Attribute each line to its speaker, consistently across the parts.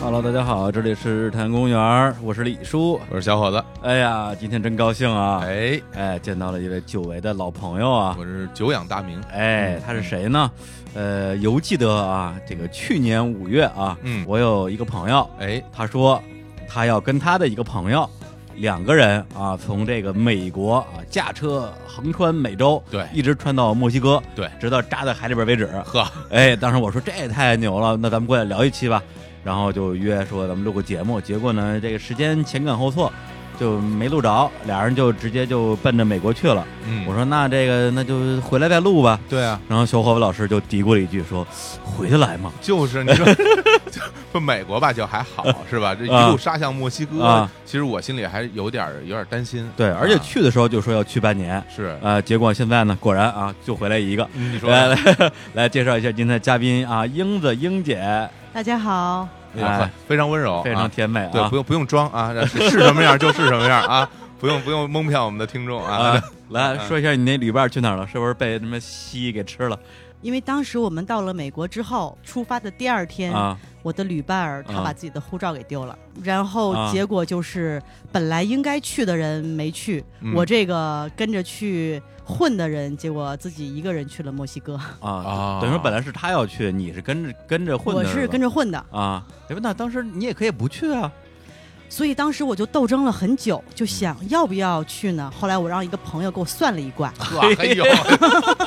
Speaker 1: Hello，大家好，这里是日坛公园，我是李叔。
Speaker 2: 我是小伙子，
Speaker 1: 哎呀，今天真高兴啊！
Speaker 2: 哎，
Speaker 1: 哎，见到了一位久违的老朋友啊！
Speaker 2: 我是久仰大名，
Speaker 1: 哎，他是谁呢？呃，犹记得啊，这个去年五月啊，
Speaker 2: 嗯
Speaker 1: 我有一个朋友，
Speaker 2: 哎，
Speaker 1: 他说他要跟他的一个朋友，两个人啊，从这个美国啊驾车横穿美洲，
Speaker 2: 对
Speaker 1: 一直穿到墨西哥，
Speaker 2: 对
Speaker 1: 直到扎在海里边为止。
Speaker 2: 呵，
Speaker 1: 哎，当时我说这也太牛了，那咱们过来聊一期吧。然后就约说咱们录个节目，结果呢，这个时间前赶后错，就没录着，俩人就直接就奔着美国去了。
Speaker 2: 嗯，
Speaker 1: 我
Speaker 2: 说
Speaker 1: 说那这个那就回来再录吧。
Speaker 2: 对啊，
Speaker 1: 然后小伙子老师就嘀咕了一句说：“回得来吗
Speaker 2: 就是 你说就不美国吧，就还 好是吧？这一
Speaker 1: 啊
Speaker 2: 路杀向墨西哥，
Speaker 1: 啊
Speaker 2: 其实我心里还有点儿有点儿担心，？”
Speaker 1: 对，而且
Speaker 2: 啊
Speaker 1: 去的时候就说要去半年，
Speaker 2: 是
Speaker 1: 呃，结果现在呢，果然啊，就回来一个。
Speaker 2: 你 说
Speaker 1: 来来来，介绍一下今天的嘉宾啊，英子英姐，
Speaker 3: 大家好，
Speaker 2: 哎呀
Speaker 1: 哎
Speaker 2: 非常温柔，
Speaker 1: 非常
Speaker 2: 啊
Speaker 1: 甜美
Speaker 2: 对，
Speaker 1: 啊
Speaker 2: 不。用不用装啊， 是什么样就是什么样啊，不用不用蒙骗我们的听众啊，
Speaker 1: 啊，来说一下你那旅伴去哪儿了？是不是被他妈蜥蜴给吃了
Speaker 3: 因为当时我们到了美国之后，出发的第二天，
Speaker 1: 啊？
Speaker 3: 我的旅伴儿他
Speaker 1: 啊
Speaker 3: 把自己的护照给丢了，然后
Speaker 1: 啊
Speaker 3: 结果就是本来应该去的人没去，
Speaker 2: 嗯
Speaker 3: 我这个跟着去混的人，结果自己一个人去了墨西哥，
Speaker 1: 啊
Speaker 2: 啊，
Speaker 1: 等于说本来是他要去，你是跟着跟着混的
Speaker 3: 我
Speaker 1: 吧，
Speaker 3: 是跟着混的，
Speaker 1: 啊。哎，那当时你也可以不去啊。
Speaker 3: 所以当时我就斗争了很久，就想要不要去呢？后来我让一个朋友给我算了一卦，
Speaker 2: 呵还 有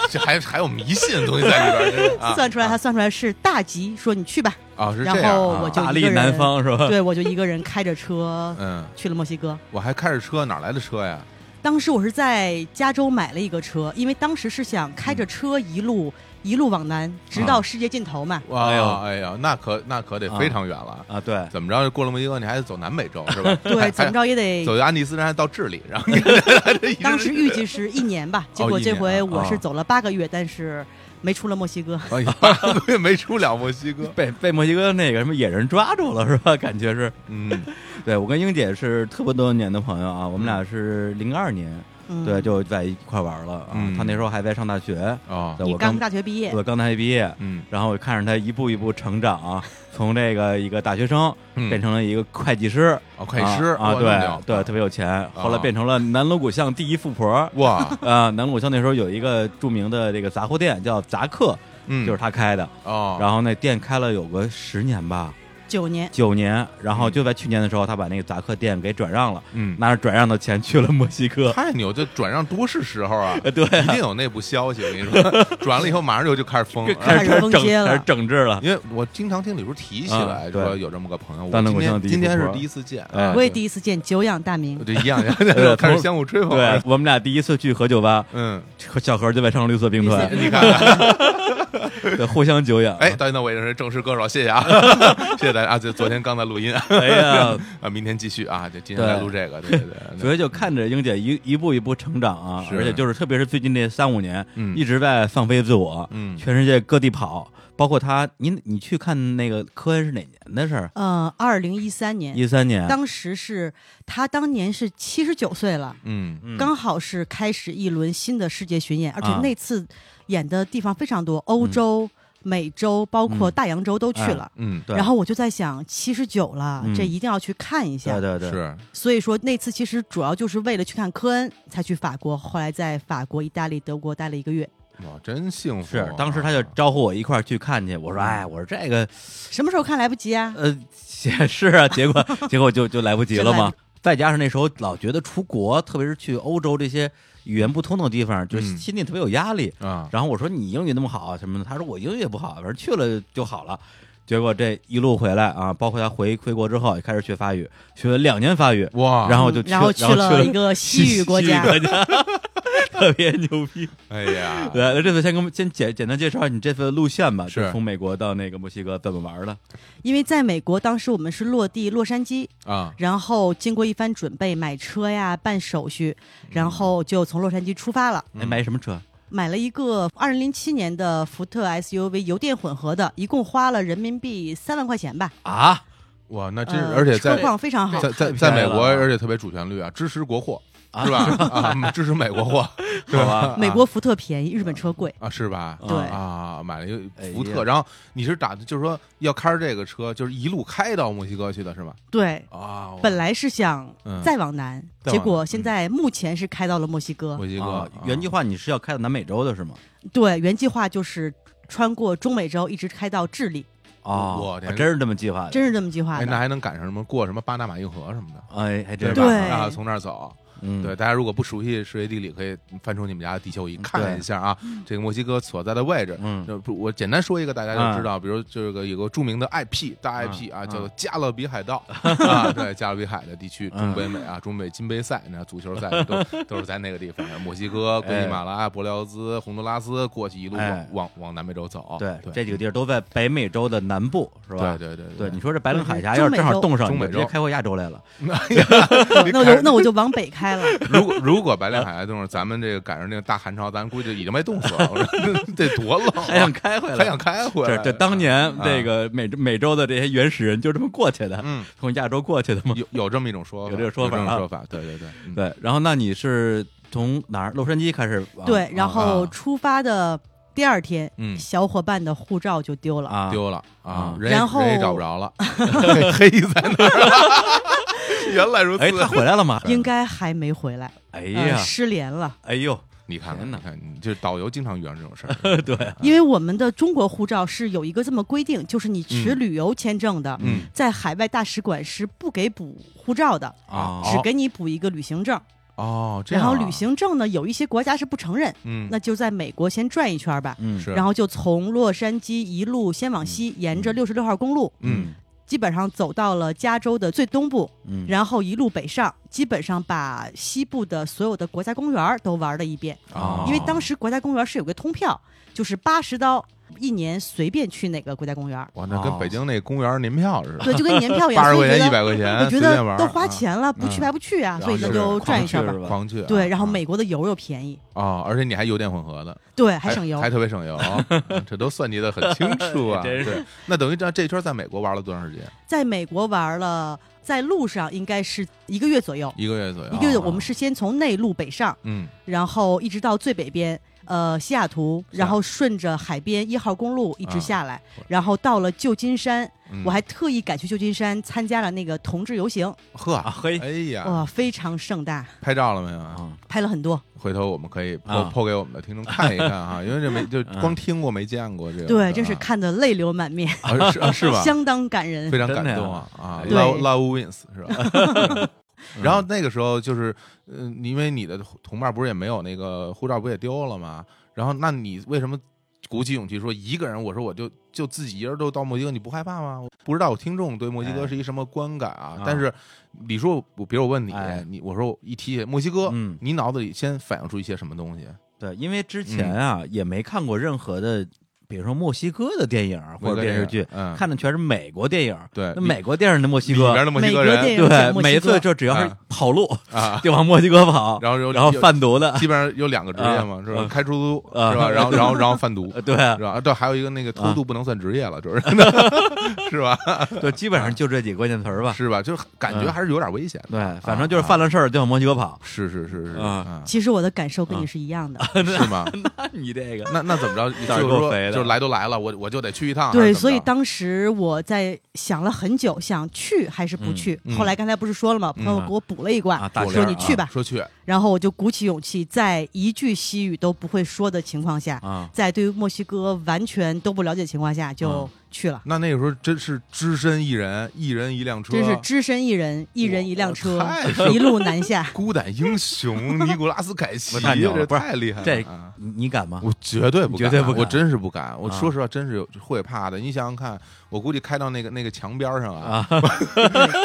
Speaker 2: 这还还有迷信的东西在里边儿 真是啊，
Speaker 3: 算出来
Speaker 2: 啊
Speaker 3: 他算出来是大吉，说你去吧，
Speaker 2: 啊是这
Speaker 3: 然
Speaker 2: 样
Speaker 3: 后
Speaker 2: 啊
Speaker 3: 哦我就
Speaker 1: 大
Speaker 3: 一
Speaker 1: 力
Speaker 3: 个
Speaker 1: 南
Speaker 3: 人
Speaker 1: 方是吧？
Speaker 3: 对我就一个人开着车
Speaker 2: 嗯，
Speaker 3: 去了墨西哥。
Speaker 2: 我还开着车，哪来的车呀？
Speaker 3: 当时我是在加州买了一个车，因为当时是想开着车一路、一路往南，直到世界尽头嘛。
Speaker 2: 哇，
Speaker 1: 啊哎呦
Speaker 2: 哎呀，那可那可得非常远了。
Speaker 1: 啊，对，
Speaker 2: 怎么着，过了墨西哥，你还得走南美洲 是吧？还
Speaker 3: 对，怎么着也
Speaker 2: 还
Speaker 3: 得。
Speaker 2: 走安第斯山到智利，然后这一直
Speaker 3: 当时预计是一年吧，结果
Speaker 2: 一
Speaker 3: 这
Speaker 2: 年
Speaker 3: 回
Speaker 2: 啊
Speaker 3: 我是
Speaker 1: 哦啊
Speaker 3: 走了八个月，但是没出了墨西哥。
Speaker 2: 哎呀， 八个月没出了墨西哥。
Speaker 1: 被被墨西哥那个什么野人抓住了是吧？感觉是，
Speaker 2: 嗯，
Speaker 1: 对我跟英姐是特别多年的朋友啊，我们俩是零二年，
Speaker 3: 嗯，
Speaker 1: 对，就在一块玩了啊。
Speaker 2: 嗯
Speaker 1: 他那时候还在上大学，
Speaker 2: 哦，
Speaker 1: 对
Speaker 3: 你
Speaker 1: 我刚
Speaker 3: 刚大学毕业，
Speaker 1: 我刚大学毕业，
Speaker 2: 嗯，
Speaker 1: 然后我看着他一步一步成长 啊，从这个一个大学生
Speaker 2: 嗯
Speaker 1: 变成了一个会计师，
Speaker 2: 哦，会计师
Speaker 1: 啊啊，
Speaker 2: 哇那么啊了
Speaker 1: 对
Speaker 2: 不
Speaker 1: 对，特别有钱，后来变成了南锣鼓巷第一富 婆。
Speaker 2: 哇，
Speaker 1: 啊，南锣鼓巷那时候有一个著名的这个杂货店叫杂客，
Speaker 2: 嗯，
Speaker 1: 就是他开的。
Speaker 2: 哦，
Speaker 1: 然后那店开了有个十年吧，
Speaker 3: 九年，
Speaker 1: 九年。然后就在去年的时候，他把那个杂客店给转让了，
Speaker 2: 嗯，
Speaker 1: 拿着转让的钱去了墨西哥。
Speaker 2: 太牛，这转让多是时候 啊，
Speaker 1: 呃， 对，
Speaker 2: 一定有内部消息。我跟你 说，转了以后马上就就开始疯了。
Speaker 3: 开
Speaker 1: 开
Speaker 3: 始
Speaker 1: 始整
Speaker 3: 封街了
Speaker 1: 开始整治了。
Speaker 2: 因为我经常听李叔提起
Speaker 1: 啊
Speaker 2: 来
Speaker 1: 对
Speaker 2: 说有这么个朋友，我
Speaker 1: 当当
Speaker 2: 今
Speaker 1: 偶像
Speaker 2: 天
Speaker 1: 第一
Speaker 2: 今天
Speaker 1: 富
Speaker 2: 是
Speaker 1: 婆
Speaker 2: 第一次见，
Speaker 1: 哎
Speaker 2: 啊
Speaker 3: 我也第一次见久仰大名。
Speaker 2: 这一 样，一样开始相互吹捧，
Speaker 1: 对，我们俩第一次去喝酒吧，
Speaker 2: 嗯，
Speaker 1: 小何就在上绿色兵团，
Speaker 2: 你 看，
Speaker 1: 对，互相久仰。
Speaker 2: 哎，大家我也是正式歌手，谢谢啊， 谢谢大家啊！这昨天刚才录音啊，
Speaker 1: 哎 呀，
Speaker 2: 明天继续啊，就今天来录这个，对对对，
Speaker 1: 所以就看着英姐一一步一步成长啊，
Speaker 2: 是
Speaker 1: 而且就是特别是最近这三五年，
Speaker 2: 嗯
Speaker 1: 一直在放飞自我，
Speaker 2: 嗯
Speaker 1: 全世界各地跑，包括她，你你去看那个科恩是哪年的事儿？
Speaker 3: 呃，二零一三年，
Speaker 1: 一三年，
Speaker 3: 当时是他当年是七十九岁了，
Speaker 2: 嗯
Speaker 1: 嗯
Speaker 3: 刚好是开始一轮新的世界巡演，而且
Speaker 1: 啊嗯
Speaker 3: 那次演的地方非常多，欧洲、美洲，包括大洋洲都去了。
Speaker 2: 嗯，
Speaker 1: 哎对
Speaker 3: 然后我就在想，七十九了，
Speaker 1: 嗯
Speaker 3: 这一定要去看一下
Speaker 1: 对。对对，
Speaker 2: 是，
Speaker 3: 所以说那次其实主要就是为了去看科恩才去法国，后来在法国、意大利、德国待了一个月。
Speaker 2: 哇，嗯真幸福啊，
Speaker 1: 是当时她就招呼我一块儿去看去，我说哎，我说这个
Speaker 3: 什么时候看来不及啊？
Speaker 1: 呃也是啊，结 果结果就就来不及了
Speaker 3: 真来
Speaker 1: 嘛
Speaker 3: 不。
Speaker 1: 再加上那时候老觉得出国，特别是去欧洲这些语言不通的地方，就
Speaker 2: 嗯
Speaker 1: 心里特别有压力。
Speaker 2: 啊，
Speaker 1: 然后我说你英语那么好啊什么的，他说我英语也不好，反正去了就好了。结果这一路回来啊，包括他回回国之后也开始学法语，学了两年法语，
Speaker 2: 哇，
Speaker 1: 然后
Speaker 3: 嗯
Speaker 1: 就去
Speaker 3: 然后
Speaker 1: 去
Speaker 3: 了 一个西语国家
Speaker 1: 西，语国家特别牛逼。
Speaker 2: 哎 呀，
Speaker 1: 来，这次先给我们先简简单介绍你这次的路线吧，
Speaker 2: 是
Speaker 1: 就从美国到那个墨西哥怎么玩的？
Speaker 3: 因为在美国当时我们是落地洛杉矶，
Speaker 2: 啊，
Speaker 3: 然后经过一番准备，买车呀、办手续，然后就从洛杉矶出发了。
Speaker 1: 哎，买什么车？
Speaker 3: 买了一个二零零七年的福特 SUV 油电混合的，一共花了人民币三万块钱吧。
Speaker 1: 啊，
Speaker 2: 哇，那真是，
Speaker 3: 呃
Speaker 2: 而且在
Speaker 3: 车况非常好
Speaker 2: 在在在美国，而且特别主旋律啊，支持国货，是吧？啊，支持美国货，对
Speaker 1: 好吧嗯
Speaker 3: 美国福特便宜，日本车贵。
Speaker 2: 啊，是吧？
Speaker 3: 对
Speaker 2: 啊，买了一
Speaker 1: 哎
Speaker 2: 个福
Speaker 1: 呀
Speaker 2: 特，然后你是打，就是说要开着这个车，就是一路开到墨西哥去的是吧？
Speaker 3: 对，
Speaker 2: 啊，
Speaker 3: 本来是想
Speaker 2: 嗯
Speaker 3: 再往南，
Speaker 2: 再往
Speaker 3: 结
Speaker 2: 南嗯
Speaker 3: 果现在目前是开到了墨西哥。
Speaker 2: 墨西哥、
Speaker 1: 啊
Speaker 2: 啊，
Speaker 1: 原计划你是要开到南美洲的是吗？
Speaker 3: 对，原计划就是穿过中美洲，一直开到智利，
Speaker 1: 哦，
Speaker 2: 我天
Speaker 1: 真是这么计划的，
Speaker 3: 真是这么计划
Speaker 2: 哎，
Speaker 3: 的。
Speaker 2: 那还能赶上什么过什么巴拿马运河什么的，
Speaker 1: 哎，还真是
Speaker 2: 吧？
Speaker 3: 对
Speaker 2: 啊，从那儿走。
Speaker 1: 嗯，
Speaker 2: 对，大家如果不熟悉世界地理，可以翻出你们家的地球仪看一下啊，这个墨西哥所在的位置。
Speaker 1: 嗯，
Speaker 2: 就不，我简单说一个，大家就知道，比如这个有个著名的 IP 大 IP
Speaker 1: 嗯
Speaker 2: 啊，
Speaker 1: 嗯
Speaker 2: 叫做加勒比海盗 啊，对，加勒比海的地区，
Speaker 1: 嗯
Speaker 2: 中北美啊，中美金杯赛，那足球赛都都是在那个地方，墨西哥、
Speaker 1: 哎
Speaker 2: 圭亚马拉、伯辽兹、洪都拉斯过去，一路
Speaker 1: 哎
Speaker 2: 往往往南美洲走。
Speaker 1: 对，这
Speaker 2: 对
Speaker 1: 几个地儿都在北美洲的南部，是吧？
Speaker 2: 对对对
Speaker 1: 对，
Speaker 2: 对
Speaker 1: 你说这白令海峡
Speaker 3: 中
Speaker 1: 要是正
Speaker 3: 美
Speaker 1: 好
Speaker 3: 洲
Speaker 1: 冻上，
Speaker 2: 中
Speaker 1: 你就
Speaker 2: 美
Speaker 1: 直接
Speaker 2: 洲
Speaker 1: 开过亚洲来了。
Speaker 2: 哎
Speaker 3: 那我就那我就往北开了。
Speaker 2: 如果如果白令海峡冻上，咱们这个赶上那个大寒潮，咱估计已经被冻死了。 我说得多冷啊，
Speaker 1: 还想开回来，
Speaker 2: 还想开回来
Speaker 1: 这。这当年
Speaker 2: 啊
Speaker 1: 这个美美洲的这些原始人就这么过去的，
Speaker 2: 嗯，
Speaker 1: 从亚洲过去的嘛。
Speaker 2: 有有这么一种说法，
Speaker 1: 有这个说法
Speaker 2: 有这
Speaker 1: 啊
Speaker 2: 种说法，对对对，嗯，
Speaker 1: 对，然后那你是从哪儿？洛杉矶开始往？
Speaker 3: 对，然后
Speaker 2: 啊
Speaker 3: 出发的第二天，
Speaker 2: 嗯
Speaker 3: 小伙伴的护照就丢了。
Speaker 1: 啊，
Speaker 2: 丢了啊
Speaker 1: 啊，
Speaker 2: 人也
Speaker 3: 然后
Speaker 2: 人也找不着了，黑在那儿。 原来如此，
Speaker 1: 哎，他回来了吗？
Speaker 3: 应该还没回来，
Speaker 1: 哎
Speaker 3: 呃
Speaker 1: 呀，
Speaker 3: 失联了。
Speaker 1: 哎呦，
Speaker 2: 你看看，
Speaker 1: 天
Speaker 2: 你
Speaker 1: 哪
Speaker 2: 看，你这导游经常遇上这种 事儿，
Speaker 1: 对，
Speaker 3: 因为我们的中国护照是有一个这么规定，就是你持旅游签证的，
Speaker 2: 嗯
Speaker 3: 在海外大使馆是不给补护照的，
Speaker 1: 啊
Speaker 2: 哦
Speaker 3: 只给你补一个旅行证。
Speaker 2: 哦，这
Speaker 3: 然
Speaker 2: 样啊
Speaker 3: 后旅，行证呢，有一些国家是不承认，
Speaker 2: 嗯，
Speaker 3: 那就在美国先转一圈吧。
Speaker 1: 嗯，
Speaker 2: 是，
Speaker 3: 然后就从洛杉矶一路先往西，沿着六十六号公路，
Speaker 2: 嗯
Speaker 3: 基本上走到了加州的最东部，
Speaker 1: 嗯，
Speaker 3: 然后一路北上，基本上把西部的所有的国家公园儿都玩了一遍。
Speaker 1: 哦
Speaker 2: 啊
Speaker 3: 因为当时国家公园是有个通票，就是八十刀一年，随便去哪个国家 公园儿。
Speaker 2: 哇，那
Speaker 1: 哦
Speaker 2: 跟北京那公园年票似的，
Speaker 3: 对，就跟年票一样。
Speaker 2: 八十
Speaker 3: 所以
Speaker 2: 块钱、
Speaker 3: 觉
Speaker 2: 一
Speaker 3: 得
Speaker 2: 百块钱，
Speaker 3: 我觉
Speaker 2: 随便玩
Speaker 3: 得
Speaker 2: 儿啊嗯
Speaker 3: 都花，钱了，不去白不去啊，所以
Speaker 2: 然
Speaker 3: 那
Speaker 2: 后
Speaker 3: 就
Speaker 2: 是
Speaker 3: 转一圈
Speaker 1: 狂
Speaker 3: 吧
Speaker 1: 去。是
Speaker 2: 啊
Speaker 1: 吧？
Speaker 2: 狂去啊，
Speaker 3: 对，然后
Speaker 2: 啊
Speaker 3: 美国的油又便宜，
Speaker 2: 哦，而且你还油电混合的，
Speaker 3: 对，还
Speaker 2: 还
Speaker 3: 省油
Speaker 2: 还。特别省油， 嗯这都算计的很清楚 啊。
Speaker 1: 真是
Speaker 2: 对，那等于这这一圈在美国玩了多长时间？
Speaker 3: 在美国玩了，在路上应该是一个月左右。
Speaker 2: 一个月左右。
Speaker 3: 一个月，
Speaker 2: 啊
Speaker 3: 我们是先从内陆北上，
Speaker 2: 嗯
Speaker 3: 然后一直到最北边，呃，西雅图，
Speaker 2: 是啊
Speaker 3: 然后顺着海边一号公路一直
Speaker 2: 啊
Speaker 3: 下来，然后到了旧金山，
Speaker 2: 嗯
Speaker 3: 我还特意赶去旧金山参加了那个同志游行，
Speaker 2: 呵
Speaker 1: 啊嘿
Speaker 2: 哎呀，
Speaker 3: 哇，非常盛大，
Speaker 2: 拍照了没有啊？
Speaker 1: 啊，
Speaker 3: 拍了很多。
Speaker 2: 回头我们可以
Speaker 1: 啊嗯
Speaker 2: 抛抛给我们的听众看一看啊，因为这没就光听过没见过这个，
Speaker 3: 对，真是
Speaker 2: 啊
Speaker 3: 看得泪流满面，
Speaker 2: 啊是啊是吧？
Speaker 3: 相当感人
Speaker 2: 非。常
Speaker 1: 真的
Speaker 2: 感
Speaker 1: 呀
Speaker 2: 动啊啊
Speaker 1: 对
Speaker 2: ！Love Love wins 是吧？嗯然后那个时候就是，嗯、因为你的同伴不是也没有那个护照，不也丢了吗？然后那你为什么鼓起勇气说一个人？我说我就就自己一人都到墨西哥，你不害怕吗？我不知道我听众对墨西哥
Speaker 1: 哎
Speaker 2: 是一什么观感啊？
Speaker 1: 啊
Speaker 2: 但是你说我，比如我问你，
Speaker 1: 哎
Speaker 2: 你我说我一提起墨西哥，
Speaker 1: 嗯
Speaker 2: 你脑子里先反映出一些什么东西？
Speaker 1: 对，因为之前啊也没看过任何的，比如说墨西哥的电影或者电视剧，
Speaker 2: 嗯，
Speaker 1: 看的全是美国电影。
Speaker 2: 对
Speaker 1: 那美国电影的墨西
Speaker 2: 呃里边
Speaker 1: 哥，
Speaker 2: 的墨西哥
Speaker 3: 美国电
Speaker 2: 人
Speaker 3: 影讲
Speaker 1: 对，
Speaker 3: 墨西
Speaker 1: 每一次
Speaker 3: 哥
Speaker 1: 就只要是
Speaker 2: 啊
Speaker 1: 跑路
Speaker 2: 啊，
Speaker 1: 就往墨西哥跑，
Speaker 2: 然后有
Speaker 1: 然后
Speaker 2: 有
Speaker 1: 贩毒的，
Speaker 2: 基本上有两个职业嘛，
Speaker 1: 啊
Speaker 2: 是
Speaker 1: 啊
Speaker 2: 吧？开出租
Speaker 1: 啊
Speaker 2: 是 吧？然后然后然后贩毒，
Speaker 1: 呃
Speaker 2: 是
Speaker 1: 对啊，
Speaker 2: 吧？啊对，还有一个那个偷渡不能算职业了， 就是是吧？
Speaker 1: 就基本上就这几个关键词儿吧。嗯
Speaker 2: 是啊吧？就是感觉还是有点危险的。，
Speaker 1: 对，反正就是犯了事儿就往墨西哥跑
Speaker 2: 是是是是
Speaker 1: 啊
Speaker 2: 啊，
Speaker 3: 其实我的感受跟
Speaker 1: 啊
Speaker 3: 你是一样的，
Speaker 2: 是吗？
Speaker 1: 你这个
Speaker 2: 那那怎么着？
Speaker 1: 胆儿
Speaker 2: 就是
Speaker 1: 够
Speaker 2: 说
Speaker 1: 肥的，
Speaker 2: 就是来都来了，我我就得去一趟。还
Speaker 3: 对，
Speaker 2: 啊是怎么着
Speaker 3: 所以当时我在想了很久，想去还是不去。
Speaker 2: 嗯嗯
Speaker 3: 后来刚才不是说了吗？
Speaker 2: 嗯
Speaker 3: 朋友给我补了一
Speaker 1: 啊
Speaker 3: 卦，
Speaker 1: 大
Speaker 3: 说
Speaker 1: 连儿
Speaker 3: 你去吧。
Speaker 2: 说去，
Speaker 3: 然后我就鼓起勇气，在一句西语都不会说的情况下，
Speaker 1: 啊，
Speaker 3: 在对墨西哥完全都不了解的情况下就
Speaker 1: 嗯
Speaker 3: 去了，
Speaker 2: 那那个时候真是只身一人，一人一辆车，
Speaker 3: 真是只身一人，一人一辆车
Speaker 2: 哇 太，
Speaker 3: 一路南下。
Speaker 2: 孤胆英雄尼古拉斯凯奇，
Speaker 1: 我太牛了
Speaker 2: 这
Speaker 1: 不是
Speaker 2: 太厉害了。
Speaker 1: 这
Speaker 2: 啊
Speaker 1: 你你敢吗？
Speaker 2: 我绝对不敢，
Speaker 1: 绝对不敢
Speaker 2: 我真是不敢。我
Speaker 1: 啊
Speaker 2: 说实话，真是有会怕的。你想想看，我估计开到那个那个墙边上啊，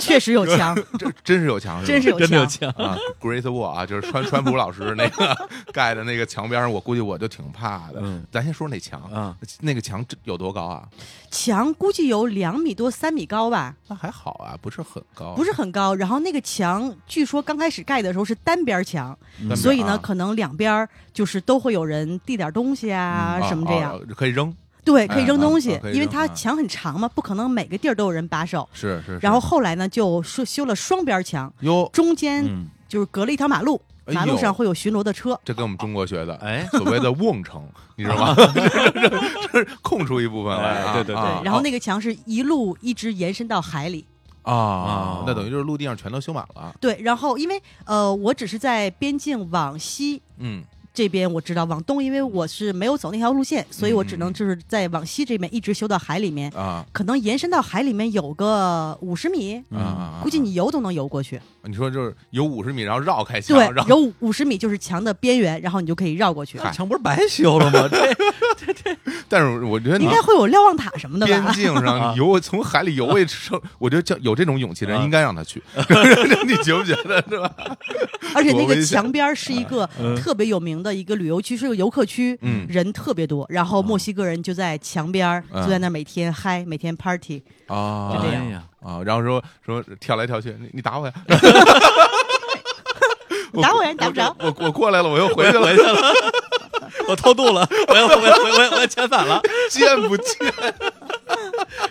Speaker 3: 确实有墙，
Speaker 2: 这真是有墙，
Speaker 3: 真是
Speaker 2: 有
Speaker 3: 有
Speaker 1: 真的有
Speaker 3: 墙。
Speaker 1: 枪
Speaker 2: 啊，Great Wall 啊，就是川川普老师那个 盖的那个墙边上，我估计我就挺怕的。
Speaker 1: 嗯
Speaker 2: 咱先说那墙，
Speaker 1: 啊，
Speaker 2: 那个墙这有多高啊？
Speaker 3: 墙估计有两米多、三米高吧，
Speaker 2: 那还好啊，不是很高，
Speaker 3: 不是很高。然后那个墙，据说刚开始盖的时候是单边墙，
Speaker 1: 嗯
Speaker 3: 所以
Speaker 2: 啊
Speaker 3: 呢，可能两边儿就是都会有人递点东西啊，
Speaker 2: 啊
Speaker 3: 什么这样。
Speaker 2: 哦哦可以扔，
Speaker 3: 对，可以扔东西，
Speaker 2: 啊可以
Speaker 3: 因为
Speaker 2: 扔
Speaker 3: 它
Speaker 2: 啊
Speaker 3: 墙很长嘛，不可能每个地儿都有人把守。
Speaker 2: 是是。是
Speaker 3: 然后后来呢，就说修了双边墙，
Speaker 2: 哟，
Speaker 3: 中间
Speaker 1: 嗯
Speaker 3: 就是隔了一条马路，
Speaker 2: 哎
Speaker 3: 马路
Speaker 2: 呦
Speaker 3: 上会有巡逻的车。
Speaker 2: 这跟我们中国学的，
Speaker 1: 哎
Speaker 2: 所谓的瓮城，你知道吗？ 这这这这空出一部分来
Speaker 1: 哎
Speaker 2: 啊，
Speaker 1: 对对对
Speaker 2: 啊
Speaker 3: 对，然后那个墙是一路一直延伸到海里。
Speaker 2: 啊
Speaker 1: 啊
Speaker 2: 那等于就是陆地上全都修满了，
Speaker 3: 对，然后因为呃，我只是在边境往西
Speaker 2: 嗯
Speaker 3: 这边我知道，往东因为我是没有走那条路线，所以我只
Speaker 2: 嗯
Speaker 3: 能就是在往西这边一直修到海里面，
Speaker 2: 啊
Speaker 3: 可能延伸到海里面有个五十米。
Speaker 1: 嗯
Speaker 2: 啊啊，
Speaker 3: 估计你游都能游过去，
Speaker 2: 你说就是有五十米，然后绕开墙，
Speaker 3: 对
Speaker 2: 然，后
Speaker 3: 有五十米就是墙的边缘，然后你就可以绕过去。
Speaker 1: 那墙不是白修了 吗？这
Speaker 2: 但是我觉得你
Speaker 3: 应该会有瞭望塔什么的
Speaker 2: 边
Speaker 3: 吧？
Speaker 2: 境上游从海里游喂生，我觉得叫有这种勇气的人
Speaker 1: 啊
Speaker 2: 应该让他去，你觉不觉得是吧？
Speaker 3: 而且那
Speaker 2: 多危
Speaker 3: 个
Speaker 2: 险
Speaker 3: 墙边儿是一个
Speaker 1: 嗯
Speaker 3: 特别有名的一个旅游区，是个游客区，
Speaker 2: 嗯
Speaker 3: 人特别多。然后墨西哥人就在墙边儿，
Speaker 2: 嗯
Speaker 3: 就在那儿每天嗨，每天 party。
Speaker 2: 啊
Speaker 3: 就这样
Speaker 1: 哎呀，
Speaker 2: 啊，然后说说跳来跳去，你你打我呀，
Speaker 3: 打我呀，你打不着。
Speaker 2: 我我过来了，我又回去了，
Speaker 1: 回去了， 我偷渡了，我要我要我要我要遣返了，
Speaker 2: 见不见？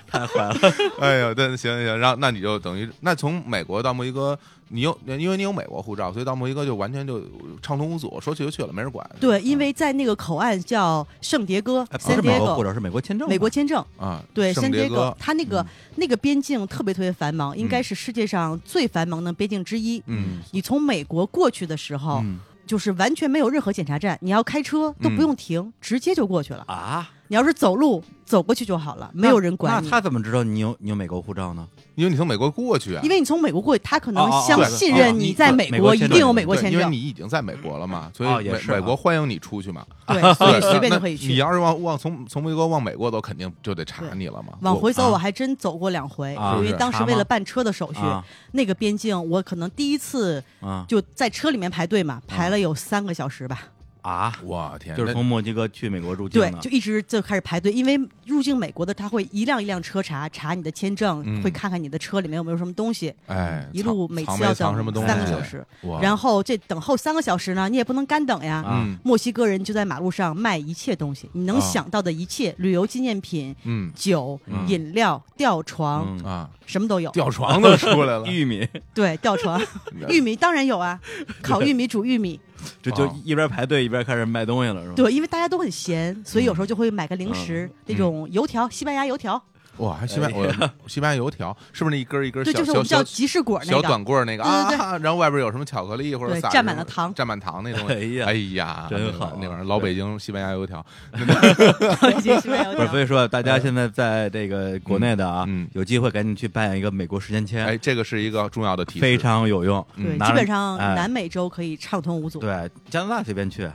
Speaker 1: 太坏了。
Speaker 2: 哎呦，但行行行，然后那你就等于那从美国到墨西哥，你有因为你有美国护照，所以到墨西哥就完全就畅通无阻，说去就去了，没人管。
Speaker 3: 对，因为在那个口岸叫圣迭戈
Speaker 1: 哎不
Speaker 3: （San
Speaker 1: 是美国护
Speaker 3: Diego），
Speaker 1: 照，是美国签证吧，
Speaker 3: 美国签证。
Speaker 2: 啊，
Speaker 3: 对，
Speaker 2: 圣
Speaker 3: 圣
Speaker 2: 迭
Speaker 3: 迭戈
Speaker 2: 戈，，
Speaker 3: 它那个那个边境特别特别繁忙，应该
Speaker 2: 嗯
Speaker 3: 是世界上最繁忙的边境之一。
Speaker 2: 嗯
Speaker 3: 你从美国过去的时候，
Speaker 2: 嗯
Speaker 3: 就是完全没有任何检查站，你要开车都
Speaker 2: 嗯
Speaker 3: 不用停，直接就过去了。
Speaker 1: 啊，
Speaker 3: 你要是走路走过去就好了，没有人管
Speaker 1: 那
Speaker 3: 你。
Speaker 1: 他怎么知道你有你有美国护照呢？
Speaker 2: 因为你从美国过去啊
Speaker 3: 因，为你从美国过去，他可
Speaker 1: 哦
Speaker 3: 能
Speaker 1: 哦哦
Speaker 3: 相
Speaker 2: 对
Speaker 3: 信
Speaker 2: 哦
Speaker 3: 任
Speaker 2: 你
Speaker 3: 你在
Speaker 1: 对
Speaker 3: 美
Speaker 1: 美
Speaker 3: 国
Speaker 1: 国
Speaker 3: 一
Speaker 1: 签
Speaker 3: 定有
Speaker 1: 证
Speaker 3: 美国
Speaker 2: 对
Speaker 3: 签
Speaker 2: 因为
Speaker 3: 证，
Speaker 2: 你已经在美国了嘛，所
Speaker 1: 哦
Speaker 2: 以
Speaker 1: 也
Speaker 2: 美
Speaker 1: 是
Speaker 2: 美
Speaker 1: 啊
Speaker 2: 国欢迎你出去嘛。
Speaker 3: 对，所以
Speaker 2: 对
Speaker 3: 随便
Speaker 2: 那
Speaker 3: 就可以
Speaker 2: 你
Speaker 3: 去。
Speaker 2: 要是往往从从美国往美国走，肯定就得查你了嘛。
Speaker 3: 往
Speaker 2: 我
Speaker 3: 回走，
Speaker 1: 啊
Speaker 3: 我还真走过两回，
Speaker 1: 啊
Speaker 3: 因为
Speaker 2: 是
Speaker 3: 当时
Speaker 1: 查
Speaker 3: 为
Speaker 1: 吗
Speaker 3: 了办车的手续，
Speaker 1: 啊
Speaker 3: 那个边境我可能第一次
Speaker 1: 啊
Speaker 3: 就在车里面排队嘛，排
Speaker 2: 嗯
Speaker 3: 了有三个小时吧。
Speaker 1: 啊！
Speaker 2: 我天，
Speaker 1: 就是
Speaker 2: 那
Speaker 1: 从墨西哥去美国入境
Speaker 3: 对
Speaker 1: 的，，
Speaker 3: 就一直就开始排队，因为入境美国的他会一辆一辆车查，查你的签证，
Speaker 2: 嗯
Speaker 3: 会看看你的车里面有没有什么东西，
Speaker 2: 哎，
Speaker 3: 一
Speaker 2: 藏
Speaker 3: 路每
Speaker 2: 藏
Speaker 3: 次
Speaker 2: 没
Speaker 3: 要
Speaker 2: 藏什么东
Speaker 3: 等
Speaker 2: 西，哦
Speaker 3: 三个小时。
Speaker 2: 哇，
Speaker 3: 然后这等候三个小时呢，你也不能干等呀。
Speaker 1: 啊
Speaker 2: 嗯
Speaker 3: 墨西哥人就在马路上卖一切东西，你能
Speaker 2: 啊
Speaker 3: 想到的一切，旅游纪念品、
Speaker 2: 嗯
Speaker 3: 酒、
Speaker 1: 嗯
Speaker 3: 饮料、吊床，
Speaker 1: 嗯
Speaker 2: 啊，
Speaker 3: 什么都有。
Speaker 2: 吊床都出 来了，
Speaker 1: 玉米，
Speaker 3: 对，吊床、玉米当然有啊，烤玉米、煮玉米。
Speaker 1: 这就
Speaker 2: 啊
Speaker 1: 一边排队一边开始卖东西了，是吧？
Speaker 3: 对，因为大家都很闲，所以有时候就会买个零食，那
Speaker 2: 嗯嗯
Speaker 3: 种油条，西班牙油条，
Speaker 2: 哇，还西班
Speaker 1: 哎
Speaker 2: 我西班牙油条是不是那一根儿一根儿
Speaker 3: 对，
Speaker 2: 小
Speaker 3: 就是我
Speaker 2: 小
Speaker 3: 们叫
Speaker 2: 小
Speaker 3: 集市果那
Speaker 2: 小
Speaker 3: 个。
Speaker 2: 短棍儿那个
Speaker 3: 对对对
Speaker 2: 啊？然后外边有什么巧克力或者
Speaker 3: 对
Speaker 2: 撒
Speaker 3: 蘸
Speaker 2: 什么
Speaker 3: 满了糖
Speaker 2: 蘸满糖那东
Speaker 1: 哎
Speaker 2: 西。
Speaker 1: 呀
Speaker 2: 哎，呀，
Speaker 1: 真
Speaker 2: 那个
Speaker 1: 好啊
Speaker 2: 那玩意儿老北京西班牙油条，
Speaker 3: 北京西班牙
Speaker 1: 不
Speaker 3: 油
Speaker 1: 是，所
Speaker 3: 条。
Speaker 1: 以说大家现在在这个国内的啊，
Speaker 2: 嗯嗯嗯
Speaker 1: 有机会赶紧去办一个美国时间签，
Speaker 2: 哎，这个是一个重要的提示，
Speaker 1: 非常有用。
Speaker 2: 嗯
Speaker 3: 对，
Speaker 1: 拿
Speaker 3: 基本
Speaker 1: 着
Speaker 3: 上
Speaker 1: 哎
Speaker 3: 南美洲可以畅通无阻。
Speaker 1: 对，加拿大随便去，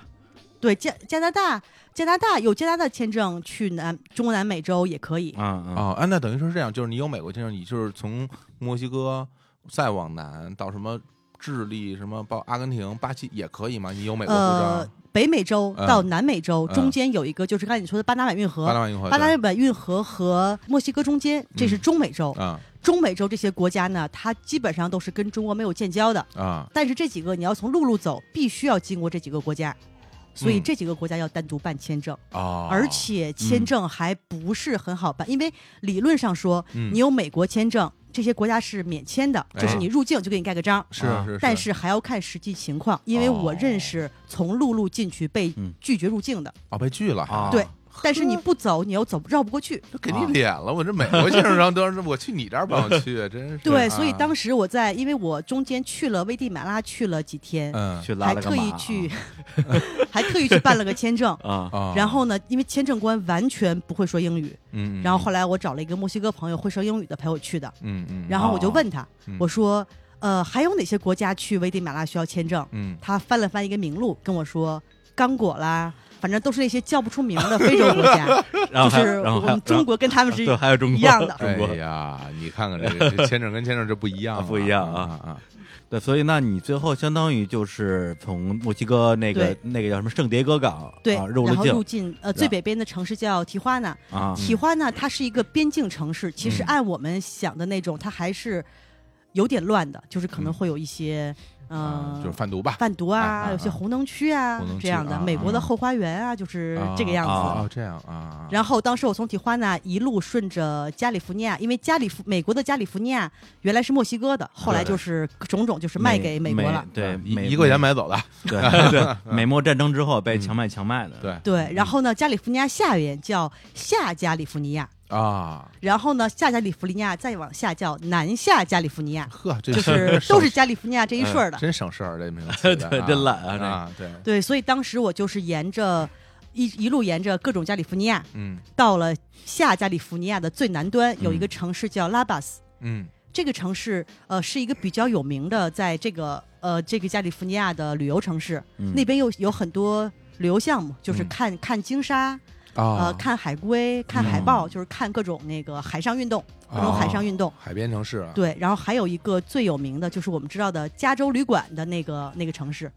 Speaker 3: 对，加加拿大，加拿大有加拿大签证去南中南美洲也可以。
Speaker 1: 嗯嗯，
Speaker 2: 哦，啊，那等于说是这样，就是你有美国签证，你就是从墨西哥再往南到什么智利、什么包阿根廷、巴西也可以吗？你有美国护
Speaker 3: 呃
Speaker 2: 照，，啊
Speaker 3: 北美洲
Speaker 2: 嗯
Speaker 3: 到南美洲
Speaker 2: 嗯
Speaker 3: 中间有一个，就是刚才你说的巴拿马运河
Speaker 2: 巴。拿马运河，
Speaker 3: 巴拿
Speaker 2: 对
Speaker 3: 马运河和墨西哥中间，这是
Speaker 2: 嗯
Speaker 3: 中美洲。
Speaker 2: 啊
Speaker 3: 中美洲这些国家呢，它基本上都是跟中国没有建交的。
Speaker 2: 啊
Speaker 3: 但是这几个你要从陆路走，必须要经过这几个国家，所以
Speaker 2: 嗯
Speaker 3: 这几个国家要单独办签证，
Speaker 2: 啊！
Speaker 3: 而且签证还不是很好办，因为理论上说，
Speaker 2: 嗯
Speaker 3: 你有美国签证，这些国家是免签的，
Speaker 2: 哎
Speaker 3: 就是你入境就给你盖个章。
Speaker 2: 是
Speaker 1: 啊
Speaker 2: 是，
Speaker 3: 但是还要看实际情况，因为我认识从陆路进去被
Speaker 1: 嗯
Speaker 3: 拒绝入境的，
Speaker 2: 哦被拒了还，
Speaker 1: 啊
Speaker 3: 对但是你不走，你又走绕不过去。
Speaker 2: 这给你脸了，我这美国签证上都是我去你这儿不让去，啊真是
Speaker 3: 对，所以当
Speaker 2: 时
Speaker 3: 时我在，因为我中间去了危地马拉去了几天，
Speaker 2: 嗯
Speaker 1: 去拉
Speaker 3: 还
Speaker 1: 了个
Speaker 3: 特
Speaker 1: 马
Speaker 3: 意
Speaker 1: 啊
Speaker 3: 去， 还特意去办了个签证，
Speaker 1: 啊，
Speaker 2: 啊，
Speaker 3: 然后呢，因为签证官完全不会说英语，
Speaker 2: 嗯，嗯
Speaker 3: 然后后来我找了一个墨西哥朋友会说英语的陪我去的，
Speaker 2: 嗯嗯，
Speaker 3: 然后我就问他，
Speaker 2: 嗯
Speaker 3: 我说，呃，还有哪些国家去危地马拉需要签证？
Speaker 2: 嗯
Speaker 3: 他翻了翻一个名录，跟我说刚果啦，反正都是那些叫不出名 的非洲国家，
Speaker 1: 然后
Speaker 3: 就
Speaker 1: 还
Speaker 3: 是
Speaker 1: 有然后
Speaker 3: 我
Speaker 1: 还有
Speaker 3: 们中国跟他们是
Speaker 1: 然后对，还有中国
Speaker 3: 一样的
Speaker 1: 中国
Speaker 2: 哎呀，你看看这个这签证跟签证这不一样啊，
Speaker 1: 不一样啊
Speaker 2: 啊
Speaker 1: 对，所以那你最后相当于就是从墨西哥那个
Speaker 3: 对
Speaker 1: 那个叫什么圣迭戈港
Speaker 3: 对，
Speaker 1: 啊入
Speaker 3: 然
Speaker 1: 了
Speaker 3: 后
Speaker 1: 境
Speaker 3: 入境呃最北边的城市叫提花纳，
Speaker 1: 啊
Speaker 3: 提花纳它是一个边境城市，其实
Speaker 2: 嗯
Speaker 1: 嗯
Speaker 3: 按我们想的那种，它还是有点乱的，就是可能会有一些。
Speaker 2: 啊，
Speaker 3: 嗯，
Speaker 2: 就是贩毒吧，
Speaker 3: 贩毒
Speaker 2: 啊啊
Speaker 3: 啊
Speaker 2: 啊，
Speaker 3: 有些红灯区啊
Speaker 2: 红灯区
Speaker 3: 这样的，
Speaker 2: 啊
Speaker 3: 美国的
Speaker 2: 啊
Speaker 3: 后花园啊，就是这个样
Speaker 2: 啊啊
Speaker 3: 子。
Speaker 2: 啊这样啊，
Speaker 3: 然后当时我从提花纳一路顺着加利福尼亚，因为加利福美国的加利福尼亚原来是墨西哥的，后来
Speaker 2: 对
Speaker 3: 就是种种就是卖给美国了。
Speaker 1: 对，
Speaker 2: 嗯一
Speaker 1: 美
Speaker 2: 啊一块钱买走的，
Speaker 1: 对 对，美墨战争之后被强卖强卖的，
Speaker 2: 对
Speaker 3: 对，然后呢，加利福尼亚下面叫下加利福尼亚，
Speaker 2: 啊，
Speaker 3: 然后呢，下加利福尼亚再往下叫南下加利 福尼亚，
Speaker 2: 呵，这
Speaker 3: 就是
Speaker 2: 省
Speaker 3: 都是加利福尼亚这一顺儿的
Speaker 2: 哎。真省事儿，这名字
Speaker 1: 对真懒啊这
Speaker 2: 啊，对，
Speaker 3: 对，所以当时我就是沿着一一路沿着各种加利福尼亚，
Speaker 2: 嗯
Speaker 3: 到了下加利福尼亚的最南端，有一个城市叫拉巴斯。
Speaker 2: 嗯
Speaker 3: 这个城市呃是一个比较有名的，在这个呃这个加利福尼亚的旅游城市，
Speaker 1: 嗯
Speaker 3: 那边有有很多旅游项目，就是
Speaker 2: 嗯
Speaker 3: 看、看鲸鲨，呃
Speaker 2: 啊，嗯
Speaker 3: 看海龟，看海豹，就是看各种那个海上运动，
Speaker 2: 啊
Speaker 3: 各种海上
Speaker 2: 运
Speaker 3: 运动。
Speaker 2: 海边城市啊，
Speaker 3: 对，然后还有一个最有名的就是我们知道的加州旅馆的那个那个城市，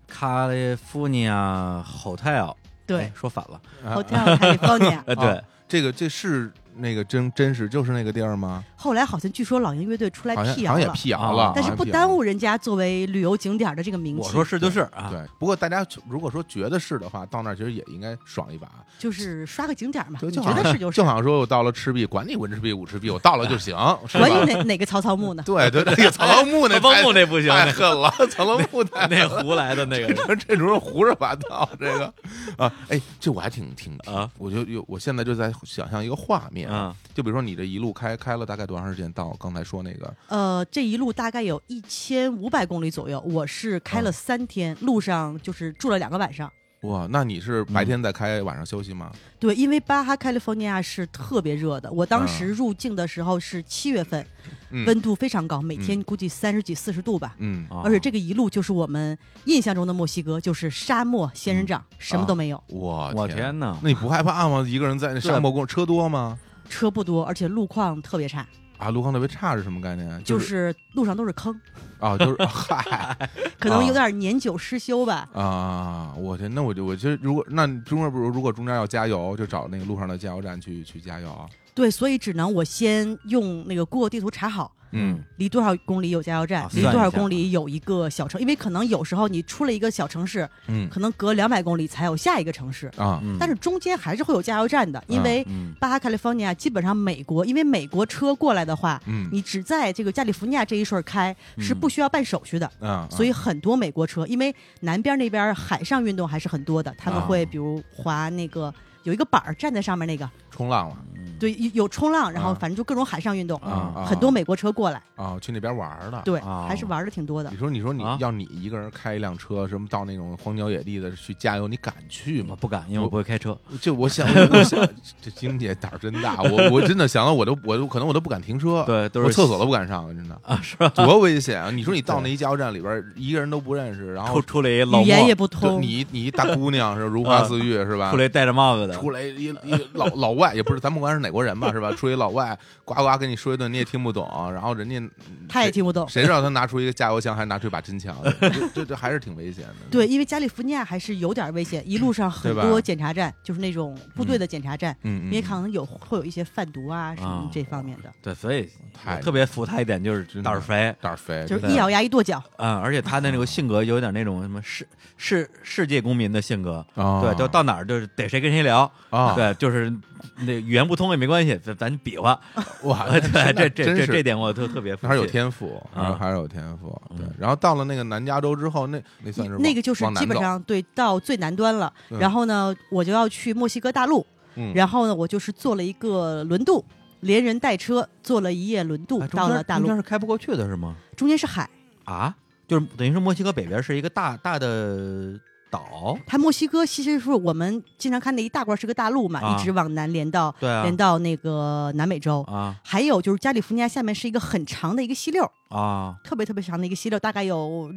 Speaker 1: California Hotel，
Speaker 3: 对
Speaker 1: 哎说反了，
Speaker 2: 啊，
Speaker 3: ，Hotel California。
Speaker 2: 哦
Speaker 1: 呃，对，
Speaker 2: 这个这是那个真真实就是那个地儿吗？
Speaker 3: 后来好像据说老鹰乐队出来
Speaker 2: 好像
Speaker 3: 辟
Speaker 2: 好像也
Speaker 3: 谣了，啊
Speaker 2: 辟谣了，
Speaker 3: 但
Speaker 2: 好
Speaker 3: 是
Speaker 2: 像
Speaker 3: 不
Speaker 2: 辟
Speaker 3: 耽
Speaker 2: 谣
Speaker 3: 误人家作为旅游景点儿的这个名气。
Speaker 1: 我说是就是啊，
Speaker 2: 嗯对，不过大家如果说觉得是的话，到那儿其实也应该爽一把。
Speaker 3: 就是刷个景点儿嘛，
Speaker 2: 就
Speaker 3: 你
Speaker 2: 就
Speaker 3: 觉
Speaker 2: 好像
Speaker 3: 得是就是
Speaker 2: 就，好像说我到了赤壁，管你文赤壁武赤壁，我到了就 行，是吧
Speaker 3: 管？你哪哪个曹操墓呢？
Speaker 2: 对对对， 曹操墓那
Speaker 1: 那帮
Speaker 2: 太
Speaker 1: 木那不行，
Speaker 2: 太狠 了，曹操墓太
Speaker 1: 那胡来的那个
Speaker 2: 这种人胡说八道，这个啊，哎，这我还挺挺，
Speaker 1: 啊
Speaker 2: 我就有，我现在就在想象一个画面，
Speaker 1: 啊，
Speaker 2: 就比如说你这一路开开了大概多长时间到刚才说那个
Speaker 3: 呃，这一路大概有一千五百公里左右，我是开了三天，路上就是住了两个晚上。
Speaker 2: 哇？那你是
Speaker 1: 嗯
Speaker 2: 白天在开，晚上休息吗？
Speaker 3: 对，因为巴哈 California 是特别热的，我当时入境的时候是七月份，
Speaker 2: 嗯
Speaker 3: 温度非常高，每天估计三十几、四十度吧。
Speaker 2: 嗯，
Speaker 1: 啊
Speaker 3: 而且这个一路就是我们印象中的墨西哥，就是沙漠、仙人掌，什么都没有，
Speaker 2: 我
Speaker 1: 我
Speaker 2: 哦天
Speaker 1: 天哪，
Speaker 2: 那你不害怕吗？一个人在那沙漠公车多吗？
Speaker 3: 车不多，而且路况特别差，
Speaker 2: 啊，路况特别差是什么概念？
Speaker 3: 就是是路上都是坑，
Speaker 2: 啊，就是 嗨
Speaker 1: 啊
Speaker 3: 可能有点年久失修吧。
Speaker 2: 啊，我天，那我就我其实如果那中间不如如果中间要加油，就找那个路上的加油站去去加油啊。
Speaker 3: 对，所以只能我先用那个 Google 地图查好，
Speaker 2: 嗯，
Speaker 3: 离多少公里有加油站
Speaker 1: 啊，
Speaker 3: 离
Speaker 1: 算
Speaker 3: 多
Speaker 1: 一
Speaker 3: 少
Speaker 1: 下
Speaker 3: 公里有一个小城，因为可能有时候你出了一个小城市，
Speaker 2: 嗯
Speaker 3: 可能隔两百公里才有下一个城市，
Speaker 2: 啊
Speaker 1: 嗯，
Speaker 3: 但是中间还是会有加油站的，因为
Speaker 1: 嗯
Speaker 3: 巴哈 California 基本上美国，因为美国车过来的话，
Speaker 2: 嗯
Speaker 3: 你只在这个加利福尼亚这一顺儿开是
Speaker 1: 嗯
Speaker 3: 不需要办手续的。
Speaker 2: 啊，
Speaker 3: 所以很多美国车，因为南边那边海上运动还是很多的，他们
Speaker 2: 啊
Speaker 3: 会比如划那个有一个板儿站在上面那个，
Speaker 2: 冲浪了
Speaker 3: 对，有有冲浪，然后
Speaker 2: 啊
Speaker 3: 反正就各种海上运动，
Speaker 2: 啊啊，
Speaker 3: 很多美国车过来，
Speaker 2: 啊去那边玩儿了。
Speaker 3: 对，
Speaker 1: 啊
Speaker 3: 还是玩的挺多的
Speaker 2: 你。说，你说你
Speaker 1: 啊
Speaker 2: 要你一个人开一辆车，什么到那种荒郊野地的去加油，你敢去
Speaker 1: 嗯我
Speaker 2: 吗？
Speaker 1: 不敢，因为我不会开车，
Speaker 2: 就我想，我想，这金姐胆儿真大，我我真的想到我都我都可能我都不敢停车，
Speaker 1: 对都是
Speaker 2: 我厕所都不敢上，真的啊，是多危险啊！你说你到那一加油站里边儿，一个人都不认识，然
Speaker 1: 出
Speaker 2: 后
Speaker 1: 出来一老
Speaker 3: 语言也
Speaker 1: 莫，
Speaker 3: 不
Speaker 2: 就
Speaker 3: 通，
Speaker 2: 你你一大姑娘是吧如花似玉是吧
Speaker 1: 啊出？来戴着帽子的，
Speaker 2: 出来一一老老外也不是，咱不管是哪国人吧是吧？出一老外呱呱跟你说一顿，你也听不懂，然后人家
Speaker 3: 他也听不懂。
Speaker 2: 谁知道他拿出一个加油枪，还拿出一把真枪？ 这这这还是挺危险的。
Speaker 3: 对，，因为加利福尼亚还是有点危险，一路上很
Speaker 2: 对吧
Speaker 3: 多检查站，就是那种部队的检查站，
Speaker 2: 嗯，嗯
Speaker 3: 因为可能有会有一些贩毒啊什
Speaker 1: 啊
Speaker 3: 么这方面的，
Speaker 1: 对，所以
Speaker 2: 太
Speaker 1: 我特别服他一点就是
Speaker 2: 真的
Speaker 1: 胆儿肥，
Speaker 2: 胆儿肥，
Speaker 3: 就是
Speaker 1: 对
Speaker 3: 一咬牙一跺脚。
Speaker 1: 啊，而且他的那个性格有点那种什么世世世界公民的性格，
Speaker 2: 啊
Speaker 1: 对，就到哪儿就是逮谁跟谁聊，
Speaker 2: 啊，
Speaker 1: 对，就是那语言不通也没关系，咱咱比划，
Speaker 2: 哇，
Speaker 1: 对，这这
Speaker 2: 真
Speaker 1: 这
Speaker 2: 是
Speaker 1: 这点我特特别服气，
Speaker 2: 那还是有天赋，
Speaker 1: 啊
Speaker 2: 还是有天赋。对
Speaker 1: 嗯，
Speaker 2: 然后到了那个南加州之后，那那算是
Speaker 3: 那
Speaker 2: 往
Speaker 3: 个就是
Speaker 2: 往南
Speaker 3: 基本
Speaker 2: 走
Speaker 3: 上对到最南端了，
Speaker 2: 嗯
Speaker 3: 然后呢，我就要去墨西哥大陆，
Speaker 2: 嗯
Speaker 3: 然后呢，我就是坐了一个轮渡，连人带车坐了一夜轮渡、
Speaker 2: 啊
Speaker 1: 哎中间
Speaker 3: 到了大
Speaker 1: 中间
Speaker 3: 陆，
Speaker 1: 是开不过去的是吗？
Speaker 3: 中间是海，
Speaker 1: 啊，就是等于是墨西哥北边是一个大大的岛，
Speaker 3: 它墨西哥其实是我们经常看的一大块是个大陆嘛，
Speaker 1: 啊
Speaker 3: 一直往南连到、
Speaker 1: 对啊
Speaker 3: 连到那个南美洲。
Speaker 1: 啊
Speaker 3: 还有就是加利福尼亚下面是一个很长的一个溪溜，
Speaker 1: 啊，
Speaker 3: 特别特别长的一个溪溜，大概有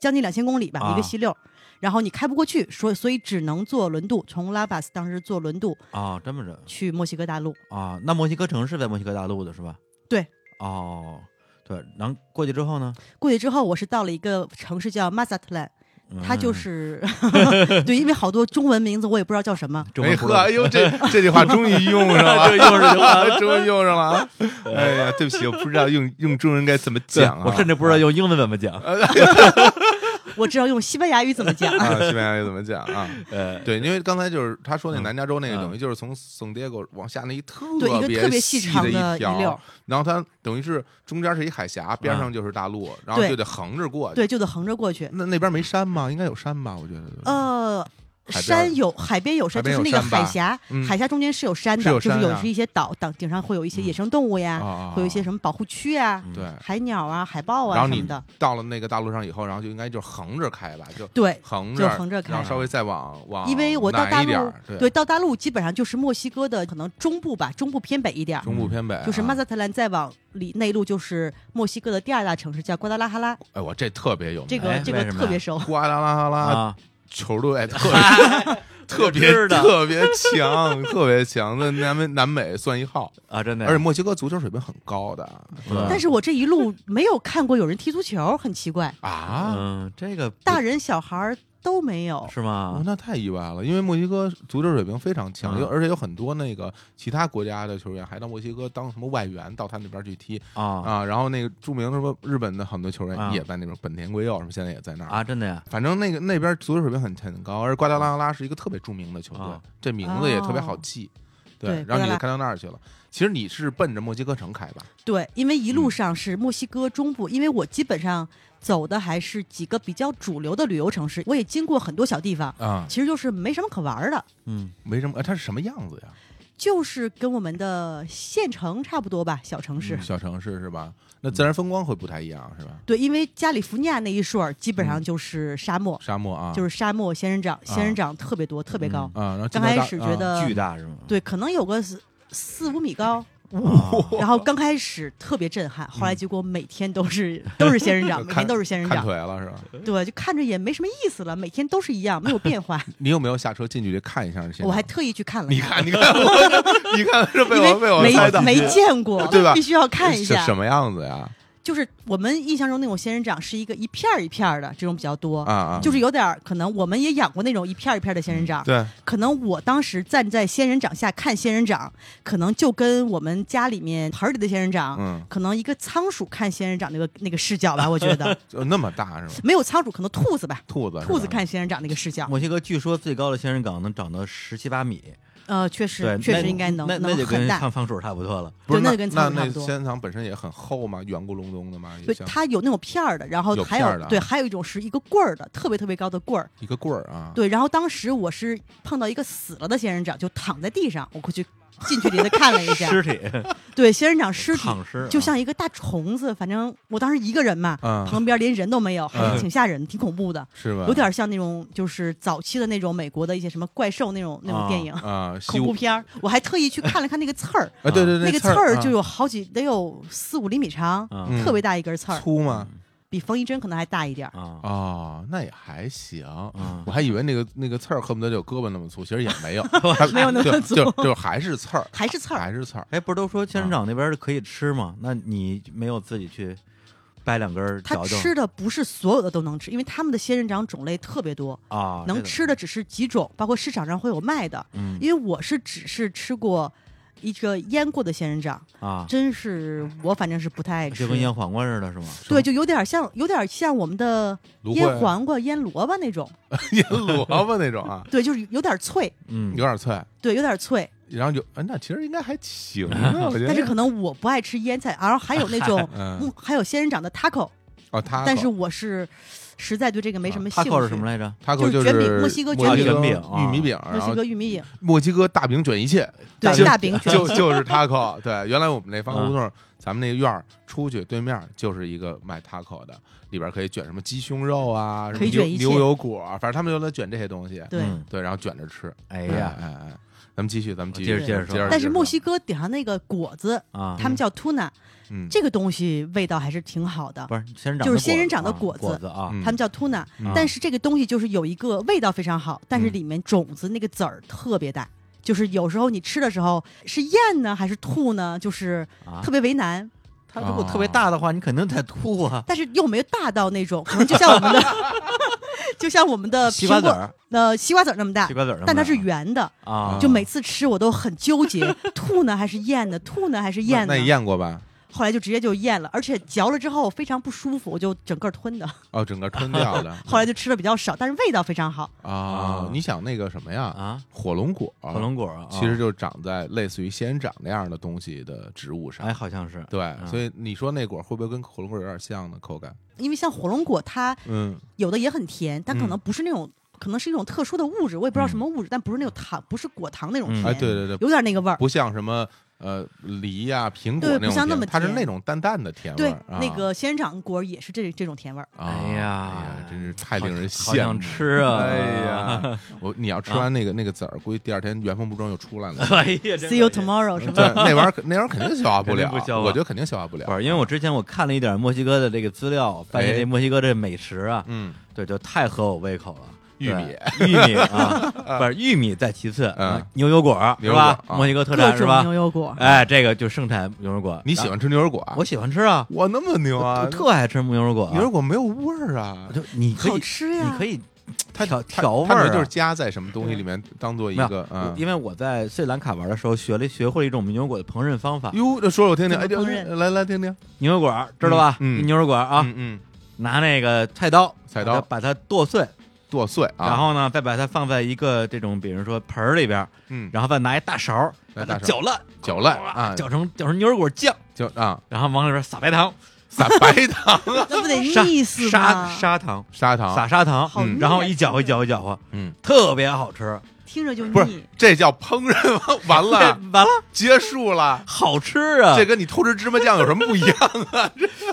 Speaker 3: 将近两千公里吧，
Speaker 1: 啊
Speaker 3: 一个溪溜。然后你开不过去，所以所以只能坐轮渡，从拉巴斯当时坐轮渡
Speaker 1: 啊，这么着
Speaker 3: 去墨西哥大陆。
Speaker 1: 啊，那墨西哥城是在墨西哥大陆的是吧？
Speaker 3: 对，
Speaker 1: 哦，对，然后过去之后呢，
Speaker 3: 过去之后，我是到了一个城市叫马萨特兰，它就
Speaker 1: 嗯
Speaker 3: 是 对，因为好多中文名字我也不知道叫什么。
Speaker 1: 中
Speaker 2: 哎
Speaker 1: 文不
Speaker 2: 呵，
Speaker 1: 知道
Speaker 2: 哎呦，这 这句话终于用上
Speaker 1: 对用上就完
Speaker 2: 了，终于用上了啊。 哎呀，对不起，我不知道用用中文该怎么讲啊，
Speaker 1: 我甚至不知道用英文怎么讲。
Speaker 3: 我知道用西班牙语怎么讲。
Speaker 2: 啊，西班牙语怎么讲啊？
Speaker 1: 呃，
Speaker 2: 对，因为刚才就是他说那
Speaker 1: 嗯
Speaker 2: 南加州那个，
Speaker 1: 嗯
Speaker 2: 等于就是从圣迭戈往下那一特
Speaker 3: 对，一个特别
Speaker 2: 细
Speaker 3: 长
Speaker 2: 的
Speaker 3: 的一
Speaker 2: 条
Speaker 3: 溜
Speaker 2: 儿
Speaker 3: 儿，，
Speaker 2: 然后它等于是中间是一海峡，边上就是大陆，然后
Speaker 3: 对
Speaker 2: 就得横着过去。
Speaker 3: 对，就得横着过去。
Speaker 2: 那那边没山吗？应该有山吧？我觉得
Speaker 3: 呃，
Speaker 2: 嗯海边
Speaker 3: 山有海边有山，
Speaker 2: 海边
Speaker 3: 就是
Speaker 2: 有
Speaker 3: 那个
Speaker 2: 山吧
Speaker 3: 海峡
Speaker 2: 嗯，
Speaker 3: 海峡中间是有山
Speaker 2: 是
Speaker 3: 的，
Speaker 2: 有
Speaker 3: 就是
Speaker 2: 山
Speaker 3: 有
Speaker 2: 啊
Speaker 3: 是一些岛，岛顶上会有一些野生动物呀，
Speaker 2: 啊，
Speaker 3: 会有一些什么保护区啊、
Speaker 1: 嗯
Speaker 2: 对。
Speaker 3: 海鸟啊、海豹
Speaker 2: 然
Speaker 3: 啊
Speaker 2: 后
Speaker 3: 什
Speaker 2: 你
Speaker 3: 么的。
Speaker 2: 到了那个大陆上以后，然后就应该就横着开吧，就
Speaker 3: 对
Speaker 2: 横
Speaker 3: 就
Speaker 2: 着，
Speaker 3: 横着开
Speaker 2: 然后稍微再往往
Speaker 3: 因为我到大
Speaker 2: 南一点
Speaker 3: 陆
Speaker 2: 儿，对
Speaker 3: 对，到大陆基本上就是墨西哥的可能中部吧，中部偏北一点儿，
Speaker 2: 中部偏北啊，
Speaker 3: 就是马萨特兰再往里内陆就是墨西哥的第二大城市叫瓜达拉哈拉，
Speaker 2: 哎，我这特别有名，
Speaker 3: 这
Speaker 1: 哎
Speaker 3: 个这个
Speaker 1: 为什么
Speaker 3: 特
Speaker 1: 呀
Speaker 3: 别熟。
Speaker 2: 瓜达拉哈拉
Speaker 1: 啊，
Speaker 2: 球队特别特别
Speaker 1: 我知道
Speaker 2: 特别强，特别强的南美南美算一号，
Speaker 1: 啊，真的呀，
Speaker 2: 而且墨西哥足球水平很高的
Speaker 1: 嗯
Speaker 3: 但是我这一路没有看过有人踢足球，很奇怪，
Speaker 2: 啊。
Speaker 1: 嗯，这个不
Speaker 3: 大人小孩儿都没有。
Speaker 1: 是
Speaker 2: 哦
Speaker 1: 吗？
Speaker 2: 那太意外了，因为墨西哥足球水平非常强，
Speaker 1: 嗯
Speaker 2: 有而且有很多那个其他国家的球员还到墨西哥当什么外援到他那边去踢
Speaker 1: 啊
Speaker 2: 啊。然后那个著名的什么日本的很多球
Speaker 1: 啊
Speaker 2: 员也在那边，本田圭佑什么现在也在那儿。
Speaker 1: 啊，真的呀，
Speaker 2: 反正那个那边足球水平很很高，而瓜达拉哈拉是一个特别著名的球队，
Speaker 1: 啊
Speaker 2: 这名字也特别好记。
Speaker 3: 对
Speaker 2: 然后你就
Speaker 3: 瓜达拉
Speaker 2: 开到那儿去了。其实你是奔着墨西哥城开吧？
Speaker 3: 对，因为一
Speaker 2: 嗯
Speaker 3: 路上是墨西哥中部，因为我基本上走的还是几个比较主流的旅游城市，我也经过很多小地方，
Speaker 2: 啊，
Speaker 3: 其实就是没什么可玩儿的，
Speaker 1: 嗯
Speaker 2: 没什么，哎，它是什么样子呀？
Speaker 3: 就是跟我们的县城差不多吧，小城市。
Speaker 2: 嗯小城市是吧？那自然风光会不太一样是吧？
Speaker 3: 对，因为加利福尼亚那一竖儿基本上就是沙漠，
Speaker 2: 沙漠嗯啊，
Speaker 3: 就是沙漠仙人掌，仙人掌特别多，特别高。
Speaker 2: 啊，然后进
Speaker 3: 刚
Speaker 2: 到
Speaker 3: 开
Speaker 2: 大
Speaker 3: 始
Speaker 2: 啊
Speaker 3: 觉得、
Speaker 1: 巨大是吗？
Speaker 3: 对，可能有个四四五 米高，
Speaker 1: 啊
Speaker 3: 然后刚开始特别震撼，后来结果每天都是、都是仙人掌，每
Speaker 2: 嗯 看
Speaker 3: 天都是仙人
Speaker 2: 看
Speaker 3: 掌，
Speaker 2: 腿了是吧？
Speaker 3: 对，就看着也没什么意思了，每天都是一样，没有 变化。
Speaker 2: 你有没有下车近距离看一下这些？
Speaker 3: 我还特意去看了
Speaker 2: 你
Speaker 3: 一
Speaker 2: 看，你看我，你看是被我被我猜
Speaker 3: 没
Speaker 2: 到，
Speaker 3: 没见过，
Speaker 2: 对吧
Speaker 3: 必须要看一
Speaker 2: 是
Speaker 3: 下
Speaker 2: 什。么样子呀？
Speaker 3: 就是我们印象中那种仙人掌是一个一片儿一片儿的，这种比较多。
Speaker 2: 啊啊，
Speaker 3: 就是有点儿可能，我们也养过那种一片儿一片儿的仙人掌。
Speaker 2: 对，
Speaker 3: 可能我当时站在仙人掌下看仙人掌，可能就跟我们家里面盆儿里的仙人掌，
Speaker 2: 嗯，
Speaker 3: 可能一个仓鼠看仙人掌那个那个视角吧，我觉 得
Speaker 2: 就那么大是吗？
Speaker 3: 没有仓鼠，可能兔子吧，
Speaker 2: 兔子是吧，
Speaker 3: 兔子看仙人掌那个视角，
Speaker 2: 嗯
Speaker 1: 墨西哥据说最高的仙人掌能长到十七八米，
Speaker 3: 呃，确
Speaker 1: 对
Speaker 3: 实，确
Speaker 1: 那
Speaker 3: 实应该能
Speaker 1: 那那
Speaker 3: 能
Speaker 1: 就
Speaker 3: 很
Speaker 1: 跟
Speaker 3: 大
Speaker 1: 上。方水差不多了。
Speaker 2: 不是
Speaker 3: 对那
Speaker 2: 那
Speaker 3: 就跟
Speaker 2: 那
Speaker 3: 仓鼠差不多
Speaker 2: 仙人掌本身也很厚嘛，圆咕隆咚的嘛，也
Speaker 3: 对，
Speaker 2: 像
Speaker 3: 它有那种片儿的，然后
Speaker 2: 有
Speaker 3: 还
Speaker 2: 片
Speaker 3: 有
Speaker 2: 儿的啊
Speaker 3: 对，还有一种是一个棍儿的，特别特别高的棍儿。
Speaker 2: 一个棍儿啊。
Speaker 3: 对，然后当时我是碰到一个死了的仙人掌，就躺在地上，我过去近距离的看了一下，
Speaker 1: 尸体
Speaker 3: 对，仙人 掌尸体
Speaker 1: 躺尸，
Speaker 3: 就像一个大虫子，反正我当时一个人嘛，
Speaker 2: 啊嗯
Speaker 3: 旁边连人都没有，还
Speaker 2: 嗯
Speaker 3: 是挺吓人，挺恐怖的，
Speaker 2: 是吧？
Speaker 3: 有点像那种就是早期的那种美国的一些什么怪兽那种那种电影。
Speaker 2: 啊，西
Speaker 3: 恐怖片儿，我还特意去看了看那个刺儿，
Speaker 2: 啊， 对对对，
Speaker 3: 那个
Speaker 2: 刺
Speaker 3: 刺儿就
Speaker 2: 有
Speaker 3: 有好几，得有四五厘米长，
Speaker 1: 啊
Speaker 2: 嗯
Speaker 3: 特别大一根刺儿，嗯
Speaker 2: 粗嘛。
Speaker 3: 比缝衣针可能还大一点儿。
Speaker 1: 啊
Speaker 2: 哦，那也还行
Speaker 1: 嗯，
Speaker 2: 我还以为那个那个刺儿恨不得就胳膊那么粗，其实也没有，还
Speaker 3: 没有那 么
Speaker 2: 就
Speaker 3: 粗
Speaker 2: 就就还是刺儿，
Speaker 3: 还是刺儿，
Speaker 2: 还是刺儿。
Speaker 1: 哎，不是都说仙人掌那边可以吃吗？那你没有自己去掰两根儿
Speaker 3: 它
Speaker 1: 嚼嚼
Speaker 3: 吃的不是所有的都能吃，因为他们的仙人掌种类特别多，
Speaker 1: 啊？
Speaker 3: 能
Speaker 1: 这个
Speaker 3: 吃的只是几种，包括市场上会有卖的。
Speaker 1: 嗯
Speaker 3: 因为我是只是吃过一个腌过的仙人掌，
Speaker 1: 啊，
Speaker 3: 真是我反正是不太爱吃
Speaker 1: 就。跟腌黄瓜啊似的，是吗？
Speaker 3: 对，就有点像，有点像我们的
Speaker 2: 芦
Speaker 3: 腌
Speaker 2: 荟、
Speaker 3: 黄瓜、腌萝卜那种。
Speaker 2: 腌萝卜那种啊，
Speaker 3: 对，就是有点脆，
Speaker 1: 嗯
Speaker 2: 有，点脆。
Speaker 3: 对，有点 脆。
Speaker 2: 然后就，哎，那其实应该还行啊，我觉得。，
Speaker 3: 嗯但是可能我不爱吃腌菜，然后还有那 种
Speaker 2: 嗯
Speaker 3: 嗯，还有仙人掌的 taco，
Speaker 2: 哦，他
Speaker 3: 但是我是实在对这个没什么兴
Speaker 1: 它
Speaker 3: 趣。
Speaker 1: 扣啊是什么来着？
Speaker 2: 他可
Speaker 3: 就是是卷饼墨西哥
Speaker 2: 墨西
Speaker 1: 卷
Speaker 2: 哥
Speaker 1: 饼
Speaker 2: 玉
Speaker 1: 啊
Speaker 2: 米饼，
Speaker 3: 墨
Speaker 2: 然
Speaker 3: 西
Speaker 2: 后
Speaker 3: 哥玉米 饼，
Speaker 2: 墨西哥大饼卷一切，
Speaker 3: 对
Speaker 1: 大饼，
Speaker 3: 大饼卷
Speaker 2: 就就是 taco。对，原来我们那
Speaker 1: 嗯
Speaker 2: 方胡同，咱们那个院儿出去对面就是一个卖 taco 的，里边可以卷什么鸡胸肉啊，什
Speaker 3: 可
Speaker 2: 么
Speaker 3: 以
Speaker 2: 牛
Speaker 3: 卷一切
Speaker 2: 牛油果啊，反正他们就在卷这些东西。
Speaker 3: 对。
Speaker 1: 嗯
Speaker 2: 对，然后卷着吃。
Speaker 1: 哎
Speaker 2: 哎
Speaker 1: 呀
Speaker 2: 哎哎，咱们继续，咱们继续
Speaker 1: 接着接着说
Speaker 2: 接着
Speaker 3: 但是
Speaker 2: 说
Speaker 3: 墨西哥顶上那个果子，
Speaker 1: 啊，
Speaker 3: 他们叫 tuna，
Speaker 2: 嗯，
Speaker 3: 这个东西味道还是挺好的。
Speaker 1: 不是仙人掌的果子，
Speaker 3: 就是仙人掌的
Speaker 1: 啊
Speaker 3: 果子
Speaker 1: 果子啊，
Speaker 2: 嗯
Speaker 3: 他们叫 tuna，
Speaker 2: 嗯
Speaker 3: 但是这个东西就是有一个味道非常好，但是
Speaker 2: 嗯
Speaker 3: 里面种子那个籽儿特别大，就是有时候你吃的时候是咽呢还是吐呢，就是
Speaker 1: 啊
Speaker 3: 特别为难。
Speaker 1: 它如果
Speaker 2: 哦
Speaker 1: 特别大的话，你肯定得吐啊。
Speaker 3: 但是又没有大到那种，可能就像我们 的，就像我们的
Speaker 1: 西瓜
Speaker 3: 苹
Speaker 1: 籽
Speaker 3: 果
Speaker 1: 儿，
Speaker 3: 呃，西瓜籽儿那么大
Speaker 1: 西，瓜籽儿那么大，
Speaker 3: 但它是圆的，
Speaker 1: 啊，
Speaker 3: 就每次吃我都很纠结，吐呢还是咽呢？吐呢还是咽
Speaker 2: 那
Speaker 3: 呢
Speaker 2: 你？验过吧？
Speaker 3: 后来就直接就咽了，而且嚼了之后非常不舒服，我就整个吞的。
Speaker 2: 哦，整个吞 掉的
Speaker 3: 后来就吃的比较少，但是味道非常好。
Speaker 2: 啊
Speaker 1: 啊！
Speaker 2: 你想那个什么呀？
Speaker 1: 啊，
Speaker 2: 火龙果，
Speaker 1: 火龙果啊，
Speaker 2: 其实就长在类似于仙人掌那样的东西的植物上
Speaker 1: 哎，。好像是
Speaker 2: 对，所以你说那果会不会跟火龙果有点像呢？口感？
Speaker 3: 因为像火龙果，它
Speaker 2: 嗯，
Speaker 3: 有的也很甜，但可能不是那种，可能是一种特殊的物质，我也不知道什么物质，但不是那种糖，不是果糖那种
Speaker 1: 嗯
Speaker 3: 甜，
Speaker 2: 哎，对对对，
Speaker 3: 有点那个味儿。
Speaker 2: 不像什么呃梨呀、苹果
Speaker 3: 对
Speaker 2: 那
Speaker 3: 不像那
Speaker 2: 种
Speaker 3: 么
Speaker 2: 甜，它是
Speaker 3: 甜
Speaker 2: 那种淡淡的甜味
Speaker 3: 对
Speaker 2: 儿。，啊
Speaker 3: 那个仙人掌果也是这这种甜味儿。
Speaker 2: 啊
Speaker 1: 哎呀
Speaker 2: 哎真是太令人
Speaker 1: 好
Speaker 2: 羡
Speaker 1: 想
Speaker 2: 慕。
Speaker 1: 吃啊！
Speaker 2: 哎，呀，我你要吃完那个那个籽儿，估计第二天原封不装又出来了。
Speaker 1: 哎呀
Speaker 3: See you tomorrow 什
Speaker 2: 对，
Speaker 3: 么的？
Speaker 2: 那玩意儿那玩意儿肯定消化不了
Speaker 1: 肯定不消，化
Speaker 2: 我觉得肯定消化不了
Speaker 1: 不。是，因为我之前我看了一点墨西哥的这个资料，发现
Speaker 2: 哎
Speaker 1: 这墨西哥这美食啊，
Speaker 2: 嗯，
Speaker 1: 对，就太合我胃口了。
Speaker 2: 玉
Speaker 1: 对
Speaker 2: 米，
Speaker 1: 玉米啊， 不是玉米在其次，
Speaker 2: 嗯
Speaker 1: 啊牛油果儿是
Speaker 2: 牛油果
Speaker 1: 吧？
Speaker 2: 啊
Speaker 1: 墨西哥特
Speaker 3: 各
Speaker 1: 产是
Speaker 3: 种
Speaker 1: 吧
Speaker 3: 牛？油果，
Speaker 1: 哎，这个就盛产牛油果。
Speaker 2: 你喜欢吃牛油果
Speaker 1: 啊？
Speaker 2: 啊？
Speaker 1: 我喜欢吃啊，
Speaker 2: 我那么牛啊
Speaker 1: 我！特爱吃牛油果啊。
Speaker 2: 牛油果没有味儿啊，
Speaker 1: 就你可
Speaker 3: 好
Speaker 1: 以，
Speaker 3: 吃呀！
Speaker 1: 你可以
Speaker 2: 它
Speaker 1: 调
Speaker 2: 它
Speaker 1: 调味
Speaker 2: 它
Speaker 1: 儿
Speaker 2: 可
Speaker 1: 啊
Speaker 2: 能就是加在什么东西里面当做一
Speaker 1: 没有
Speaker 2: 个
Speaker 1: 我
Speaker 2: 嗯。
Speaker 1: 因为我在斯里兰卡玩的时候，学了学会了一种牛油果的烹饪方法。
Speaker 2: 哟，这说说我听听，哎，
Speaker 3: 啊怎么烹
Speaker 2: 这
Speaker 3: 饪
Speaker 2: 来来听听
Speaker 1: 牛油果儿知道吧？
Speaker 2: 嗯嗯
Speaker 1: 牛油果儿啊，
Speaker 2: 嗯嗯，
Speaker 1: 拿那个菜刀，
Speaker 2: 菜刀
Speaker 1: 把它把它剁碎，
Speaker 2: 剁碎啊，
Speaker 1: 然后呢，再把它放在一个这种，比如说盆儿里边儿，
Speaker 2: 嗯，
Speaker 1: 然后再拿一大勺儿
Speaker 2: 拿
Speaker 1: 把
Speaker 2: 大勺
Speaker 1: 它
Speaker 2: 儿
Speaker 1: 搅烂，
Speaker 2: 搅烂啊
Speaker 1: 搅成搅成牛油果酱，
Speaker 2: 就啊
Speaker 1: 然后往里边撒白糖、
Speaker 2: 撒白糖、啊
Speaker 3: 那不得
Speaker 1: 砂
Speaker 3: 腻死
Speaker 1: 砂
Speaker 3: 吗？
Speaker 1: 砂糖、
Speaker 2: 砂糖，
Speaker 1: 撒砂糖，
Speaker 3: 好
Speaker 2: 嗯
Speaker 3: 腻
Speaker 1: 然后
Speaker 3: 啊
Speaker 1: 一搅和一，搅和一搅和，
Speaker 2: 嗯，
Speaker 1: 特别好 吃。
Speaker 3: 听着就
Speaker 2: 不
Speaker 3: 腻
Speaker 2: 是。这叫烹饪吗完了，
Speaker 1: 完了，
Speaker 2: 结束了。
Speaker 1: 好吃啊！
Speaker 2: 这跟你偷吃芝麻酱有什么不一样？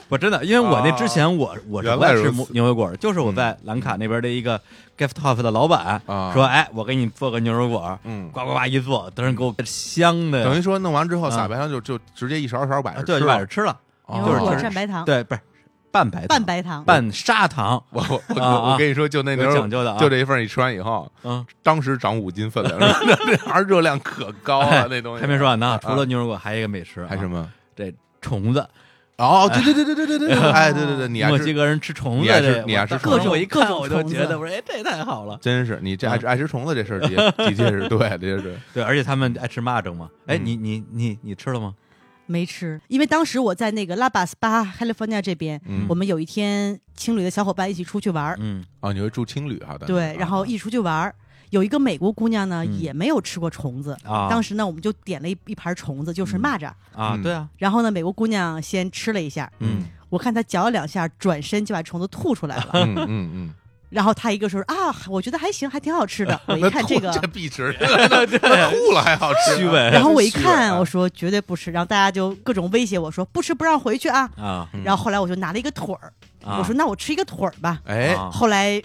Speaker 1: 我真的，因为我
Speaker 2: 啊
Speaker 1: 那之前我、我是
Speaker 2: 原
Speaker 1: 不
Speaker 2: 来
Speaker 1: 爱
Speaker 2: 如
Speaker 1: 吃
Speaker 2: 此
Speaker 1: 牛牛油果的，就是我在兰卡那边的一个 gift house 的老板、
Speaker 2: 嗯啊
Speaker 1: 说，哎，我给你做个牛油果，
Speaker 2: 嗯，
Speaker 1: 呱呱呱一做，等人给我香的，
Speaker 2: 等于说弄完之后
Speaker 1: 啊
Speaker 2: 撒白糖就就直接一勺一勺摆
Speaker 1: 啊
Speaker 2: 着
Speaker 1: 对，
Speaker 2: 吃
Speaker 1: 就把
Speaker 2: 了
Speaker 1: 这吃了，
Speaker 2: 哦
Speaker 1: 就是
Speaker 3: 牛油果
Speaker 1: 就是
Speaker 3: 蘸白糖，
Speaker 1: 对，不是半白糖
Speaker 3: 半白糖，
Speaker 1: 半砂糖，
Speaker 2: 我我我
Speaker 1: 啊啊
Speaker 2: 我跟你说，就那牛
Speaker 1: 有
Speaker 2: 肉
Speaker 1: 讲究的啊，
Speaker 2: 就这一份儿你吃完以后，
Speaker 1: 嗯，
Speaker 2: 当时长五斤分量， 那玩意儿热量可高
Speaker 1: 哎
Speaker 2: 了，那东西
Speaker 1: 还没说完呢，
Speaker 2: 啊
Speaker 1: 除了牛油果还有一个美食啊，
Speaker 2: 还什么？
Speaker 1: 这虫子，
Speaker 2: 哦，对对对对对对对， 哎，对对对，你还
Speaker 1: 墨西
Speaker 2: 是
Speaker 1: 哥人吃虫子
Speaker 2: 你爱吃
Speaker 1: 这，
Speaker 2: 你爱吃
Speaker 1: 我
Speaker 2: 虫子
Speaker 1: 当时我一
Speaker 3: 各种
Speaker 1: 看我就
Speaker 3: 各种虫
Speaker 1: 觉
Speaker 3: 子
Speaker 1: 得，我说哎，这也太好了，
Speaker 2: 真是你这
Speaker 1: 嗯
Speaker 2: 爱吃爱吃虫子这事儿的确， 的确是对，的确是
Speaker 1: 对，而且他们爱吃蚂蚱嘛，哎，
Speaker 2: 嗯
Speaker 1: 你你你你吃了吗？
Speaker 3: 没吃，因为当时我在那个拉巴斯巴 California 这边，
Speaker 2: 嗯
Speaker 3: 我们有一天青旅的小伙伴一起出去玩儿，
Speaker 1: 嗯，
Speaker 2: 啊，你啊会住青旅哈的，
Speaker 3: 对，然后一起出去玩儿，有一个美国姑娘呢、
Speaker 1: 嗯
Speaker 3: 也没有吃过虫子，
Speaker 1: 啊，
Speaker 3: 当时呢我们就点了一一盘虫子，就是
Speaker 1: 嗯
Speaker 3: 蚂蚱，
Speaker 1: 啊，
Speaker 2: 嗯
Speaker 1: 对啊，
Speaker 3: 然后呢美国姑娘先吃了一下，
Speaker 2: 嗯
Speaker 3: 我看她嚼了两下，转身就把虫子吐出来 了，
Speaker 2: 嗯嗯
Speaker 3: 然后她一个说啊，我觉得还行，还挺好吃的，我
Speaker 2: 嗯，
Speaker 3: 一看这个
Speaker 2: 这。必吃，那吐了还好吃，啊
Speaker 1: 虚伪
Speaker 3: 然后我一
Speaker 2: 真虚伪
Speaker 3: 看，
Speaker 2: 啊
Speaker 3: 我说绝对不吃，然后大家就各种威胁我说不吃不让回去啊。
Speaker 1: 啊，
Speaker 2: 嗯
Speaker 3: 然后后来我就拿了一个腿儿，
Speaker 1: 啊
Speaker 3: 我说那我吃一个腿儿吧。
Speaker 2: 哎
Speaker 1: 啊
Speaker 3: 后来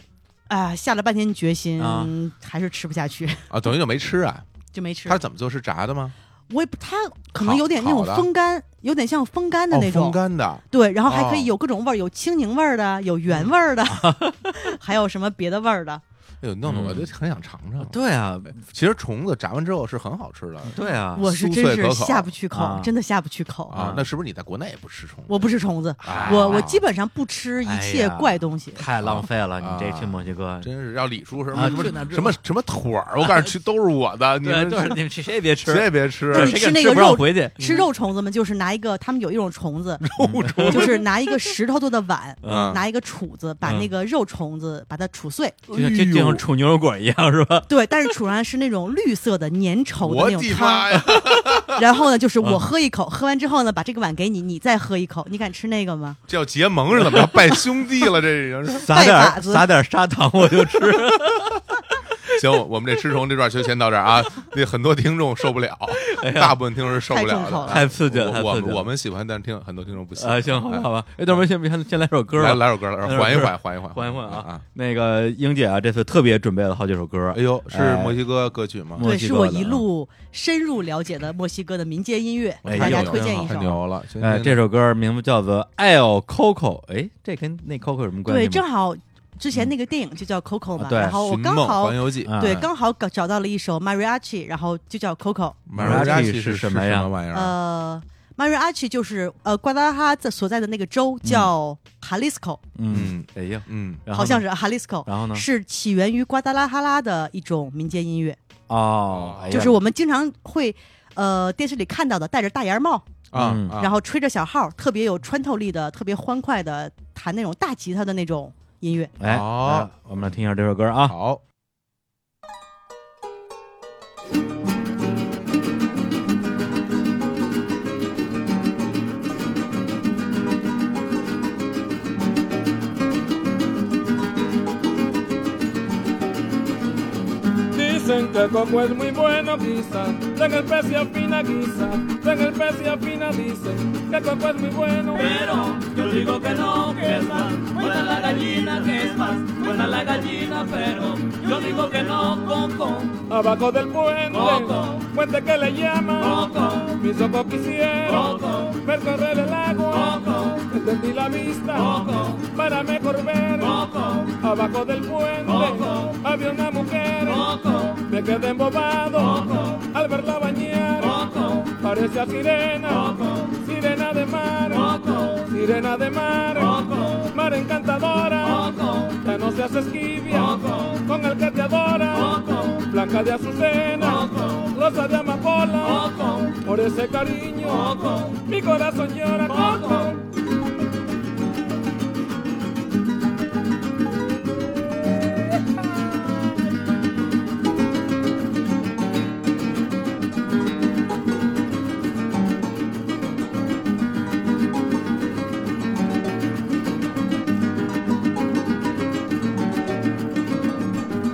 Speaker 3: 啊、下了半天决心，
Speaker 1: 啊
Speaker 3: 还是吃不下去，
Speaker 2: 啊，等于就没吃啊，
Speaker 3: 就没吃
Speaker 2: 它。是怎么做？是炸的吗？
Speaker 3: 我也不，它可能有点那
Speaker 2: 烤
Speaker 3: 种
Speaker 2: 的
Speaker 3: 风干，有点像风干的
Speaker 2: 哦
Speaker 3: 那种。
Speaker 2: 风干的，
Speaker 3: 对，然后还可
Speaker 2: 哦
Speaker 3: 以有各种味儿，有青柠味儿的，有原味儿的，
Speaker 2: 嗯
Speaker 3: 还有什么别的味儿的。
Speaker 2: 哎呦，弄得我
Speaker 1: 嗯
Speaker 2: 就很想尝尝。
Speaker 1: 对啊，
Speaker 2: 其实虫子炸完之后是很好吃的
Speaker 1: 对啊，
Speaker 3: 我是
Speaker 2: 酥
Speaker 3: 真
Speaker 2: 脆可
Speaker 3: 是
Speaker 2: 口
Speaker 3: 下不去口，
Speaker 1: 啊
Speaker 3: 真的下不去口。
Speaker 1: 啊
Speaker 2: 啊，那是不是你在国内也不吃虫子？
Speaker 3: 我不吃虫子，
Speaker 2: 哎
Speaker 3: 我我基本上不吃一
Speaker 1: 哎
Speaker 3: 切
Speaker 1: 呀
Speaker 3: 怪东西。
Speaker 1: 太浪费了，你
Speaker 2: 啊
Speaker 1: 这去墨西哥，
Speaker 2: 真是要李叔什
Speaker 1: 啊
Speaker 2: 么什么
Speaker 1: 这那这
Speaker 2: 什么什么腿儿，我告诉你，去都是我的，你
Speaker 1: 对，啊
Speaker 2: 们
Speaker 1: 就是你们谁谁也别吃，
Speaker 2: 谁也别吃
Speaker 1: 这
Speaker 3: 就是
Speaker 1: 谁
Speaker 3: 吃
Speaker 1: 敢
Speaker 3: 那
Speaker 1: 吃
Speaker 3: 个
Speaker 1: 不让
Speaker 3: 肉
Speaker 1: 回去，
Speaker 3: 吃肉虫子们就是拿一个，他们有一种虫子，
Speaker 2: 肉 虫
Speaker 3: 就是拿一个石头做的碗，
Speaker 2: 嗯
Speaker 3: 拿一个杵子把
Speaker 1: 嗯
Speaker 3: 那个肉虫子把它杵 碎，
Speaker 1: 就像就就像煮牛油果一样是吧？
Speaker 3: 对，但是杵上是那种绿色的粘稠
Speaker 2: 我
Speaker 3: 的那
Speaker 2: 的
Speaker 3: 种
Speaker 2: 妈
Speaker 3: 汤，
Speaker 2: 呀！
Speaker 3: 然后呢，
Speaker 1: 嗯
Speaker 3: 就是我喝一口，喝完之后呢，把这个碗给你，你再喝一口，你敢吃那个吗？
Speaker 2: 这要结盟是怎么着？拜兄弟了，这已经是。
Speaker 1: 撒点
Speaker 3: 拜把
Speaker 1: 儿
Speaker 3: 子
Speaker 1: 撒点儿砂糖我就吃，
Speaker 2: 行，我们这吃虫这段就先到这儿啊。 那很多听众受不了，大部分听众是受不
Speaker 3: 太重口
Speaker 2: 了
Speaker 3: 了
Speaker 2: 的。
Speaker 1: 哎太刺激了，太
Speaker 2: 我我
Speaker 1: 刺激
Speaker 2: 们
Speaker 1: 了
Speaker 2: 我们喜欢，但听很多听众不喜
Speaker 1: 啊，
Speaker 2: 欢。
Speaker 1: 行，好吧，
Speaker 2: 哎
Speaker 1: 好吧，哎，等会儿先别先先来首歌
Speaker 2: 来
Speaker 1: 吧，
Speaker 2: 来首歌，来首
Speaker 1: 来
Speaker 2: 歌缓一
Speaker 1: 首歌
Speaker 2: 缓，缓一缓，
Speaker 1: 缓一缓啊
Speaker 2: 啊！
Speaker 1: 那个英姐啊，这次特别准备了好几首歌
Speaker 2: 哎，呦，是
Speaker 1: 哎
Speaker 2: 墨西哥歌曲吗？
Speaker 1: 墨
Speaker 3: 对，
Speaker 1: 西
Speaker 3: 是
Speaker 1: 哥
Speaker 3: 我
Speaker 1: 的
Speaker 3: 一
Speaker 1: 啊
Speaker 3: 路深入了解的墨西哥的民间音乐，
Speaker 1: 哎
Speaker 3: 给大
Speaker 1: 呦
Speaker 3: 家推荐一
Speaker 2: 太
Speaker 3: 首。
Speaker 2: 牛了！先
Speaker 1: 哎，
Speaker 2: 听
Speaker 1: 这首歌名字叫做《El Coco》，哎，这跟那 Coco 有什么关系
Speaker 3: 对，
Speaker 1: 吗？
Speaker 3: 正好之前那个电影就叫 Coco
Speaker 1: 啊
Speaker 3: 嘛，
Speaker 1: 对
Speaker 3: 然哦后我
Speaker 2: 寻
Speaker 3: 刚
Speaker 2: 梦
Speaker 3: 好
Speaker 2: 环游记哎
Speaker 1: 啊》
Speaker 3: 对刚好搞找到了一首 Mariachi，然后就叫 Coco。
Speaker 1: Mariachi
Speaker 2: 是
Speaker 1: 是什
Speaker 2: 什
Speaker 1: 么呀
Speaker 2: 玩意儿？
Speaker 3: 呃，Mariachi 就是呃瓜达拉哈在所在的那个州叫 Jalisco，
Speaker 1: 嗯，哎呀，
Speaker 2: 嗯，
Speaker 1: 然后
Speaker 3: 好像
Speaker 1: 呢，
Speaker 3: 是啊 Jalisco。
Speaker 1: 然后呢？
Speaker 3: 是起源于瓜达拉哈拉的一种民间音乐，
Speaker 1: 哦，哎呀
Speaker 3: 就是我们经常会，呃，电视里看到的戴着大檐帽，
Speaker 2: 啊
Speaker 1: 嗯，
Speaker 2: 啊
Speaker 3: 然后吹着小号，特别有穿透力的，特别欢快的弹那种大吉他的那种音乐。
Speaker 1: 哎，
Speaker 2: 好
Speaker 1: 来我们来听一下这首歌啊。
Speaker 2: 哦好，
Speaker 4: Dicen que el coco es muy bueno, guisa, la especia fina guisa, la especia fina dicen que el coco es muy bueno.
Speaker 5: Pero yo digo que no, que es más buena la gallina, que es más buena la gallina, pero yo digo que no, coco,
Speaker 4: Abajo del puente,
Speaker 5: Coco.
Speaker 4: puente que le llaman,
Speaker 5: Coco.
Speaker 4: mis ojos quisieron
Speaker 5: Coco.
Speaker 4: ver correr el agua,
Speaker 5: Coco.
Speaker 4: entendí la vista
Speaker 5: Coco.
Speaker 4: para mejor ver.
Speaker 5: coco,
Speaker 4: Abajo del puente
Speaker 5: Coco.
Speaker 4: había una mujer,
Speaker 5: Coco.
Speaker 4: me quedé embobado
Speaker 5: Coco.
Speaker 4: al verla bañar,
Speaker 5: coco,
Speaker 4: parecía sirena,
Speaker 5: Coco.
Speaker 4: sirena de mar.
Speaker 5: coco,
Speaker 4: Sirena de mar,
Speaker 5: Coco.
Speaker 4: mar encantadora,
Speaker 5: coco,
Speaker 4: ya no seas esquivia,
Speaker 5: Coco.
Speaker 4: con el que te adora,
Speaker 5: Coco.
Speaker 4: blanca de azucena,
Speaker 5: Coco.
Speaker 4: rosa de amapola,
Speaker 5: coco,
Speaker 4: por ese cariño,
Speaker 5: Coco.
Speaker 4: mi corazón llora,
Speaker 5: Coco.
Speaker 4: Coco.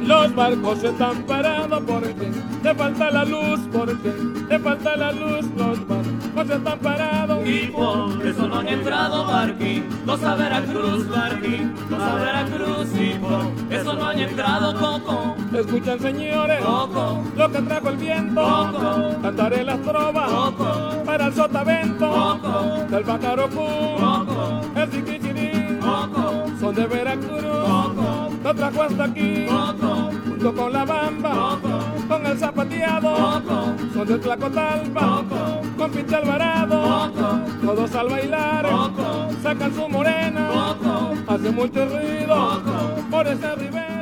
Speaker 4: Los barcos están parados porque le falta la luz, porque le falta la luz, los barcos están parados.
Speaker 5: Y por eso no han entrado barquitos a Veracruz, barquitos a Veracruz. Y por eso no han entrado coco,
Speaker 4: Escuchen señores,
Speaker 5: coco,
Speaker 4: lo que trajo el viento,
Speaker 5: Coco.
Speaker 4: cantaré las trovas
Speaker 5: Coco.
Speaker 4: para el sotavento
Speaker 5: Coco.
Speaker 4: del pájaro Q,
Speaker 5: coco,
Speaker 4: el siquichirí,
Speaker 5: coco,
Speaker 4: son de Veracruz,
Speaker 5: Coco.
Speaker 4: lo trajo hasta aquí,
Speaker 5: coco,
Speaker 4: junto con la bamba,
Speaker 5: Coco.
Speaker 4: con el zapateado.
Speaker 5: coco,
Speaker 4: Son de Tlacotalpa,
Speaker 5: Coco.
Speaker 4: con Pinche Alvarado,
Speaker 5: Coco.
Speaker 4: todos al bailar,
Speaker 5: Coco.
Speaker 4: sacan su morena,
Speaker 5: Coco.
Speaker 4: hace mucho ruido,
Speaker 5: Coco.
Speaker 4: por esa ribera.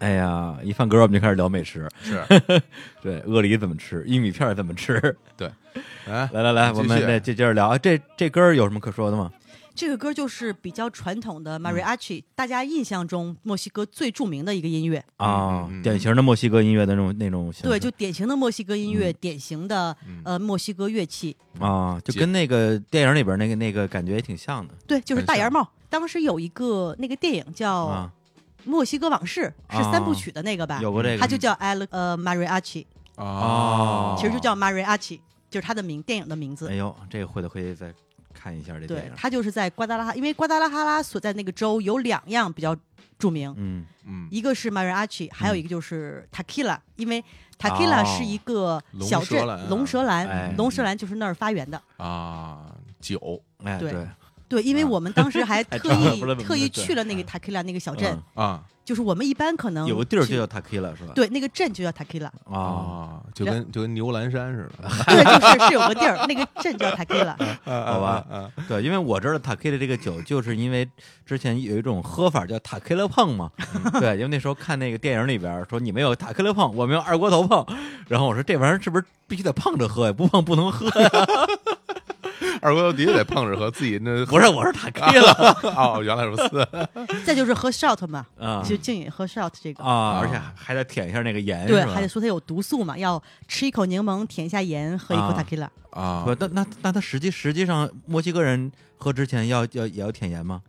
Speaker 1: 哎呀，一放歌我们就开始聊美食，
Speaker 2: 是，
Speaker 1: 对，鳄梨怎么吃，玉米片儿怎么吃。
Speaker 2: 对，来
Speaker 1: 来来来，
Speaker 2: 嗯继
Speaker 1: 我们
Speaker 2: 续
Speaker 1: 再接接着聊。啊这这歌儿有什么可说的吗？
Speaker 3: 这个歌就是比较传统
Speaker 1: 嗯
Speaker 3: 的 mariachi，、大家印象中墨西哥最著名的一个音乐。
Speaker 1: 啊
Speaker 2: 嗯嗯，
Speaker 1: 典型的墨西哥音乐的那种那种形式，
Speaker 3: 对，就典型的墨西哥音乐，
Speaker 1: 嗯
Speaker 3: 典型的呃墨西哥乐器。
Speaker 1: 啊，就
Speaker 2: 节
Speaker 1: 跟那个电影里边那个那个感觉也挺像的
Speaker 3: 对，就是
Speaker 2: 很
Speaker 3: 大檐
Speaker 2: 像
Speaker 3: 帽。当时有一个那个电影叫《
Speaker 1: 啊，
Speaker 3: 墨西哥往事》，是三部曲的那个吧？
Speaker 1: 有过这个
Speaker 3: 它就叫 El 呃 mariachi，
Speaker 2: 啊
Speaker 1: 哦
Speaker 3: 其实就叫 mariachi，就是它的名电影的名字
Speaker 1: 哎。呦，这个回头可以再看一下这电
Speaker 3: 对
Speaker 1: 影，，
Speaker 3: 它就是在瓜达拉哈，因为瓜达拉哈拉所在那个州有两样比较著名，
Speaker 1: 嗯
Speaker 2: 嗯，
Speaker 3: 一个是 mariachi，还有一个就是 tequila，因为 tequila 是一个
Speaker 1: 哦
Speaker 2: 龙
Speaker 3: 小
Speaker 2: 舌兰啊
Speaker 3: 镇，龙舌
Speaker 1: 哎
Speaker 3: 兰，龙舌兰就是那儿发源的。
Speaker 2: 啊，酒
Speaker 1: 哎
Speaker 3: 对
Speaker 1: 对，
Speaker 3: 对，因为
Speaker 2: 啊
Speaker 3: 我们当 时还特
Speaker 1: 差
Speaker 3: 意
Speaker 1: 不多
Speaker 3: 特意
Speaker 1: 对
Speaker 3: 去了那个 tequila 那个小镇
Speaker 1: 嗯，
Speaker 2: 啊
Speaker 3: 就是我们一般可能
Speaker 1: 有个地儿
Speaker 3: 去
Speaker 1: 就叫 Tequila 是吧？
Speaker 3: 嗯对，那个镇就叫 tequila，
Speaker 1: 啊，
Speaker 2: 啊，就跟就跟牛栏山似的，
Speaker 3: 对，就是是有个地儿，那个镇叫 tequila，
Speaker 1: 好吧
Speaker 2: 啊，
Speaker 1: 对，因为我知道 Tequila 这个酒，就是因为之前有一种喝法叫 Tequila 碰嘛， 对，因为那时候看那个电影里边说你们有 Tequila 碰，我们有二锅头碰，然后我说这玩意儿是不是必须得碰着喝呀？不碰不能喝呀？
Speaker 2: 二锅头的确得碰着和自己那
Speaker 1: 不是，我是 Tequila
Speaker 2: 哦，原来如此，
Speaker 3: 再就是喝 shot 嘛，
Speaker 1: 啊
Speaker 3: 就静饮喝 shot 这个。
Speaker 1: 啊，而且还得舔一下那个盐，
Speaker 3: 对，
Speaker 1: 是吧
Speaker 3: 还得说它有毒素嘛，要吃一口柠檬，舔一下盐，喝一口
Speaker 1: 啊
Speaker 3: tequila。
Speaker 2: 啊
Speaker 1: 不，那那那他实际实际上墨西哥人喝之前要要也要舔盐吗？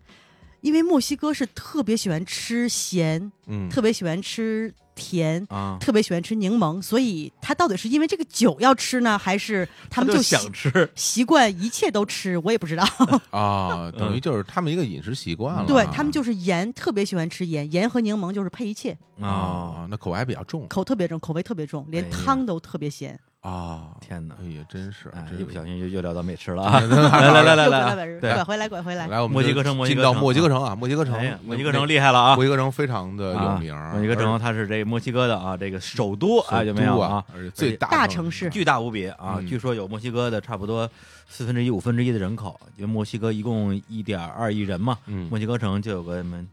Speaker 3: 因为墨西哥是特别喜欢吃咸，
Speaker 2: 嗯
Speaker 3: 特别喜欢吃甜，
Speaker 1: 啊，
Speaker 3: 特别喜欢吃柠檬，所以他到底是因为这个酒要吃呢，还是他们
Speaker 1: 就
Speaker 3: 习
Speaker 1: 想吃
Speaker 3: 习惯一切都吃？我也不知道。
Speaker 2: 啊，等
Speaker 1: 嗯
Speaker 2: 于就是他们一个饮食习惯了，
Speaker 3: 对他们就是盐，特别喜欢吃盐，盐和柠檬就是配一切，
Speaker 1: 啊！
Speaker 2: 啊，那口味还比较重
Speaker 3: 口特别重，口味特别重，
Speaker 1: 哎呀
Speaker 3: 连汤都特别咸。
Speaker 2: 啊，
Speaker 1: 天哪
Speaker 2: 哎，呀，真是
Speaker 1: 哎，
Speaker 2: 真
Speaker 1: 一不
Speaker 2: 是
Speaker 1: 小心又又聊到美食了啊！ 来来来来
Speaker 3: 又拐了
Speaker 1: 来
Speaker 3: 拐
Speaker 1: 来，
Speaker 3: 了
Speaker 1: 对
Speaker 3: 拐，回来，拐回来。
Speaker 2: 来，我们
Speaker 1: 墨西
Speaker 2: 就
Speaker 1: 哥城墨西
Speaker 2: 进
Speaker 1: 哥
Speaker 2: 到
Speaker 1: 城
Speaker 2: 墨西哥
Speaker 1: 啊
Speaker 2: 城啊，墨西哥
Speaker 1: 哎呀
Speaker 2: 城，
Speaker 1: 墨西
Speaker 2: 那
Speaker 1: 哥
Speaker 2: 那
Speaker 1: 城厉害了啊
Speaker 2: 墨！西哥城非常的有名
Speaker 1: 啊
Speaker 2: 儿，
Speaker 1: 墨西哥
Speaker 2: 而
Speaker 1: 城它是这墨西哥的啊，这个首都啊，有没有啊？？
Speaker 2: 而且最大
Speaker 3: 大
Speaker 2: 城
Speaker 3: 城市
Speaker 1: 巨大无比啊！
Speaker 2: 嗯
Speaker 1: 据说有墨西哥的差不多四分之一、五分之一的人口，因为墨西哥一共一点二亿人嘛，
Speaker 2: 嗯
Speaker 1: 墨西哥城就有个什么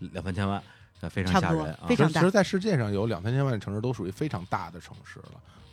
Speaker 1: 两三千万，非常
Speaker 3: 差
Speaker 1: 吓
Speaker 3: 不多
Speaker 1: 人啊
Speaker 3: 非！
Speaker 2: 其
Speaker 3: 常
Speaker 2: 实，其
Speaker 3: 大
Speaker 2: 实在世界上有两三千万的城市都属于非常大的城市了，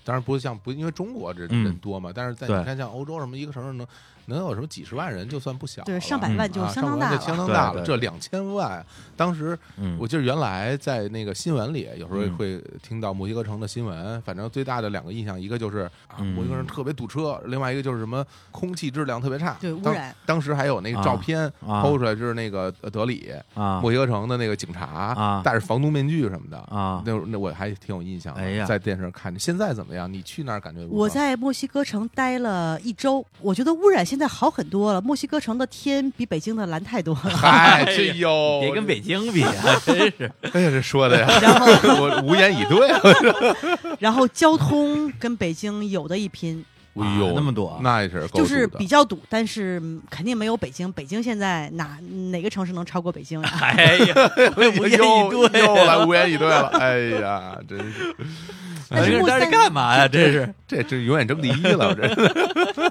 Speaker 2: 当然不是像不因为中国这
Speaker 1: 嗯
Speaker 2: 人多嘛，但是在
Speaker 1: 对
Speaker 2: 你看像欧洲什么一个城市能能有什么几十万人就算不小了，
Speaker 3: 对，上百万就
Speaker 2: 啊
Speaker 3: 相
Speaker 2: 上
Speaker 3: 当
Speaker 2: 百
Speaker 3: 大
Speaker 2: 万就相
Speaker 3: 了。
Speaker 2: 当大
Speaker 1: 对
Speaker 2: 了。
Speaker 1: 嗯对
Speaker 2: 这两千万，当时
Speaker 1: 嗯，
Speaker 2: 我记得原来在那个新闻里，有时候
Speaker 1: 嗯
Speaker 2: 会听到墨西哥城的新闻。反正最大的两个印象，一个就是啊，
Speaker 1: 嗯
Speaker 2: 墨西哥城特别堵车，另外一个就是什么空气质量特别差，
Speaker 3: 对污
Speaker 2: 当
Speaker 3: 染。
Speaker 2: 当时还有那个
Speaker 1: 啊
Speaker 2: 照片
Speaker 1: 啊
Speaker 2: 剖出来，就是那个呃德里
Speaker 1: 啊
Speaker 2: 墨西哥城的那个警察
Speaker 1: 啊
Speaker 2: 戴着防毒面具什么的。
Speaker 1: 啊，
Speaker 2: 那那我还挺有印象的，
Speaker 1: 哎呀
Speaker 2: 在电视上看着。现在怎么样？你去那儿感觉如何？
Speaker 3: 我在墨西哥城待了一周，我觉得污染现在好很多了。墨西哥城的天比北京的蓝太多 了。
Speaker 2: 嗨，这哟，
Speaker 1: 别跟北京比， 还真是
Speaker 2: 哎呀，这说 的呀，我无言以对。
Speaker 3: 然后交通跟北京有的一拼，
Speaker 2: 哎呦，
Speaker 1: 啊那么多
Speaker 2: 那也是够
Speaker 3: 就是
Speaker 2: 堵的
Speaker 3: 比较堵，但是嗯肯定没有北京。北京现在哪哪个城市能超过北京啊呀？
Speaker 1: 哎 呀，我也无言以
Speaker 2: 又
Speaker 1: 对
Speaker 2: 又来
Speaker 1: 啊。
Speaker 2: 无言以对 了。哎呀，真是
Speaker 3: 但是
Speaker 1: 哎
Speaker 3: 雾
Speaker 1: 在这
Speaker 3: 散
Speaker 1: 干嘛呀？这是，
Speaker 2: 这这永远争第一 了，这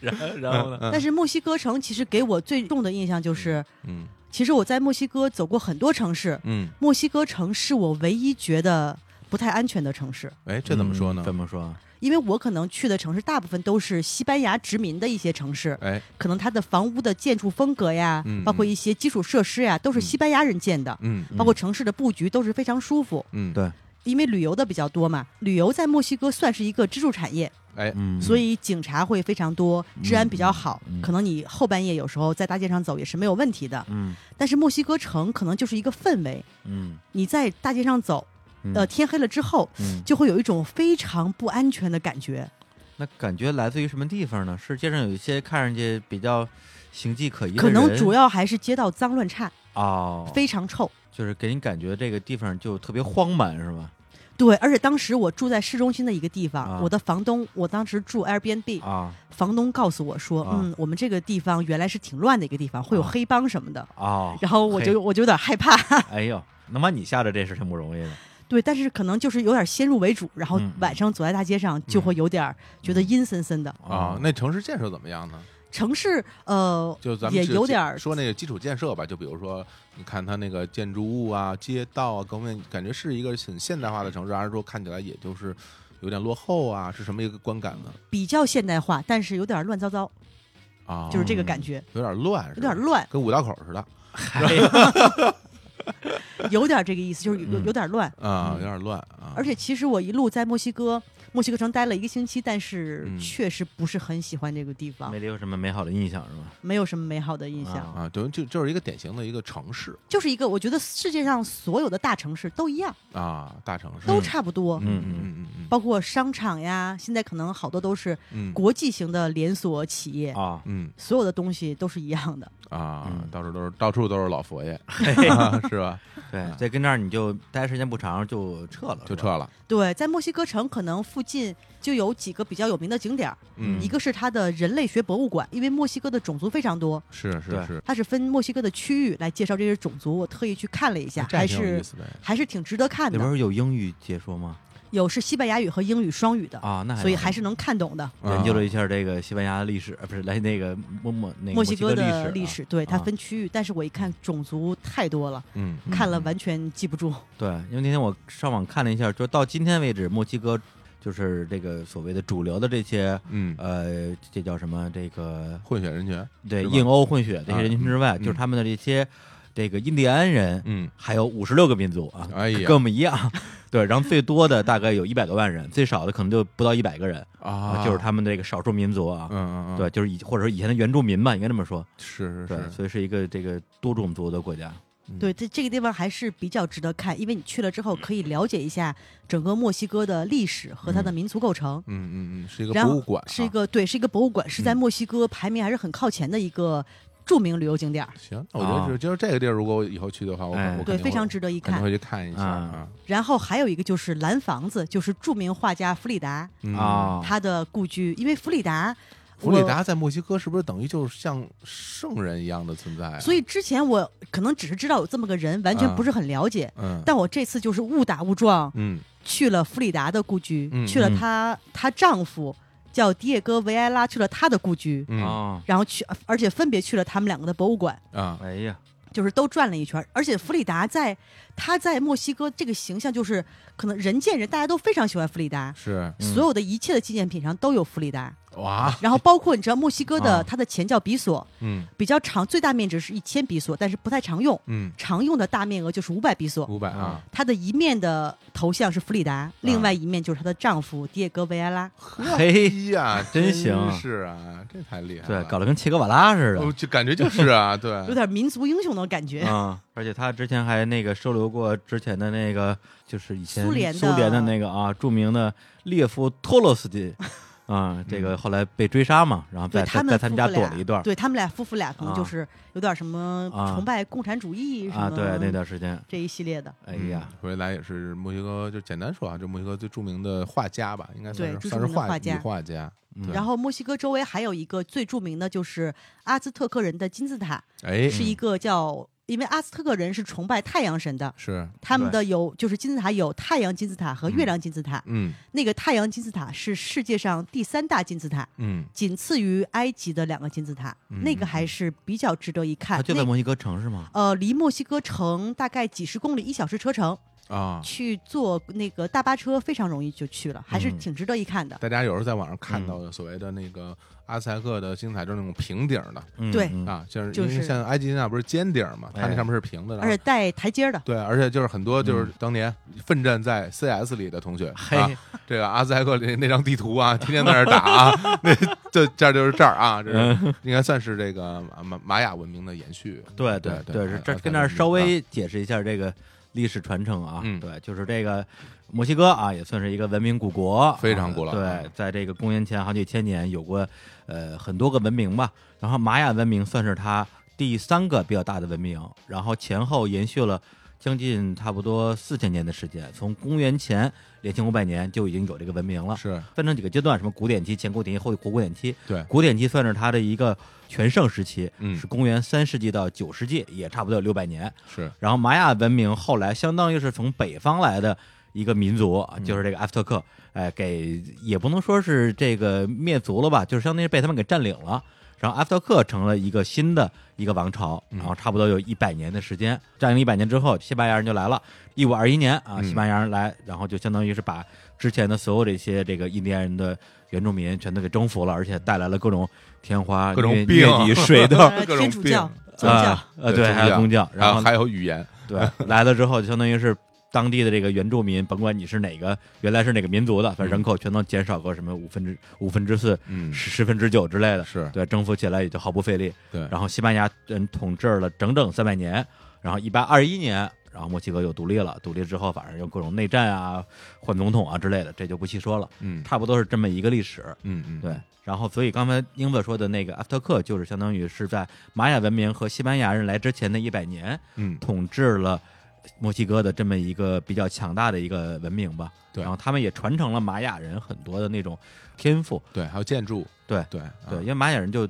Speaker 1: 然后然后呢？
Speaker 3: 但是墨西哥城其实给我最重的印象就是，
Speaker 2: 嗯
Speaker 3: 其实我在墨西哥走过很多城市，
Speaker 2: 嗯，
Speaker 3: 墨西哥城是我唯一觉得不太安全的城市，
Speaker 2: 哎， 这怎么说呢
Speaker 1: 嗯？怎么说？
Speaker 3: 因为我可能去的城市大部分都是西班牙殖民的一些城市，
Speaker 2: 哎，
Speaker 3: 可能它的房屋的建筑风格呀，
Speaker 2: 嗯
Speaker 3: 包括一些基础设施呀，都是西班牙人建的，
Speaker 2: 嗯
Speaker 1: 嗯
Speaker 3: 包括城市的布局都是非常舒服。
Speaker 2: 嗯，
Speaker 1: 对
Speaker 3: 因为旅游的比较多嘛，旅游在墨西哥算是一个支柱产业，
Speaker 2: 哎，
Speaker 1: 嗯，
Speaker 3: 所以警察会非常多，治安比较好，
Speaker 1: 嗯
Speaker 3: 可能你后半夜有时候在大街上走也是没有问题的。
Speaker 1: 嗯
Speaker 3: 但是墨西哥城可能就是一个氛围，
Speaker 1: 嗯
Speaker 3: 你在大街上走，
Speaker 1: 嗯
Speaker 3: 呃，天黑了之后，
Speaker 1: 嗯，
Speaker 3: 就会有一种非常不安全的感觉。
Speaker 1: 那感觉来自于什么地方呢？是街上有一些看上去比较形迹可疑的
Speaker 3: 可
Speaker 1: 人，
Speaker 3: 能主要还是街道脏乱差，
Speaker 1: 哦，
Speaker 3: 非常臭。
Speaker 1: 就是给你感觉这个地方就特别荒蛮，是吧？
Speaker 3: 对，而且当时我住在市中心的一个地方，
Speaker 1: 啊
Speaker 3: 我的房东，我当时住 Airbnb，、
Speaker 1: 啊
Speaker 3: 房东告诉我说，
Speaker 1: 啊
Speaker 3: 嗯，我们这个地方原来是挺乱的一个地方，会有
Speaker 1: 啊
Speaker 3: 黑帮什么的。
Speaker 1: 哦，
Speaker 3: 然后我就我就有点害怕，
Speaker 1: 哎呦，能把你吓着，这是挺不容易的。
Speaker 3: 对，但是可能就是有点先入为主，然后
Speaker 1: 嗯
Speaker 3: 晚上走在大街上就会有点觉得阴森森的。
Speaker 1: 哦
Speaker 2: 啊，那城市建设怎么样呢？
Speaker 3: 城市呃
Speaker 2: 就咱们
Speaker 3: 也
Speaker 2: 是
Speaker 3: 有点儿
Speaker 2: 说那个基础建设吧，就比如说，你看它那个建筑物啊、街道啊各方面，感觉是一个很现代化的城市，而是说看起来也就是有点落后啊，是什么一个观感呢？
Speaker 3: 比较现代化，但是有点乱糟糟，
Speaker 2: 啊，
Speaker 3: 就是这
Speaker 1: 哦
Speaker 3: 个感觉，
Speaker 2: 有点乱，
Speaker 3: 有点，乱，
Speaker 2: 跟五道口似的
Speaker 1: 哎呀
Speaker 3: 有点这个意思，就是有有
Speaker 1: 嗯
Speaker 3: 有点乱。
Speaker 1: 嗯
Speaker 2: 啊，有点乱啊。
Speaker 3: 而且其实我一路在墨西哥，墨西哥城待了一个星期，但是
Speaker 2: 嗯
Speaker 3: 确实不是很喜欢这个地方
Speaker 1: 没，留有什么美好的印象，是吧？
Speaker 3: 没有什么美好的印象，
Speaker 1: 啊
Speaker 2: 啊，就就就是一个典型的一个城市
Speaker 3: 就是一个我觉得世界上所有的大城市都一样，
Speaker 2: 啊，大城市。
Speaker 3: 都差不多。
Speaker 2: 嗯嗯嗯
Speaker 3: 包括商场呀，现在可能好多都是
Speaker 2: 嗯嗯
Speaker 3: 国际型的连锁企业，
Speaker 1: 啊，
Speaker 2: 嗯
Speaker 3: 所有的东西都是一样的。
Speaker 2: 啊
Speaker 1: 嗯，
Speaker 2: 到处都是到处都是老佛爷，
Speaker 1: 嘿
Speaker 2: 啊是 吧？
Speaker 1: 对，在跟这儿你就待时间不长就撤了，
Speaker 2: 就是
Speaker 1: 吧。
Speaker 2: 撤了。
Speaker 3: 对，在墨西哥城可能附近就有几个比较有名的景点儿，
Speaker 2: 嗯
Speaker 3: 一，个是它的人类学博物馆，因为墨西哥的种族非常多，
Speaker 2: 是是
Speaker 1: 对
Speaker 2: 是，
Speaker 3: 它是分墨西哥的区域来介绍这些种族，我特意去看了一下，
Speaker 2: 哦这
Speaker 3: 还
Speaker 2: 还挺有意
Speaker 3: 是
Speaker 2: 思的呀。
Speaker 3: 还是挺值得看
Speaker 1: 里
Speaker 3: 的。
Speaker 1: 边有英语解说吗？
Speaker 3: 有是西班牙语和英语双语的，
Speaker 1: 啊，那
Speaker 3: 所以
Speaker 1: 好
Speaker 3: 还是能看懂的。
Speaker 1: 研究了
Speaker 2: 啊
Speaker 1: 一下这个西班牙历史，呃不是来那个墨墨那个
Speaker 3: 墨
Speaker 1: 西
Speaker 3: 哥的
Speaker 1: 的
Speaker 3: 历
Speaker 1: 历
Speaker 3: 史，
Speaker 1: 啊
Speaker 3: 对它分区域，但是我一看种族太多了，
Speaker 2: 嗯
Speaker 1: 嗯
Speaker 3: 看了完全记不住。
Speaker 1: 对，因为那天我上网看了一下，就到今天为止，墨西哥就是这个所谓的主流的这些
Speaker 2: 嗯，
Speaker 1: 呃，这叫什么？这个
Speaker 2: 混血人群，
Speaker 1: 对
Speaker 2: 是吧
Speaker 1: 印欧混血这
Speaker 2: 啊
Speaker 1: 些人群之外，
Speaker 2: 嗯
Speaker 1: 就是他们的这些这个印第安人，
Speaker 2: 嗯，
Speaker 1: 还有五十六个民族啊，
Speaker 2: 哎呀
Speaker 1: 跟我们一样。对，然后最多的大概有一百多万人，最少的可能就不到一百个人
Speaker 2: 啊，
Speaker 1: 就是，他们这个少数民族啊
Speaker 2: 嗯。嗯嗯，
Speaker 1: 对，就是以或者说以前的原住民吧，应该这么说。
Speaker 2: 是是
Speaker 1: 对，
Speaker 2: 是，
Speaker 1: 所以是一个这个多种族的国家。
Speaker 3: 对，这这个地方还是比较值得看，因为你去了之后可以了解一下整个墨西哥的历史和它的民族构成。
Speaker 2: 嗯嗯嗯，是一个
Speaker 3: 然后
Speaker 2: 博物馆啊，
Speaker 3: 是一个对，是一个博物馆，是在
Speaker 2: 嗯
Speaker 3: 墨西哥排名还是很靠前的一个著名旅游景点儿，
Speaker 2: 行，那我觉得
Speaker 1: 啊
Speaker 2: 是就是这个地儿，如果我以后去的话，我可
Speaker 1: 哎嗯
Speaker 2: 我肯
Speaker 3: 对，
Speaker 2: 定
Speaker 3: 非常
Speaker 2: 会
Speaker 3: 值得一
Speaker 2: 肯定
Speaker 3: 看。
Speaker 2: 会去看一下啊
Speaker 3: 然后还有一个就是蓝房子，就是著名画家弗里达
Speaker 2: 嗯
Speaker 1: 啊，
Speaker 3: 他的故居，因为弗里达，
Speaker 2: 弗里
Speaker 3: 我
Speaker 2: 达在墨西哥是不是等于就是像圣人一样的存在啊？
Speaker 3: 所以之前我可能只是知道有这么个人，完全
Speaker 2: 啊
Speaker 3: 不是很了解。
Speaker 2: 嗯
Speaker 3: 但我这次就是误打误撞
Speaker 2: 嗯
Speaker 3: 去了弗里达的故居，
Speaker 2: 嗯
Speaker 3: 去了
Speaker 1: 嗯
Speaker 3: 她她丈夫叫迪耶戈·维埃拉，去了他的故居，
Speaker 2: 嗯
Speaker 1: 哦，
Speaker 3: 然后去，而且分别去了他们两个的博物馆。
Speaker 2: 啊
Speaker 1: 哎呀，
Speaker 3: 就是都转了一圈。而且弗里达在他在墨西哥这个形象，就是可能人见人，大家都非常喜欢弗里达，
Speaker 2: 是
Speaker 3: 所有的一切的纪念品上都有弗里达。
Speaker 2: 哇，
Speaker 3: 然后包括你知道墨西哥
Speaker 2: 嗯啊
Speaker 3: 的它的钱叫比索，
Speaker 2: 嗯
Speaker 3: 比较长，最大面值是一千比索，但是不太常用。
Speaker 2: 嗯，
Speaker 3: 常用的大面额就是五百比索。
Speaker 2: 五百
Speaker 1: 嗯
Speaker 2: 啊，
Speaker 3: 她的一面的头像是弗里
Speaker 1: 啊
Speaker 3: 达，另外一面就是她的丈夫迪耶戈·维埃拉。
Speaker 1: 嘿
Speaker 2: 哎呀，
Speaker 1: 真
Speaker 2: 真
Speaker 1: 行
Speaker 2: 是啊，这太厉害
Speaker 1: 对
Speaker 2: 了，，
Speaker 1: 搞得跟切格瓦拉似
Speaker 2: 哦
Speaker 1: 的。
Speaker 2: 就感觉就是 啊，对，
Speaker 3: 有点民族英雄的感觉。
Speaker 1: 啊、 而且他之前还那个收留过之前的那个，就是以前
Speaker 3: 苏联的
Speaker 1: 苏联的那个啊，著名的列夫托洛斯 基啊，这个后来被追杀嘛，然后
Speaker 3: 对
Speaker 1: 在
Speaker 3: 他
Speaker 1: 在
Speaker 3: 们
Speaker 1: 在他们家
Speaker 3: 夫妇
Speaker 1: 躲
Speaker 3: 俩
Speaker 1: 了一段儿
Speaker 3: 对他们俩夫妇俩可能
Speaker 1: 啊
Speaker 3: 就是有点什么
Speaker 1: 啊
Speaker 3: 崇拜共产主义什
Speaker 1: 啊，
Speaker 3: 么
Speaker 1: 对那段时间，
Speaker 3: 这一系列的。
Speaker 1: 哎
Speaker 2: 嗯
Speaker 1: 呀，，
Speaker 2: 回来也是墨西哥，就简单说啊，就墨西哥最著名的画家吧，应该算
Speaker 3: 对
Speaker 2: 是
Speaker 3: 最
Speaker 2: 算是
Speaker 3: 著名的画
Speaker 2: 女
Speaker 3: 家
Speaker 2: 画家。
Speaker 1: 嗯
Speaker 3: 然后墨西哥周围还有一个最著名的就是阿兹特克人的金字塔，
Speaker 1: 嗯
Speaker 2: 哎，
Speaker 3: 是一个叫。因为阿兹特克人是崇拜太阳神的，
Speaker 2: 嗯是，
Speaker 3: 他们的有就是金字塔有太阳金字塔和月亮金字塔。
Speaker 2: 嗯
Speaker 3: 那个太阳金字塔是世界上第三大金字塔，
Speaker 2: 嗯，
Speaker 3: 仅次于埃及的两个金字塔。
Speaker 2: 嗯
Speaker 3: 那个还是比较值得一看。
Speaker 1: 他就在
Speaker 3: 那
Speaker 1: 墨西哥城是吗？
Speaker 3: 呃，离墨西哥城大概几十公里，一小时车程，
Speaker 2: 啊，
Speaker 3: 去坐那个大巴车非常容易就去了，还
Speaker 2: 嗯
Speaker 3: 是挺值得一看的。
Speaker 2: 大家有时候在网上看
Speaker 3: 嗯
Speaker 2: 到的所谓的那个阿兹台克的金字塔，就是那种平顶的
Speaker 1: 嗯
Speaker 3: 对
Speaker 1: 嗯
Speaker 2: 啊，就是
Speaker 3: 就
Speaker 2: 因为
Speaker 3: 是
Speaker 2: 像埃及金字塔不是尖顶嘛，它
Speaker 1: 哎
Speaker 2: 那上面是平的，然
Speaker 3: 而
Speaker 2: 后
Speaker 3: 且带台阶儿的，
Speaker 2: 对，而且就是很多就是当年奋战在 CS 里的同学，
Speaker 1: 嗯嘿
Speaker 2: 啊，这个阿兹海克那那张地图啊，天天在那儿打啊， 那就这儿就是这儿啊，这
Speaker 1: 嗯
Speaker 2: 是应该算是这个玛玛玛雅文明的延续。
Speaker 1: 对
Speaker 2: 对
Speaker 1: 对，是这跟这
Speaker 2: 那
Speaker 1: 儿稍微解释一下这个历史传承啊，
Speaker 2: 啊嗯
Speaker 1: 对，就是这个墨西哥啊，也算是一个文明古国，
Speaker 2: 非常古老
Speaker 1: 啊对
Speaker 2: 嗯，
Speaker 1: 在这个公元前好几千年有过呃很多个文明吧，然后玛雅文明算是它第三个比较大的文明，然后前后延续了。将近差不多四千年的时间，从公元前两千五百年就已经有这个文明了。
Speaker 2: 啊是
Speaker 1: 分成几个阶段，什么古典期、前古典期、后古典期。
Speaker 2: 对
Speaker 1: 古典期算是它的一个全盛时期，
Speaker 2: 嗯
Speaker 1: 是公元三世纪到九世纪，也差不多有六百年。
Speaker 2: 是
Speaker 1: 然后玛雅文明后来相当于是从北方来的一个民族，啊就是这个阿斯特克，哎，给也不能说是这个灭族了吧，就是相当于被他们给占领了。然后阿斯特克成了一个新的一个王朝，
Speaker 2: 嗯
Speaker 1: 然后差不多有一百年的时间，占领一百年之后，西班牙人就来了。一五二一年啊，
Speaker 2: 嗯
Speaker 1: 西班牙人来，然后就相当于是把之前的所有这些这个印第安人的原住民全都给征服了，而且带来了各种天花、
Speaker 2: 各种
Speaker 1: 疟
Speaker 2: 病啊
Speaker 1: 疟疾、 水痘
Speaker 3: 呃
Speaker 2: 各种
Speaker 3: 天主教
Speaker 2: 病、
Speaker 3: 宗教
Speaker 1: 啊，呃，对，还有宗教，然后
Speaker 2: 然后还有语言，
Speaker 1: 对，来了之后就相当于是当地的这个原住民，甭管你是哪个，原来是哪个民族的，反正人口全都减少个什么五分之五分之四、
Speaker 2: 嗯，
Speaker 1: 十十分之九之类的，
Speaker 2: 是
Speaker 1: 对，征服起来也就毫不费力。
Speaker 2: 对，
Speaker 1: 然后西班牙人统治了整整三百年，然后一八二一年。然后墨西哥又独立了，独立之后反正有各种内战啊、换总统啊之类的，这就不细说了，
Speaker 2: 嗯
Speaker 1: 差不多是这么一个历史。
Speaker 2: 嗯嗯，
Speaker 1: 对，然后所以刚才英子说的那个阿斯特克，就是相当于是在玛雅文明和西班牙人来之前的一百年，
Speaker 2: 嗯
Speaker 1: 统治了墨西哥的这么一个比较强大的一个文明吧。
Speaker 2: 对
Speaker 1: 然后他们也传承了玛雅人很多的那种天赋。
Speaker 2: 对，还有建筑，
Speaker 1: 对
Speaker 2: 对啊
Speaker 1: 对，因为玛雅人就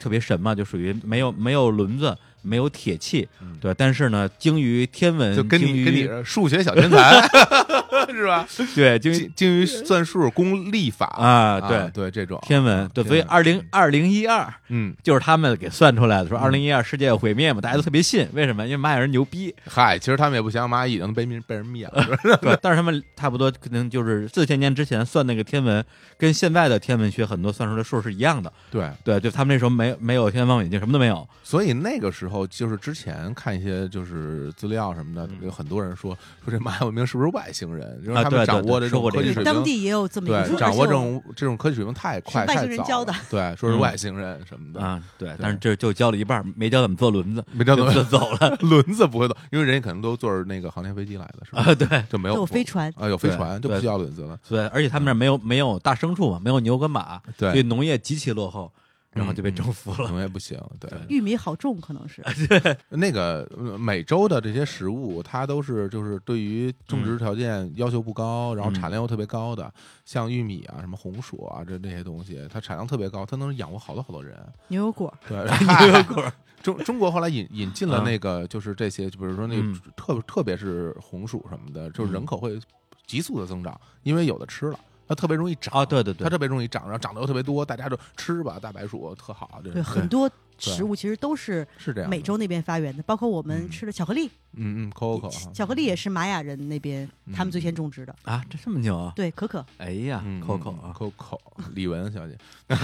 Speaker 1: 特别神嘛，就属于没有没有轮子，没有铁器，
Speaker 2: 嗯
Speaker 1: 对，但是呢，精于天文，
Speaker 2: 就跟
Speaker 1: 精
Speaker 2: 你
Speaker 1: 于
Speaker 2: 跟你是数学小天才 是吧？
Speaker 1: 对精于
Speaker 2: 精精于算术、功立法
Speaker 1: 啊，对。
Speaker 2: 对这种
Speaker 1: 天文对，
Speaker 2: 天
Speaker 1: 所以
Speaker 2: 文
Speaker 1: 二零二零一二
Speaker 2: 嗯，
Speaker 1: 就是他们给算出来的，说
Speaker 2: 嗯
Speaker 1: 二零一二世界要毁灭嘛，大家都特别信，为什么？因为玛雅人牛逼，
Speaker 2: 嗨，其实他们也不想蚂蚁已经被民被人灭了， 是吧
Speaker 1: 对，但是他们差不多可能就是四千年之前算那个天文，跟现在的天文学很多算出来的数是一样的。
Speaker 2: 对，
Speaker 1: 对，就他们那时候没没有天文望远镜，什么都没有。
Speaker 2: 所以那个时候，就是之前看一些就是资料什么的，有很多人说说这玛雅文明是不是外星人？就是
Speaker 1: 嗯啊
Speaker 2: 他
Speaker 1: 对对
Speaker 2: 们掌握
Speaker 1: 对
Speaker 2: 这
Speaker 1: 说
Speaker 2: 种
Speaker 1: 过
Speaker 2: 科技
Speaker 1: 这
Speaker 2: 水
Speaker 1: 个
Speaker 2: 平，
Speaker 3: 当地也有这么一个
Speaker 2: 对
Speaker 3: 说，
Speaker 2: 掌握
Speaker 3: 而
Speaker 2: 这
Speaker 3: 且我
Speaker 2: 种这种科技水平太快，
Speaker 3: 是外
Speaker 2: 太
Speaker 3: 星人
Speaker 2: 早
Speaker 3: 教的
Speaker 2: 了，对，说是外星人什么的，
Speaker 1: 嗯啊，对，但是这就教了一半，没教怎么坐轮子，
Speaker 2: 没教怎么
Speaker 1: 就走了
Speaker 2: 轮子不会动，因为人家可能都坐着那个航天飞机来的，是吧？
Speaker 1: 啊。对，
Speaker 2: 就没
Speaker 3: 都
Speaker 2: 有
Speaker 3: 有飞船
Speaker 2: 啊，有飞
Speaker 1: 对
Speaker 2: 船就不
Speaker 1: 对
Speaker 2: 需要轮子了，
Speaker 1: 对，而且他们那儿没有没有大牲畜嘛，没有牛跟马，
Speaker 2: 对
Speaker 1: 所以农业极其落后，然后就被
Speaker 2: 嗯
Speaker 1: 征服了。
Speaker 2: 农业不行。对，
Speaker 3: 玉米好重，可能 是
Speaker 2: 那个呃美洲的这些食物，它都是就是对于种植条件要求不高，然后
Speaker 1: 嗯
Speaker 2: 产量又特别高的，像玉米啊、什么红薯啊这这些东西，它产量特别高，它能养活好多好多人。
Speaker 3: 牛油果，
Speaker 2: 对，
Speaker 1: 牛油果，
Speaker 2: 中中国后来引引进了
Speaker 1: 啊
Speaker 2: 那个就是这些，就比如说那个
Speaker 1: 嗯
Speaker 2: 特特别是红薯什么的，就
Speaker 1: 嗯
Speaker 2: 是人口会急速的增长，因为有的吃了，它特别容易长
Speaker 1: 啊对对对
Speaker 2: 它特别容易长，然后长得又特别多，大家就吃吧，大白薯特好，这
Speaker 3: 对，很多
Speaker 2: 对
Speaker 3: 食物其实都是
Speaker 2: 是这样的，
Speaker 3: 美洲那边发源的，包括我们
Speaker 2: 嗯
Speaker 3: 吃的巧克力，
Speaker 2: 嗯嗯，Coco 啊
Speaker 3: 巧克力也是玛雅人那边
Speaker 1: 嗯
Speaker 3: 他们最先种植的。
Speaker 1: 啊，这这么牛啊！
Speaker 3: 对，可可，
Speaker 1: 哎呀
Speaker 2: 嗯
Speaker 1: ，Coco 啊，
Speaker 2: ，Coco 李玟小姐，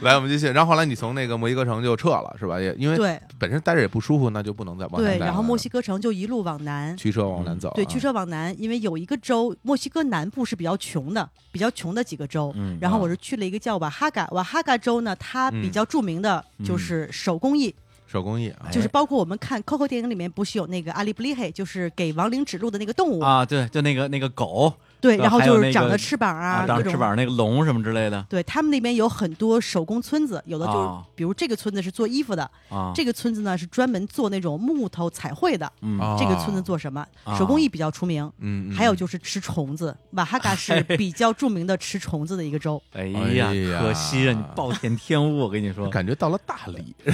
Speaker 2: 来我们继续。然后后来你从那个墨西哥城就撤了是吧？也因为
Speaker 3: 对
Speaker 2: 本身待着也不舒服，那就不能再往南
Speaker 3: 对，
Speaker 2: 待
Speaker 3: 然后
Speaker 2: 了
Speaker 3: 墨西哥城就一路往南，
Speaker 2: 驱车
Speaker 1: 嗯
Speaker 2: 往南走啊，
Speaker 3: 对，驱车往南，因为有一个州，墨西哥南部是比较穷的，比较穷的几个州。
Speaker 1: 嗯
Speaker 3: 然后我是去了一个叫瓦哈嘎，瓦哈嘎州呢，它比较著名的
Speaker 1: 嗯
Speaker 3: 就是手工艺，
Speaker 2: 手工艺啊，
Speaker 1: 哎
Speaker 3: 就是包括我们看 Coco 电影里面不是有那个阿里布利黑，就是给亡灵指路的那个动物，
Speaker 1: 啊，对，就那个那个狗
Speaker 3: 对，
Speaker 1: 对
Speaker 3: 然后
Speaker 1: 还有
Speaker 3: 就是
Speaker 1: 那
Speaker 3: 长
Speaker 1: 个
Speaker 3: 着翅膀啊，
Speaker 1: 长着
Speaker 3: 各种
Speaker 1: 翅。膀那个龙什么之类的
Speaker 3: 对他们那边有很多手工村子，有的就是，
Speaker 1: 哦
Speaker 3: 比如这个村子是做衣服的，
Speaker 1: 啊，
Speaker 3: 这个村子呢是专门做那种木头彩绘的。
Speaker 1: 嗯
Speaker 2: 啊
Speaker 3: 这个村子做什么？
Speaker 1: 啊
Speaker 3: 手工艺比较出名。
Speaker 2: 嗯，嗯
Speaker 3: 还有就是吃虫子，瓦哈嘎 是比较著名的吃虫子的一个州。
Speaker 1: 哎
Speaker 2: 哎呀
Speaker 1: 呀，可惜啊，你暴殄天物，我跟你说，
Speaker 2: 感觉到了大 理，是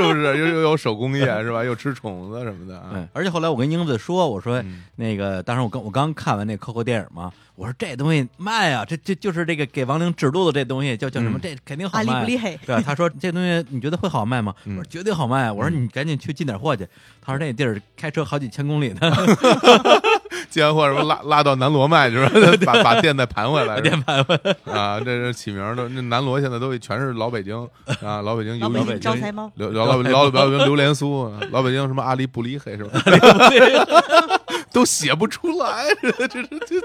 Speaker 2: 不是？又又有手工业是吧？又吃虫子什么的啊
Speaker 1: 对，，而且后来我跟英子说，我说
Speaker 2: 嗯
Speaker 1: 那个，当时我刚我刚看完那 Coco 电影嘛，我说这东西卖啊，这这就是这个给亡灵指路的这东西叫叫什么？
Speaker 2: 嗯
Speaker 1: 这肯定好
Speaker 3: 阿里
Speaker 1: 卖
Speaker 3: 不
Speaker 1: 啊。
Speaker 3: 厉害，
Speaker 1: 对，他说这东西你觉得会好卖吗？
Speaker 2: 嗯
Speaker 1: 我说绝对好卖啊。我说你赶紧去进点货去。他说那地儿开车好几千公里呢，
Speaker 2: 哦进完货什么拉拉到南罗卖去是 吧？把把店再盘回来，是吧
Speaker 1: 电盘
Speaker 2: 啊，这是起名儿的。那南锣现在都全是老北京啊，老北京
Speaker 3: 老
Speaker 2: 油
Speaker 3: 北
Speaker 2: 饼
Speaker 3: 京招财猫。
Speaker 2: 榴老老老老北京榴莲酥，啊老北京什么阿里布里黑是吧？ 都写不出来， 这这这这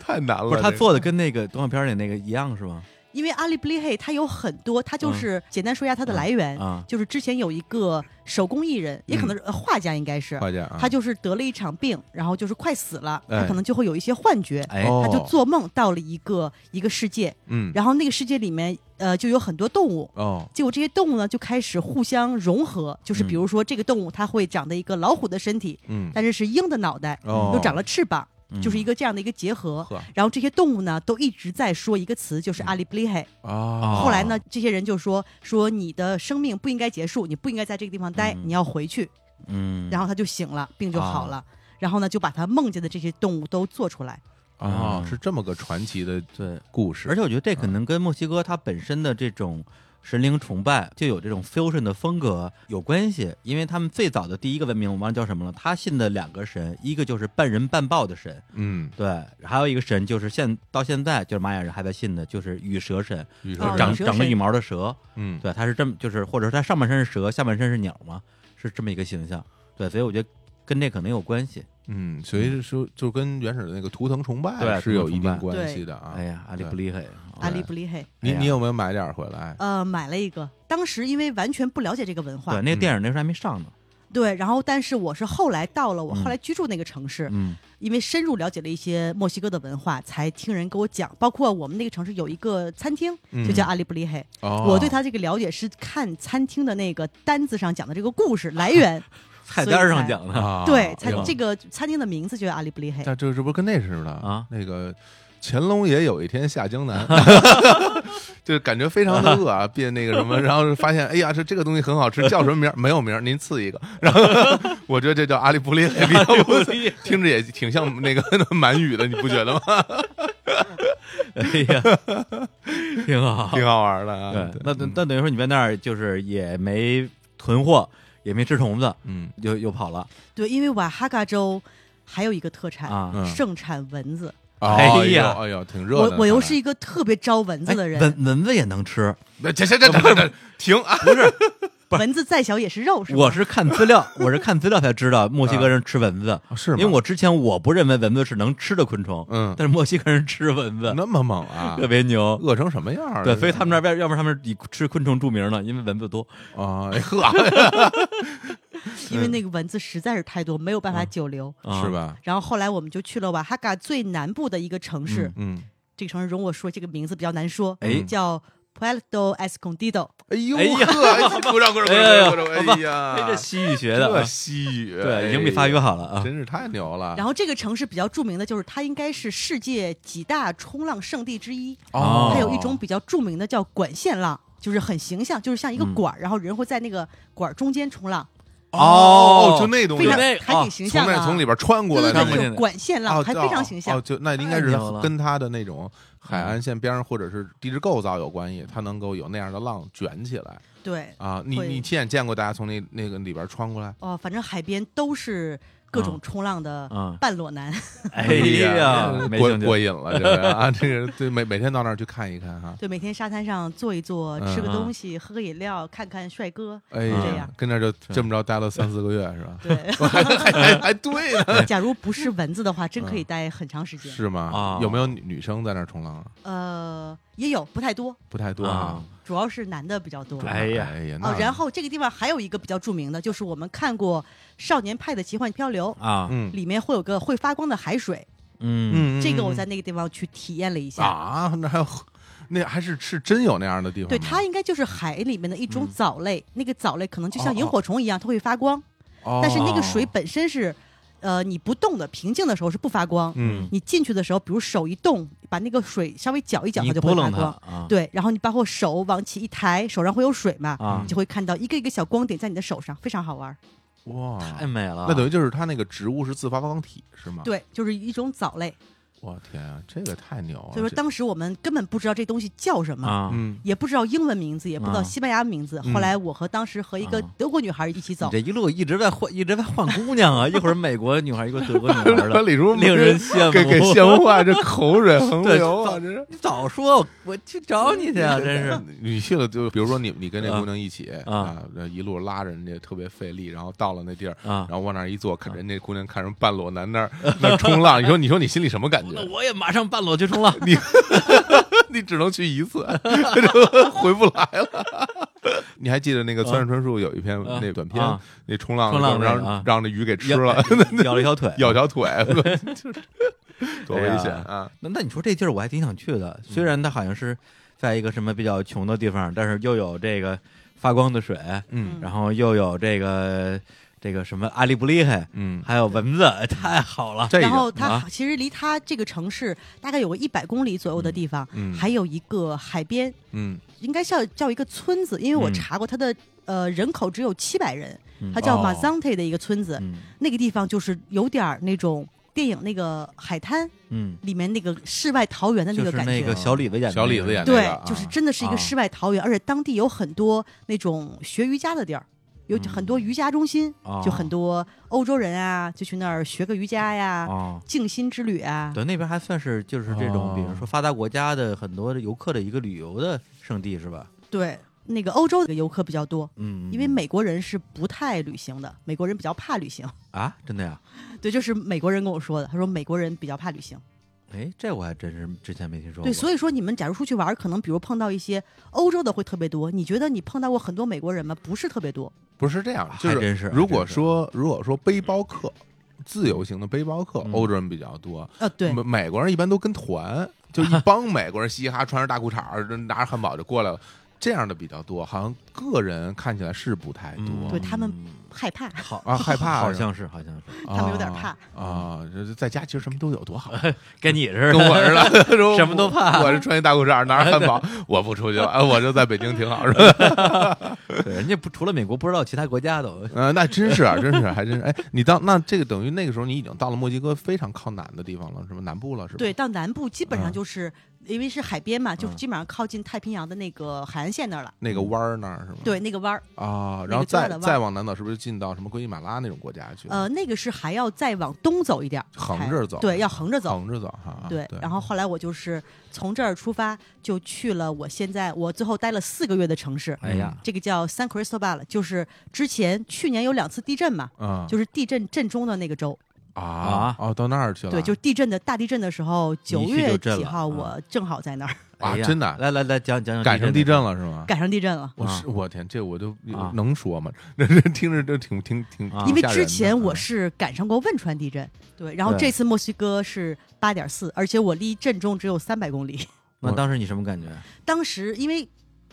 Speaker 2: 太难了。
Speaker 1: 不是他
Speaker 2: 这个
Speaker 1: 做的跟那个动画片里那个一样是吗？
Speaker 3: 因为阿里布利黑它有很多，它
Speaker 2: 嗯
Speaker 3: 就是、简单说一下它的来源，
Speaker 1: 啊
Speaker 3: 就是之前有一个手工艺人，也可能是、呃画家，应该是
Speaker 2: 嗯画家啊，
Speaker 3: 他就是得了一场病，然后就是快死了，
Speaker 2: 哎
Speaker 3: 他可能就会有一些幻觉，
Speaker 1: 哎，
Speaker 2: 哦
Speaker 3: 他就做梦到了一个一个世界，
Speaker 2: 嗯
Speaker 3: 然后那个世界里面呃就有很多动物。
Speaker 2: 哦
Speaker 3: 结果这些动物呢，就开始互相融合，就是
Speaker 1: 嗯
Speaker 3: 比如说这个动物它会长得一个老虎的身体，
Speaker 2: 嗯
Speaker 3: 但是是鹰的脑袋，
Speaker 2: 哦，
Speaker 3: 又长了翅膀，
Speaker 1: 嗯
Speaker 3: 就是一个这样的一个结合。
Speaker 2: 呵
Speaker 3: 然后这些动物呢，都一直在说一个词，
Speaker 1: 嗯
Speaker 3: 就是阿里布利黑。
Speaker 1: 哦
Speaker 2: 啊。
Speaker 3: 后来呢，这些人就说说你的生命不应该结束，你不应该在这个地方待，
Speaker 1: 嗯
Speaker 3: 你要回去。
Speaker 1: 嗯，
Speaker 3: 然后他就醒了，病就好
Speaker 1: 啊
Speaker 3: 了。然后呢，就把他梦见的这些动物都做出来。
Speaker 2: 啊，是这么个传奇的
Speaker 1: 哦对，
Speaker 2: 故事，
Speaker 1: 而且我觉得这
Speaker 3: 嗯
Speaker 1: 可能跟墨西哥它本身的这种神灵崇拜就有这种 fusion 的风格有关系，因为他们最早的第一个文明我忘了叫什么了，他信的两个神，一个就是半人半豹的神，
Speaker 2: 嗯，
Speaker 1: 对，还有一个神就是现到现在就是玛雅人还在信的，就是羽蛇神，
Speaker 2: 宇
Speaker 1: 就
Speaker 2: 宙
Speaker 3: 哦
Speaker 1: 是
Speaker 2: 长
Speaker 1: 长
Speaker 3: 羽蛇神
Speaker 1: 长着羽毛的蛇，
Speaker 2: 嗯
Speaker 1: 对，它是这么就是或者说它上半身是蛇，下半身是鸟嘛，是这么一个形象，对，所以我觉得跟这可能有关系。
Speaker 2: 嗯，所以说就跟原始的那个图腾崇拜
Speaker 1: 对
Speaker 2: 是有一
Speaker 1: 图腾
Speaker 2: 定
Speaker 1: 崇拜
Speaker 2: 关系的啊。
Speaker 1: 哎呀，阿里不厉害，
Speaker 3: 阿里布利黑，
Speaker 2: 你
Speaker 1: 哎呀
Speaker 2: 你有没有买点儿回来？
Speaker 3: 呃，买了一个。当时因为完全不了解这个文化，
Speaker 1: 对，那个电影那时候还没上呢，
Speaker 3: 对然后但是我是后来到了我
Speaker 1: 嗯
Speaker 3: 后来居住那个城市，
Speaker 1: 嗯
Speaker 3: 因为深入了解了一些墨西哥的文化，才听人给我讲。包括我们那个城市有一个餐厅，
Speaker 1: 嗯
Speaker 3: 就叫阿里布利黑。
Speaker 2: 哦，
Speaker 3: 我对他这个了解是看餐厅的那个单子上讲的这个故事来源，
Speaker 1: 菜单上讲的，
Speaker 2: 啊，
Speaker 3: 对，
Speaker 2: 哎
Speaker 3: 餐
Speaker 2: 呦
Speaker 3: 这个餐厅的名字就叫阿里布利黑。
Speaker 2: 但这这不是跟那似的
Speaker 1: 啊？
Speaker 2: 那个乾隆爷有一天下江 南，就是感觉非常的饿啊，变那个什么，然后发现哎呀，这这个东西很好吃，叫什么名儿？没有名儿，您赐一个。然后我觉得这叫阿里布里黑，比较不听着也挺像那个 满语的，你不觉得吗？
Speaker 1: 哎呀，挺好，
Speaker 2: 挺好玩的啊。
Speaker 1: 对，
Speaker 2: 对
Speaker 1: 那那那等于说你在那儿就是也没囤货，也没吃虫子，
Speaker 2: 嗯
Speaker 1: 又又跑了
Speaker 3: 对，因为瓦哈嘎州还有一个特产，
Speaker 1: 啊！
Speaker 2: 嗯
Speaker 3: 盛产蚊子。
Speaker 2: 哦
Speaker 1: 哎
Speaker 2: 哎
Speaker 1: 呀
Speaker 2: 呦哎呦，挺热闹
Speaker 3: 我
Speaker 2: 的。
Speaker 3: 我又
Speaker 2: 看来
Speaker 3: 是一个特别招蚊子
Speaker 1: 哎
Speaker 3: 的人，
Speaker 1: 蚊蚊子也能吃，
Speaker 2: 这这这这这停啊！
Speaker 1: 不是？不是
Speaker 3: 蚊子再小也是肉，是吧？
Speaker 1: 我是看资料， 我是看资料才知道墨西哥人吃蚊子，
Speaker 2: 啊哦是吗
Speaker 1: 因为我之前我不认为蚊子是能吃的昆虫，
Speaker 2: 嗯
Speaker 1: 但是墨西哥人吃蚊子
Speaker 2: 那么猛啊
Speaker 1: 特！别牛，
Speaker 2: 饿成什么样儿了？
Speaker 1: 对，所以他们那边要不然他们以吃昆虫著名呢，因为蚊子多。
Speaker 2: 啊，哎呵，
Speaker 3: 因为那个蚊子实在是太多，没有办法久留。
Speaker 1: 啊
Speaker 2: 是？吧？
Speaker 3: 然后后来我们就去了瓦哈嘎最南部的一个城市，
Speaker 2: 嗯，
Speaker 3: 这个城市容我说这个名字比较难说，
Speaker 1: 哎
Speaker 3: 叫 Puerto Escondido。
Speaker 2: 哎呦，
Speaker 1: 哎呀
Speaker 2: 呵，鼓掌鼓掌鼓
Speaker 1: 哎呀
Speaker 2: 掌鼓掌！
Speaker 1: 好吧
Speaker 2: 哎呀，
Speaker 1: 哎，这西语学的
Speaker 2: 这
Speaker 1: 啊，
Speaker 2: 西语，
Speaker 1: 对，已经比法语
Speaker 2: 哎呀，
Speaker 1: 好了啊。
Speaker 2: 真是太牛了。
Speaker 3: 然后这个城市比较著名的就是它应该是世界几大冲浪圣地之一，
Speaker 1: 哦
Speaker 3: 它有一种比较著名的
Speaker 2: 嗯
Speaker 3: 叫管线浪，就是很形象，就是像一个管儿，然后人会在那个管儿中间冲浪。
Speaker 2: 哦，就那东
Speaker 3: 非
Speaker 2: 西
Speaker 1: 就
Speaker 3: 常，
Speaker 1: 那
Speaker 3: 还挺形
Speaker 2: 从
Speaker 3: 象的
Speaker 2: 那
Speaker 3: 啊，
Speaker 2: 从里边穿过来
Speaker 3: 对
Speaker 2: 那
Speaker 1: 看
Speaker 3: 对
Speaker 1: 不见
Speaker 2: 种
Speaker 3: 对，
Speaker 1: 的
Speaker 3: 有管线浪
Speaker 2: 哦，
Speaker 3: 还
Speaker 2: 就
Speaker 3: 非常形
Speaker 2: 哦，
Speaker 3: 象。
Speaker 2: 就那应该
Speaker 1: 太
Speaker 2: 是
Speaker 1: 牛了嗯
Speaker 2: 跟它的那种海岸线边上或者是地质构造有关系，它能够有那样的浪卷起来
Speaker 3: 对，
Speaker 2: 啊。你
Speaker 3: 会
Speaker 2: 你亲眼见过大家从那那个里边穿过来？
Speaker 3: 哦，反正海边都是各
Speaker 2: 啊
Speaker 3: 种
Speaker 1: 嗯
Speaker 3: 冲浪的
Speaker 1: 嗯
Speaker 3: 半裸男。
Speaker 1: 哎 呀，没
Speaker 2: 过
Speaker 1: 兴
Speaker 2: 过
Speaker 1: 趣，
Speaker 2: 瘾了，这个啊，这个对每每天到那儿去看一看哈。
Speaker 3: 对，每天沙滩上坐一坐，吃个
Speaker 1: 嗯
Speaker 3: 东西，喝个饮料，看看帅 哥。
Speaker 2: 哎
Speaker 1: 这
Speaker 2: 呀
Speaker 3: 样，？
Speaker 2: 跟那儿就这么着待了三四个月是吧
Speaker 3: 对，
Speaker 2: 还还还对呢，
Speaker 3: 假如不是蚊子的话，真可以待很长时间。
Speaker 2: 嗯是吗
Speaker 1: 啊？
Speaker 2: 有没有女女生在那儿冲浪啊？
Speaker 3: 呃，也有不太多，
Speaker 2: 不太多
Speaker 1: 啊
Speaker 2: 啊。
Speaker 3: 主要是男的比较多。
Speaker 1: 哎呀
Speaker 2: 哎呀，
Speaker 3: 哦
Speaker 2: 那，
Speaker 3: 然后这个地方还有一个比较著名的，就是我们看过《少年派的奇幻漂流》，
Speaker 1: 啊，
Speaker 2: 嗯
Speaker 3: 里面会有个会发光的海水，
Speaker 1: 嗯
Speaker 2: 嗯，
Speaker 3: 这个我
Speaker 2: 嗯
Speaker 3: 在那个地方去体验了一下。
Speaker 2: 啊，那还有那还是是真有那样的地方吗？
Speaker 3: 对，它应该就是海里面的一种
Speaker 1: 嗯
Speaker 3: 藻类，那个藻类可能就像
Speaker 2: 哦
Speaker 3: 萤火虫一样，它会发光，
Speaker 2: 哦，
Speaker 3: 但是那个水本身是，呃，你不动的，平静的时候是不发光。
Speaker 2: 嗯
Speaker 3: 你进去的时候，比如手一动，把那个水稍微搅一搅，
Speaker 1: 你
Speaker 3: 它就
Speaker 1: 拨
Speaker 3: 会发
Speaker 1: 弄它
Speaker 3: 光。
Speaker 1: 啊，
Speaker 3: 对，然后你包括手往起一抬，手上会有水嘛，
Speaker 1: 啊
Speaker 3: 你就会看到一个一个小光点在你的手上，非常好玩儿。
Speaker 2: 哇，
Speaker 1: 太美了，
Speaker 2: 那等于就是它那个植物是自发光体是吗？，
Speaker 3: 对，就是一种藻类。
Speaker 2: 我天啊，这个太牛了！
Speaker 3: 所以说
Speaker 2: 这
Speaker 3: 当时我们根本不知道这东西叫什么，
Speaker 1: 啊，
Speaker 2: 嗯，
Speaker 3: 也不知道英文名字，也不知道
Speaker 1: 啊
Speaker 3: 西班牙名字。
Speaker 2: 嗯
Speaker 3: 后来我和当时和一个
Speaker 1: 啊
Speaker 3: 德国女孩一起
Speaker 1: 你
Speaker 3: 走，
Speaker 1: 这一路一直在换，一直在换姑娘啊，一会儿美国女孩，一会儿德国女孩
Speaker 2: 把
Speaker 1: 的，
Speaker 2: 李叔
Speaker 1: 令人羡慕。
Speaker 2: 给给羡慕坏，这口水 横
Speaker 1: 对
Speaker 2: 流啊！这是
Speaker 1: 你早说，我去找你去啊！真 是，
Speaker 2: 你去了就比如说你你跟这
Speaker 1: 啊
Speaker 2: 姑娘一起
Speaker 1: 啊
Speaker 2: 啊，然后一路拉着人家特别费力，然后到了那地儿。
Speaker 1: 啊
Speaker 2: 然，后往那儿一坐，看人家姑娘看人半裸男那儿那儿冲浪，你说你说你心里什么感 觉
Speaker 1: 那？我也马上半裸去冲浪。
Speaker 2: 你只能去一次， 回不来了。 你还记得那个村上春树有一篇
Speaker 1: 啊
Speaker 2: 那短片
Speaker 1: 啊，
Speaker 2: 那冲浪
Speaker 1: 冲浪那个
Speaker 2: 让
Speaker 1: 啊
Speaker 2: 让让这鱼给吃
Speaker 1: 咬
Speaker 2: 了，
Speaker 1: 咬了一条腿。
Speaker 2: 咬条腿， 就是多危险
Speaker 1: 哎呀
Speaker 2: 啊！
Speaker 1: 那那你说这地儿我还挺想去的，虽然它好像是在一个什么比较穷的地方，但是又有这个发光的水，
Speaker 2: 嗯
Speaker 1: 然后又有这个这个什么阿里不厉害，
Speaker 2: 嗯，
Speaker 1: 还有蚊子，太好了。
Speaker 2: 这
Speaker 3: 然
Speaker 2: 个
Speaker 3: 后它、
Speaker 1: 啊
Speaker 3: 其实离它这个城市大概有个一百公里左右的地方，
Speaker 2: 嗯嗯
Speaker 3: 还有一个海边，
Speaker 2: 嗯
Speaker 3: 应该叫叫一个村子，因为我
Speaker 1: 嗯
Speaker 3: 查过它的、呃人口只有七百人
Speaker 1: 嗯，
Speaker 3: 它叫
Speaker 2: 哦
Speaker 3: 马桑特的一个村子，
Speaker 1: 嗯
Speaker 3: 那个地方就是有点儿那种电影那个海滩
Speaker 1: 嗯，
Speaker 3: 里面那个世外桃源的那
Speaker 1: 就是
Speaker 3: 个感
Speaker 1: 那
Speaker 3: 觉。
Speaker 1: 个小李子演的那个，
Speaker 2: 小李子演的那
Speaker 3: 对
Speaker 2: 个啊，
Speaker 3: 就是真的是一
Speaker 1: 啊
Speaker 3: 个世外桃源，而且当地有很多那种学瑜伽的地儿，有
Speaker 1: 嗯
Speaker 3: 很多瑜伽中心，
Speaker 1: 哦
Speaker 3: 就很多欧洲人啊，就去那儿学个瑜伽呀，
Speaker 1: 哦。
Speaker 3: 静心之旅啊。
Speaker 1: 对，那边还算是就是这种，
Speaker 2: 哦
Speaker 1: 比如说发达国家的很多的游客的一个旅游的圣地，是吧？
Speaker 3: 对，那个欧洲的游客比较多，
Speaker 1: 嗯，
Speaker 3: 因为美国人是不太旅行的，美国人比较怕旅行。
Speaker 1: 啊，真的呀？
Speaker 3: 对，就是美国人跟我说的，他说美国人比较怕旅行。
Speaker 1: 哎，这我还真是之前没听说过。
Speaker 3: 对，所以说你们假如出去玩儿，可能比如碰到一些欧洲的会特别多，你觉得你碰到过很多美国人吗？不是特别多。
Speaker 2: 不是这样，
Speaker 1: 还
Speaker 2: 就
Speaker 1: 真是还
Speaker 2: 如果
Speaker 1: 真是
Speaker 2: 说如果说背包客，自由行的背包客
Speaker 1: 嗯，
Speaker 2: 欧洲人比较多，
Speaker 3: 呃，对
Speaker 2: 美，美国人一般都 跟团，就一帮美国人嘻哈，穿着大裤衩儿，拿着汉堡就过来了。这样的比较多，好像个人看起来是不太
Speaker 1: 嗯
Speaker 2: 多，
Speaker 3: 对他们害怕。
Speaker 1: 好
Speaker 2: 啊害怕
Speaker 1: 好
Speaker 2: 是吧
Speaker 1: 像是好像是
Speaker 2: 啊
Speaker 3: 他们有点怕
Speaker 2: 啊。这在家其实什么都 有，多好，
Speaker 1: 跟你似的，
Speaker 2: 跟我似的，说
Speaker 1: 什么都怕
Speaker 2: 我是穿一大裤衩儿，拿着汉 堡，我不出去了，啊我就在北京挺好，是吧？
Speaker 1: 对，人家不除了美国，不知道其他国家都。
Speaker 2: 呃，那真是，真是，还真是。哎，你到那这个等于那个时候你已经到了墨西哥非常靠南的地方了，什么南部了，是吧？
Speaker 3: 对，到南部基本上
Speaker 2: 嗯
Speaker 3: 就是、因为是海边嘛，就
Speaker 2: 嗯
Speaker 3: 基本上靠近太平洋的那个海岸线那儿了。
Speaker 2: 那个弯儿那儿是吗？
Speaker 3: 对，那个弯儿，
Speaker 2: 啊，
Speaker 3: 那
Speaker 2: 然后
Speaker 3: 个重
Speaker 2: 再
Speaker 3: 要的弯儿
Speaker 2: 再往南走，是不是进到什么圭马拉那种国家去？
Speaker 3: 呃，那个是还要再往东走一点儿，
Speaker 2: 横
Speaker 3: 才
Speaker 2: 着走
Speaker 3: 对，要横着走。
Speaker 2: 横着走哈。
Speaker 3: 对，然
Speaker 2: 后
Speaker 3: 后后来我就是从这儿出发，就去了我现在我最后待了四个月的城市，
Speaker 1: 哎呀，
Speaker 3: 这个叫 San Cristobal，就是之前去年有两次地震嘛，
Speaker 2: 啊
Speaker 3: 就是地震震中的那个州，
Speaker 2: 啊哦，到那儿去了。
Speaker 3: 对，就是地震的大地震的时候，九
Speaker 1: 去
Speaker 3: 月
Speaker 1: 就震
Speaker 3: 几
Speaker 1: 了
Speaker 3: 号
Speaker 1: 啊
Speaker 3: 我正好在那儿
Speaker 2: 啊
Speaker 1: 哎呀
Speaker 2: 真的
Speaker 1: 来来来，讲讲讲
Speaker 2: 赶上地震
Speaker 1: 那个，
Speaker 2: 了是吗？
Speaker 3: 赶上地震了。
Speaker 2: 我
Speaker 1: 啊
Speaker 2: 是我天，这我都
Speaker 1: 啊
Speaker 2: 能说吗？这这听着就挺挺挺
Speaker 1: 啊，
Speaker 3: 因为
Speaker 2: 挺吓
Speaker 3: 之
Speaker 2: 人的
Speaker 3: 前我
Speaker 2: 啊
Speaker 3: 是赶上过汶川地震，对，然后
Speaker 1: 对
Speaker 3: 这次墨西哥是八点四，而且我离震中只有三百公里。
Speaker 1: 那当时你什么感觉？
Speaker 3: 当时因为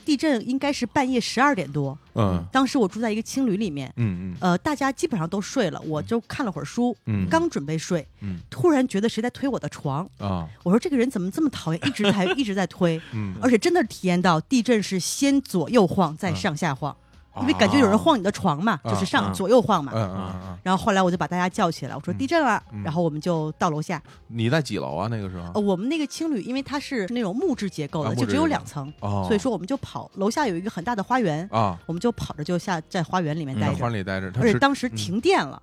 Speaker 3: 地震应该是半夜十二点多，
Speaker 2: 嗯
Speaker 3: 当时我住在一个青旅里面，
Speaker 2: 嗯嗯
Speaker 3: 呃，大家基本上都睡了，我就看了会儿书，
Speaker 2: 嗯
Speaker 3: 刚准备睡，
Speaker 2: 嗯
Speaker 3: 突然觉得谁在推我的床，
Speaker 2: 啊
Speaker 3: 我说这个人怎么这么讨厌，一直 在一直在推，
Speaker 2: 嗯
Speaker 3: 而且真的体验到地震是先左右晃再
Speaker 2: 嗯
Speaker 3: 上下晃，因为感觉有人晃你的床嘛，
Speaker 2: 啊
Speaker 3: 就是上
Speaker 1: 嗯
Speaker 3: 左右晃
Speaker 2: 嗯
Speaker 3: 嘛。
Speaker 2: 嗯嗯嗯，
Speaker 3: 然后后来我就把大家叫起来，我说
Speaker 2: 嗯
Speaker 3: 地震了
Speaker 2: 嗯，
Speaker 3: 然后我们就到楼下。
Speaker 2: 你在几楼啊？那个时
Speaker 3: 呃，
Speaker 2: 候
Speaker 3: 我们那个青旅因为它是那种木质结构
Speaker 2: 啊
Speaker 3: 的，
Speaker 2: 木
Speaker 3: 就
Speaker 2: 质
Speaker 3: 只
Speaker 2: 结
Speaker 3: 有
Speaker 2: 构
Speaker 3: 两层，
Speaker 2: 哦，
Speaker 3: 所以说我们就跑楼下有一个很大的花园，
Speaker 2: 啊，
Speaker 3: 我们就跑着就下在花园里面
Speaker 1: 嗯
Speaker 3: 待
Speaker 2: 在
Speaker 3: 着。
Speaker 2: 花里待着，他
Speaker 3: 而且
Speaker 2: 是
Speaker 3: 当时
Speaker 2: 嗯
Speaker 3: 停电了，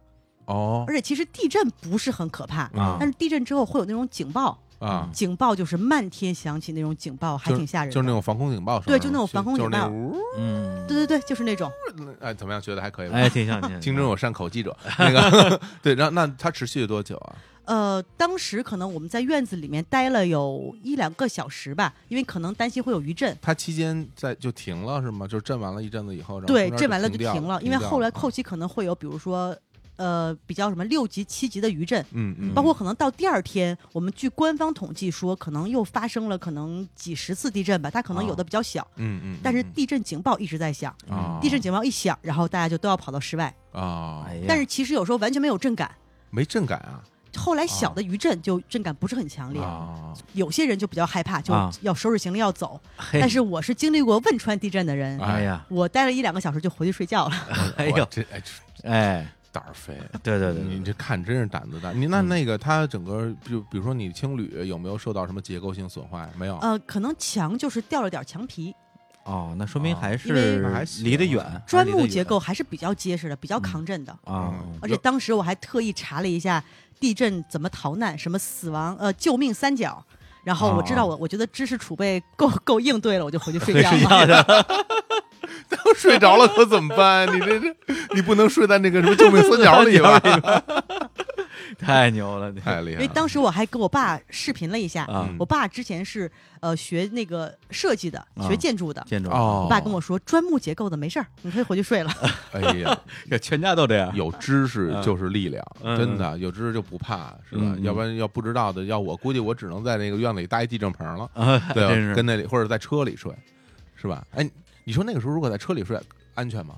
Speaker 2: 哦
Speaker 3: 而且其实地震不是很可怕，
Speaker 1: 啊
Speaker 3: 但是地震之后会有那种警报，
Speaker 2: 啊，
Speaker 3: 警报就是漫天响起那种警报，嗯还
Speaker 2: 就
Speaker 3: 挺吓人的。
Speaker 2: 就是那种防空警报声，
Speaker 3: 对就那种防空
Speaker 2: 就是
Speaker 3: 警
Speaker 2: 那
Speaker 3: 报
Speaker 2: 呜
Speaker 1: 嗯，
Speaker 3: 对对对，就是那种。
Speaker 2: 哎，怎么样？觉得还可以吧？
Speaker 1: 哎，挺像，挺像
Speaker 2: 听众有善口 记者，那个对，然后那它持续了多久啊？
Speaker 3: 呃，当时可能我们在院子里面待了有一两个小时吧，因为可能担心会有余震。
Speaker 2: 它期间在就停了是吗？就是震完了一阵子以后，然后
Speaker 3: 对，
Speaker 2: 中间
Speaker 3: 震完了就
Speaker 2: 停掉嗯
Speaker 3: 停了，因为后来后期可能会有，比如说，呃，比较什么六级、七级的余震，
Speaker 2: 嗯嗯，
Speaker 3: 包括可能到第二天，我们据官方统计说，可能又发生了可能几十次地震吧，它可能有的比较小，
Speaker 2: 嗯嗯，
Speaker 3: 但是
Speaker 2: 嗯
Speaker 3: 地震警报一直在响，
Speaker 2: 嗯啊
Speaker 3: 地震警报一响，然后大家就都要跑到室外，
Speaker 2: 啊
Speaker 1: 哎呀
Speaker 3: 但是其实有时候完全没有震感。
Speaker 2: 没震感啊
Speaker 3: 后来小的余震就震感不是很强烈，
Speaker 2: 啊
Speaker 3: 有些人就比较害怕，就
Speaker 1: 啊
Speaker 3: 要收拾行李要走。
Speaker 1: 嘿
Speaker 3: 但是我是经历过汶川地震的人，
Speaker 2: 啊
Speaker 1: 哎呀，
Speaker 3: 我待了一两个小时就回去睡觉了。
Speaker 1: 哎
Speaker 2: 我
Speaker 1: 呦，
Speaker 2: 这哎这
Speaker 1: 哎，
Speaker 2: 胆儿肥。
Speaker 1: 对对对
Speaker 2: 你
Speaker 1: 对，
Speaker 2: 这看真是胆子大，你那
Speaker 1: 嗯
Speaker 2: 那个它整个就比如说你青旅有没有受到什么结构性损坏？没有，
Speaker 3: 呃，可能墙就是掉了点墙皮，
Speaker 1: 哦，那说明还
Speaker 3: 因为
Speaker 1: 是
Speaker 2: 还行啊
Speaker 1: 离得远，还
Speaker 3: 砖
Speaker 1: 离
Speaker 3: 木
Speaker 1: 得远
Speaker 3: 结构还是比较结实的，比较抗震的。
Speaker 1: 啊，
Speaker 2: 嗯
Speaker 3: 而且当时我还特意查了一下地震怎么逃难，什么死亡呃救命三角。然后我知道我，我觉得知识储备够够应对了，我就回去 睡觉了。
Speaker 2: 睡着了可怎么办？你这这你不能睡在那个什么救命三角 里吧？
Speaker 1: 太牛了，你
Speaker 2: 太厉
Speaker 3: 因
Speaker 2: 害了！
Speaker 3: 为哎当时我还跟我爸视频了一下，
Speaker 1: 啊
Speaker 2: 嗯，
Speaker 3: 我爸之前是呃学那个设计的，
Speaker 1: 啊
Speaker 3: 学建筑的。
Speaker 1: 建筑，啊
Speaker 2: 哦
Speaker 3: 我爸跟我说，砖木结构的没事儿，你可以回 去睡了。
Speaker 2: 哎呀，
Speaker 1: 这全家都这样，
Speaker 2: 有知识
Speaker 1: 嗯
Speaker 2: 就是力量，
Speaker 1: 嗯
Speaker 2: 真的有知识就不怕，是吧？
Speaker 1: 嗯
Speaker 2: 要不然要不知道的，要我估计我只能在那个院子里搭一地震棚了，
Speaker 1: 啊，
Speaker 2: 对吧
Speaker 1: 真是
Speaker 2: 跟那里或者在车里睡，是吧？哎，你说那个时候如果在车里睡安全吗？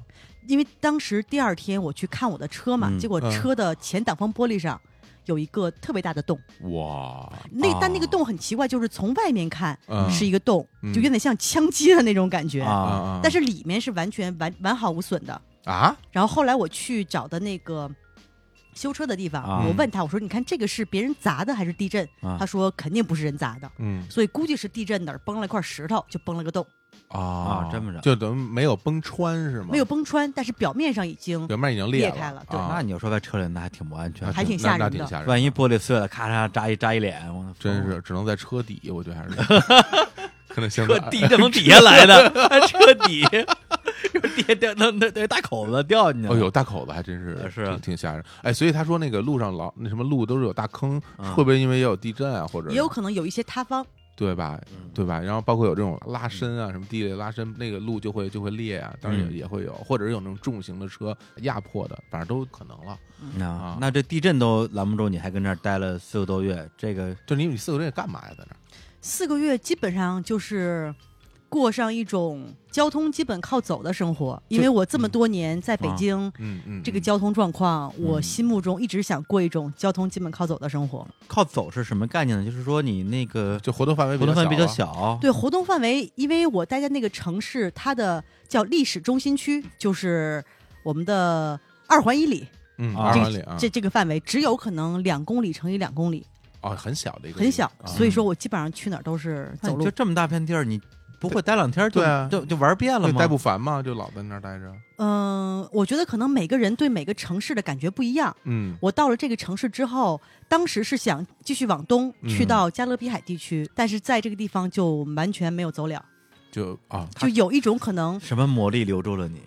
Speaker 3: 因为当时第二天我去看我的车嘛，
Speaker 1: 嗯
Speaker 3: 结果车的前挡风玻璃上有一个特别大的洞，
Speaker 2: 哇，
Speaker 3: 那、
Speaker 1: 啊
Speaker 3: 但那个洞很奇怪，就是从外面看
Speaker 2: 嗯
Speaker 3: 是一个洞，
Speaker 2: 嗯
Speaker 3: 就有点像枪击的那种感觉，
Speaker 2: 啊
Speaker 1: 啊，
Speaker 2: 啊！
Speaker 3: 但是里面是完全完完好无损的。
Speaker 2: 啊，
Speaker 3: 然后后来我去找的那个。修车的地方，
Speaker 1: 啊
Speaker 3: 我问他，我说：“你看这个是别人砸的还是地震？”
Speaker 1: 啊
Speaker 3: 他说：“肯定不是人砸的，
Speaker 2: 嗯
Speaker 3: 所以估计是地震哪儿崩了一块石头，就崩了个洞，
Speaker 2: 啊
Speaker 1: 啊这么着
Speaker 2: 就等于没有崩穿是吗？
Speaker 3: 没有，崩穿，但是表面上已经
Speaker 2: 表面已经
Speaker 3: 裂开了对啊
Speaker 2: 啊
Speaker 1: 那你要说在车里，那还挺不安全
Speaker 2: 那
Speaker 1: 的，
Speaker 3: 还挺
Speaker 2: 那
Speaker 3: 吓
Speaker 2: 那
Speaker 3: 人
Speaker 2: 挺
Speaker 3: 的
Speaker 2: 吓人的。
Speaker 1: 万一玻璃碎了，咔嚓扎一扎一脸，我
Speaker 2: 真是只能在车底，我觉得还是 可能现
Speaker 1: 车
Speaker 2: 在
Speaker 1: 底下从底下来 的，还车底，底下掉那那那大口子掉进去了，
Speaker 2: 哦，有大口子还真是
Speaker 1: 呃是啊
Speaker 2: 挺挺吓人。哎，所以他说那个路上老那什么路都是有大坑，
Speaker 1: 嗯
Speaker 2: 会不会因为也有地震啊，或者
Speaker 3: 也有可能有一些塌方。
Speaker 2: 对吧？
Speaker 1: 嗯
Speaker 2: 对吧？然后包括有这种拉伸啊，什么地雷拉伸，那个路就会就会裂啊，当然也、
Speaker 1: 嗯
Speaker 2: 也会有，或者是有那种重型的车压迫的，反正都可能了。啊
Speaker 1: 啊，那这地震都拦不住，你还跟这儿待了四个多月，这个
Speaker 2: 就你你四个月干嘛呀？在那儿
Speaker 3: 四个月基本上就是过上一种交通基本靠走的生活，因为我
Speaker 1: 嗯
Speaker 3: 这么多年在北京。
Speaker 2: 嗯嗯，
Speaker 3: 这个
Speaker 2: 嗯
Speaker 3: 交通状况，我
Speaker 1: 啊嗯
Speaker 3: 心目中一直想过一种交通基本靠走的生活。
Speaker 1: 靠走是什么概念呢？就是说你那个
Speaker 2: 就活动范围
Speaker 1: 活动范围比较
Speaker 2: 小啊，
Speaker 1: 小，
Speaker 3: 对活动范围，因为我待在那个城市，它的叫历史中心区，就是我们的二环以里
Speaker 2: 嗯，
Speaker 1: 啊
Speaker 2: 二
Speaker 1: 这
Speaker 2: 环里啊，
Speaker 3: 这这个范围，只有可能两公里乘以两公里，
Speaker 2: 哦很小的一个地方，
Speaker 3: 很小。
Speaker 2: 啊
Speaker 3: 所以说我基本上去哪儿都是
Speaker 1: 那
Speaker 3: 走
Speaker 1: 你就。
Speaker 3: 路
Speaker 1: 这么大片地儿，你不会待两天就
Speaker 2: 对啊
Speaker 1: 就就玩遍了
Speaker 2: 对
Speaker 1: 吗？
Speaker 2: 待不烦嘛，就老在那儿待着。
Speaker 3: 嗯，我觉得可能每个人对每个城市的感觉不一样。
Speaker 2: 嗯
Speaker 3: 我到了这个城市之后，当时是想继续往东
Speaker 2: 嗯
Speaker 3: 去到加勒比海地区，但是在这个地方就完全没有走了，
Speaker 2: 就啊，
Speaker 3: 就有一种可能，
Speaker 1: 什么魔力留住了你？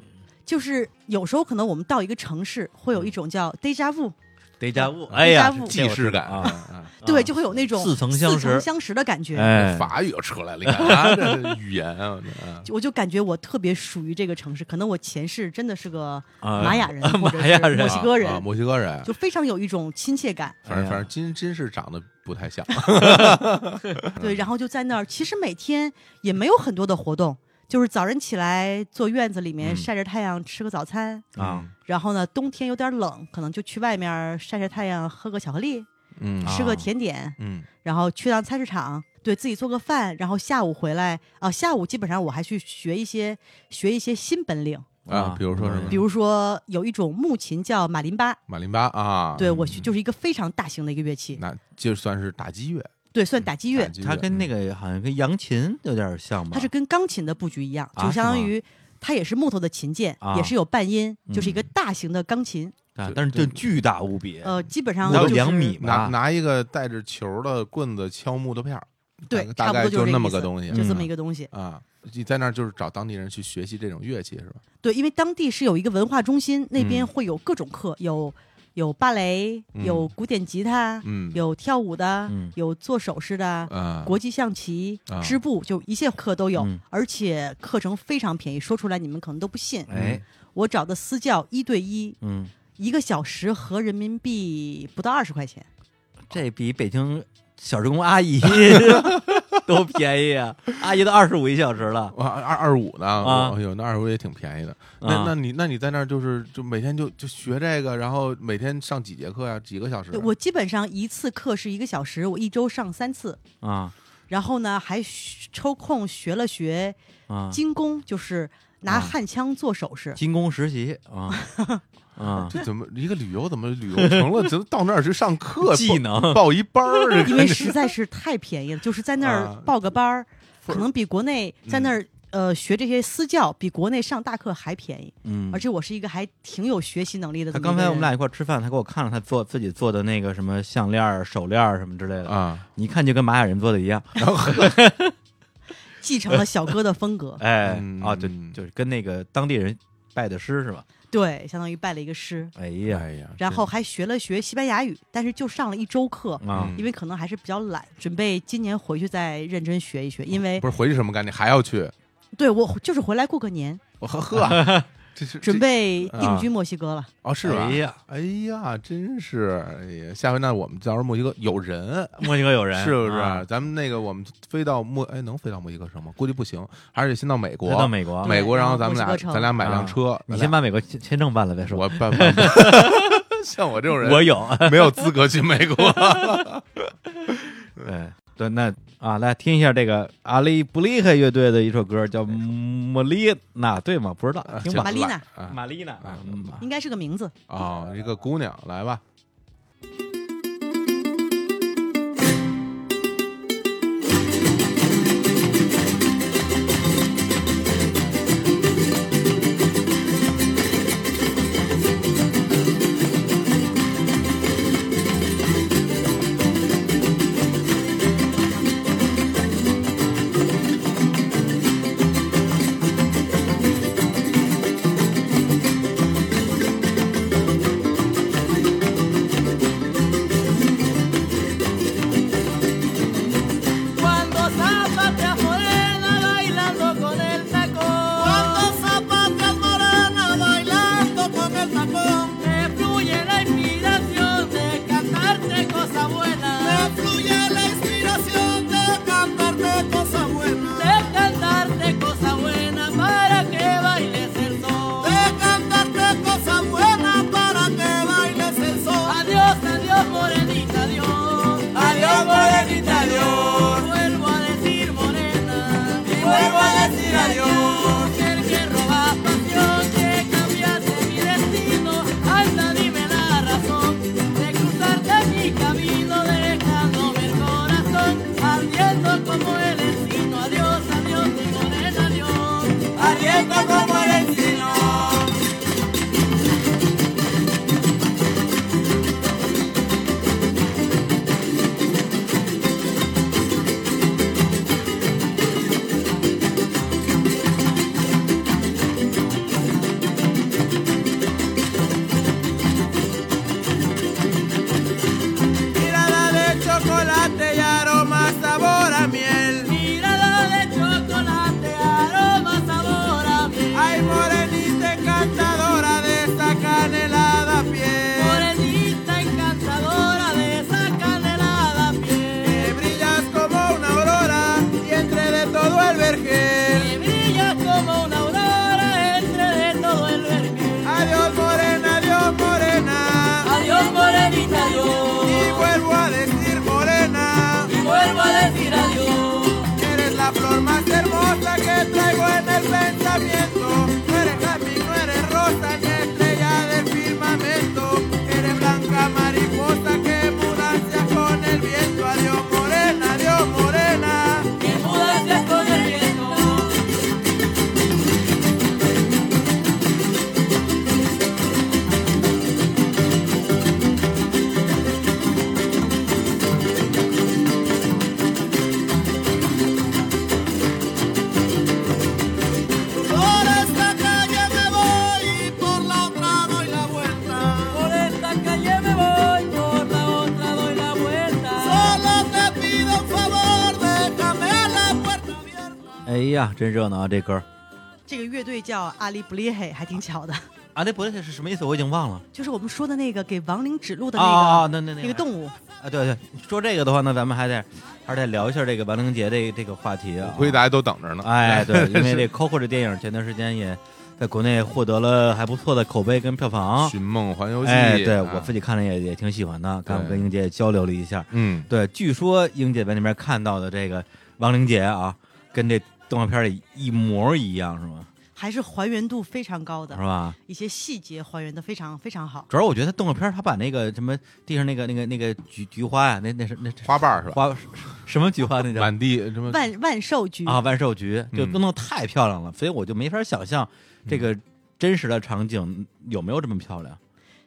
Speaker 3: 就是有时候可能我们到一个城市会有一种叫 deja vu，、
Speaker 1: 得加物，哎呀，
Speaker 3: déjà vu
Speaker 1: 这
Speaker 2: 既
Speaker 1: 我
Speaker 2: 视感
Speaker 1: 啊，
Speaker 2: 啊
Speaker 3: 对，就会有那种
Speaker 1: 似曾相识
Speaker 3: 的感觉。
Speaker 1: 哎，
Speaker 2: 法语又出来了，你 看啊，这这语言啊，这啊
Speaker 3: 就我就感觉我特别属于这个城市，可能我前世真的是个
Speaker 1: 啊
Speaker 3: 玛雅人、
Speaker 1: 啊
Speaker 3: 或者
Speaker 1: 玛雅
Speaker 3: 是
Speaker 1: 人
Speaker 3: 墨西哥人，
Speaker 2: 啊墨西哥人，
Speaker 3: 就非常有一种亲切感。
Speaker 2: 反正
Speaker 1: 哎呀
Speaker 2: 反正真真是长得不太 像，
Speaker 1: 嗯
Speaker 3: 对，然后就在那儿，其实每天也没有很多的活动，就是早晨起来坐院子里面
Speaker 1: 嗯
Speaker 3: 晒着太阳，吃个早餐。
Speaker 1: 啊，
Speaker 3: 然后呢，冬天有点冷，可能就去外面儿晒晒太阳，喝个巧克力，
Speaker 2: 嗯
Speaker 1: 啊
Speaker 3: 吃个甜点，
Speaker 2: 嗯
Speaker 3: 然后去趟菜市场，对自己做个饭，然后下午回来啊、下午基本上我还去学一些学一些新本领，
Speaker 2: 啊，比如说什
Speaker 1: 嗯
Speaker 2: 么
Speaker 3: 比如说有一种木琴叫马林巴，
Speaker 2: 马林巴啊，
Speaker 3: 对
Speaker 1: 嗯
Speaker 3: 我就是一个非常大型的一个乐器，
Speaker 2: 那就算是打击乐，
Speaker 3: 对，算打击乐
Speaker 2: 打，击
Speaker 1: 它
Speaker 2: 乐嗯
Speaker 1: 跟那个好像跟扬琴有点像吧？
Speaker 3: 它是跟钢琴的布局一样，
Speaker 1: 啊
Speaker 3: 就是相当
Speaker 1: 吗
Speaker 3: 于它也是木头的琴键，
Speaker 1: 啊
Speaker 3: 也是有半音，就是一个
Speaker 1: 嗯
Speaker 3: 大型的钢琴，
Speaker 1: 啊
Speaker 2: 对，
Speaker 1: 但是就巨大无比，
Speaker 3: 呃，基本上
Speaker 1: 木头
Speaker 3: 就是
Speaker 1: 两米
Speaker 2: 拿
Speaker 3: 啊
Speaker 1: 吧，
Speaker 2: 拿一个带着球的棍子敲木头片儿，
Speaker 3: 对
Speaker 2: 大
Speaker 3: 差不
Speaker 2: 概
Speaker 3: 多就是是
Speaker 2: 那
Speaker 3: 这
Speaker 2: 么
Speaker 3: 意思
Speaker 2: 个东西
Speaker 3: 就这么
Speaker 1: 嗯
Speaker 3: 一个东西。
Speaker 2: 啊。你在那儿就是找当地人去学习这种乐器是吧？
Speaker 3: 对，因为当地是有一个文化中心，那边
Speaker 2: 嗯
Speaker 3: 会有各种课，有有芭蕾，有古典吉他，
Speaker 2: 嗯
Speaker 3: 有跳舞的，
Speaker 1: 嗯
Speaker 3: 有做首饰的。
Speaker 2: 啊，
Speaker 3: 国际象棋、
Speaker 2: 啊
Speaker 3: 织布，就一切课都有，
Speaker 1: 嗯
Speaker 3: 而且课程非常便宜。说出来你们可能都不信。嗯
Speaker 1: 哎，
Speaker 3: 我找的私教一对一，
Speaker 1: 嗯，
Speaker 3: 一个小时合人民币不到二十块钱。
Speaker 1: 这比北京小时工阿姨 都便宜啊！阿姨都二十五一小时了，
Speaker 2: 哇二二五呢？
Speaker 1: 啊
Speaker 2: 哎呦，那二五也挺便宜的。
Speaker 1: 啊
Speaker 2: 那那你那你在那儿就是就每天就就学这个，然后每天上几节课呀？几个小时
Speaker 1: 啊
Speaker 2: 啊
Speaker 3: 对？我基本上一次课是一个小时，我一周上三次。
Speaker 1: 啊
Speaker 3: 然后呢，还学抽空学了学
Speaker 1: 啊！
Speaker 3: 金工，就是拿
Speaker 1: 啊
Speaker 3: 焊枪做首饰。
Speaker 1: 金工实习啊 啊，
Speaker 2: 这怎么一个旅游怎么旅游成了？怎么到那儿去上课？
Speaker 1: 技
Speaker 2: 报
Speaker 1: 能
Speaker 2: 报一班儿？
Speaker 3: 因为实在是太便宜了，就是在那
Speaker 2: 啊
Speaker 3: 儿报个班儿，
Speaker 2: 不
Speaker 3: 可
Speaker 2: 是
Speaker 3: 能比国内在那儿呃学这些私教比国内上大课还便宜。
Speaker 1: 嗯
Speaker 3: 而。且我是一个还挺有学习能力的这
Speaker 1: 他
Speaker 3: 么
Speaker 1: 刚
Speaker 3: 一个人。
Speaker 1: 才我们俩一块儿吃饭，他给我看了他做自己做的那个什么项链儿、手链儿什么之类的，
Speaker 2: 啊，
Speaker 1: 你一看就跟玛雅人做的一 样。，
Speaker 3: 继承了小哥的风格
Speaker 1: 哎
Speaker 2: 嗯
Speaker 1: 啊，就就是跟那个当地人拜的师是吧？
Speaker 3: 对，相当于拜了一个师，
Speaker 1: 哎呀，
Speaker 2: 哎呀，
Speaker 3: 然后还学了学西班牙语，但是就上了一周课。
Speaker 1: 啊
Speaker 2: 嗯
Speaker 3: 因为可能还是比较懒，准备今年回去再认真学一学。因为
Speaker 2: 不是回去什么概念？还要去？
Speaker 3: 对我就是回来过个年，
Speaker 2: 我呵呵， 这是
Speaker 3: 准
Speaker 2: 这
Speaker 3: 备
Speaker 2: 啊
Speaker 3: 定居墨西哥了。
Speaker 2: 哦是吧
Speaker 1: 哎？呀，
Speaker 2: 哎呀，真是哎呀！下回那我们到时候墨西哥有人，
Speaker 1: 墨西哥有人
Speaker 2: 是不是？
Speaker 1: 啊
Speaker 2: 咱们那个我们飞到墨，哎，能飞到墨西哥城吗？估计不行，还是先到美国。
Speaker 1: 他到美国，啊
Speaker 2: 美国，
Speaker 3: 对
Speaker 2: 然后
Speaker 3: 然
Speaker 2: 咱
Speaker 3: 后
Speaker 2: 们
Speaker 3: 墨
Speaker 2: 俩
Speaker 3: 西哥城
Speaker 2: 咱俩买辆车，
Speaker 1: 你
Speaker 2: 咱
Speaker 1: 先
Speaker 2: 俩
Speaker 1: 把美国签签证办了再说。
Speaker 2: 我 办办。办像我这种人，
Speaker 1: 我 有，
Speaker 2: 没有资格去美国。
Speaker 1: 对哎对，那啊，来听一下这个阿里布里克乐队的一首歌，叫《莫莉娜》，对吗？不知道，听吧
Speaker 3: 玛。丽娜
Speaker 2: 啊
Speaker 1: 玛丽娜
Speaker 2: 啊
Speaker 1: 嗯
Speaker 3: 应该是个名字。
Speaker 2: 啊，一个姑娘，来吧。
Speaker 5: Cuando zapateas morena bailando con el tacón. Cuando zapateas morena bailando con el tacón. Te fluye la inspiración de cantarte cosas buenas. Te fluye la inspiración de cantarte cosas buenas. De cantarte cosas buenas para que bailes el sol. De cantarte cosas buenas para que bailes el sol. Adiós, adiós, morenita, adiós. Adiós, morenita, adiós. Vuelvo a decir morena. Y vuelvo a decir adiós. Que el que roba pasión, que cambiaste mi destino. Anda, dime la razón de cruzarte mi camino, dejándome el corazón ardiendo como el encino. Adiós, adiós, mi morena, adiós. Ardiendo como el encino. Mirada de chocolate y aroma sabor a miel. Mirada de chocolate, aroma sabor a miel. Ay, morenita encantadora de esa canelada piel. Morenita encantadora de esa canelada piel. Que brillas como una aurora y entre de todo el vergel. Que brillas como una aurora entre de todo el vergel. Adiós, morena, adiós, morena. Adiós, morenita, adiós. Y vuelvo a decir, morena. Y vuelvo a decir adiós. Eres la flor más hermosa que traigo en el pensamiento. Tú eres la mi nueva
Speaker 1: 呀，真热闹啊！这歌
Speaker 3: 这个乐队叫阿里布列嘿，还挺巧的，
Speaker 1: 啊，那不是是什么意思？我已经忘了。
Speaker 3: 就是我们说的那个给亡灵指路的那个、
Speaker 1: 啊啊，那那那
Speaker 3: 那个动物。
Speaker 1: 啊，对对，说这个的话呢，咱们还得还是得聊一下这个亡灵节这这个话题啊。
Speaker 2: 估计大家都等着呢。
Speaker 1: 哎，对，因为这《Coco》这电影前段时间也在国内获得了还不错的口碑跟票房。
Speaker 2: 寻梦环游记》
Speaker 1: 啊哎，对
Speaker 2: 啊
Speaker 1: 我自己看了也也挺喜欢的，刚
Speaker 2: 对
Speaker 1: 跟英姐也交流了一下。
Speaker 2: 嗯，
Speaker 1: 对，据说英姐在那边看到的这个亡灵节啊，跟这动画片里一模一样，是吗？
Speaker 3: 还是还原度非常高
Speaker 1: 是
Speaker 3: 的，
Speaker 1: 吧？
Speaker 3: 一些细节还原的非常非常好。
Speaker 1: 主要我觉得它动画片儿它把那个什么地上那个那个那个菊菊花呀、那那是那是
Speaker 2: 花瓣儿是吧？
Speaker 1: 花是什么菊花那叫
Speaker 2: 满地什么
Speaker 3: 万万寿菊
Speaker 1: 嗯啊万寿菊，就
Speaker 2: 嗯
Speaker 1: 都弄太漂亮了，所以我就没法想象这个真实的场景有没有这么漂亮。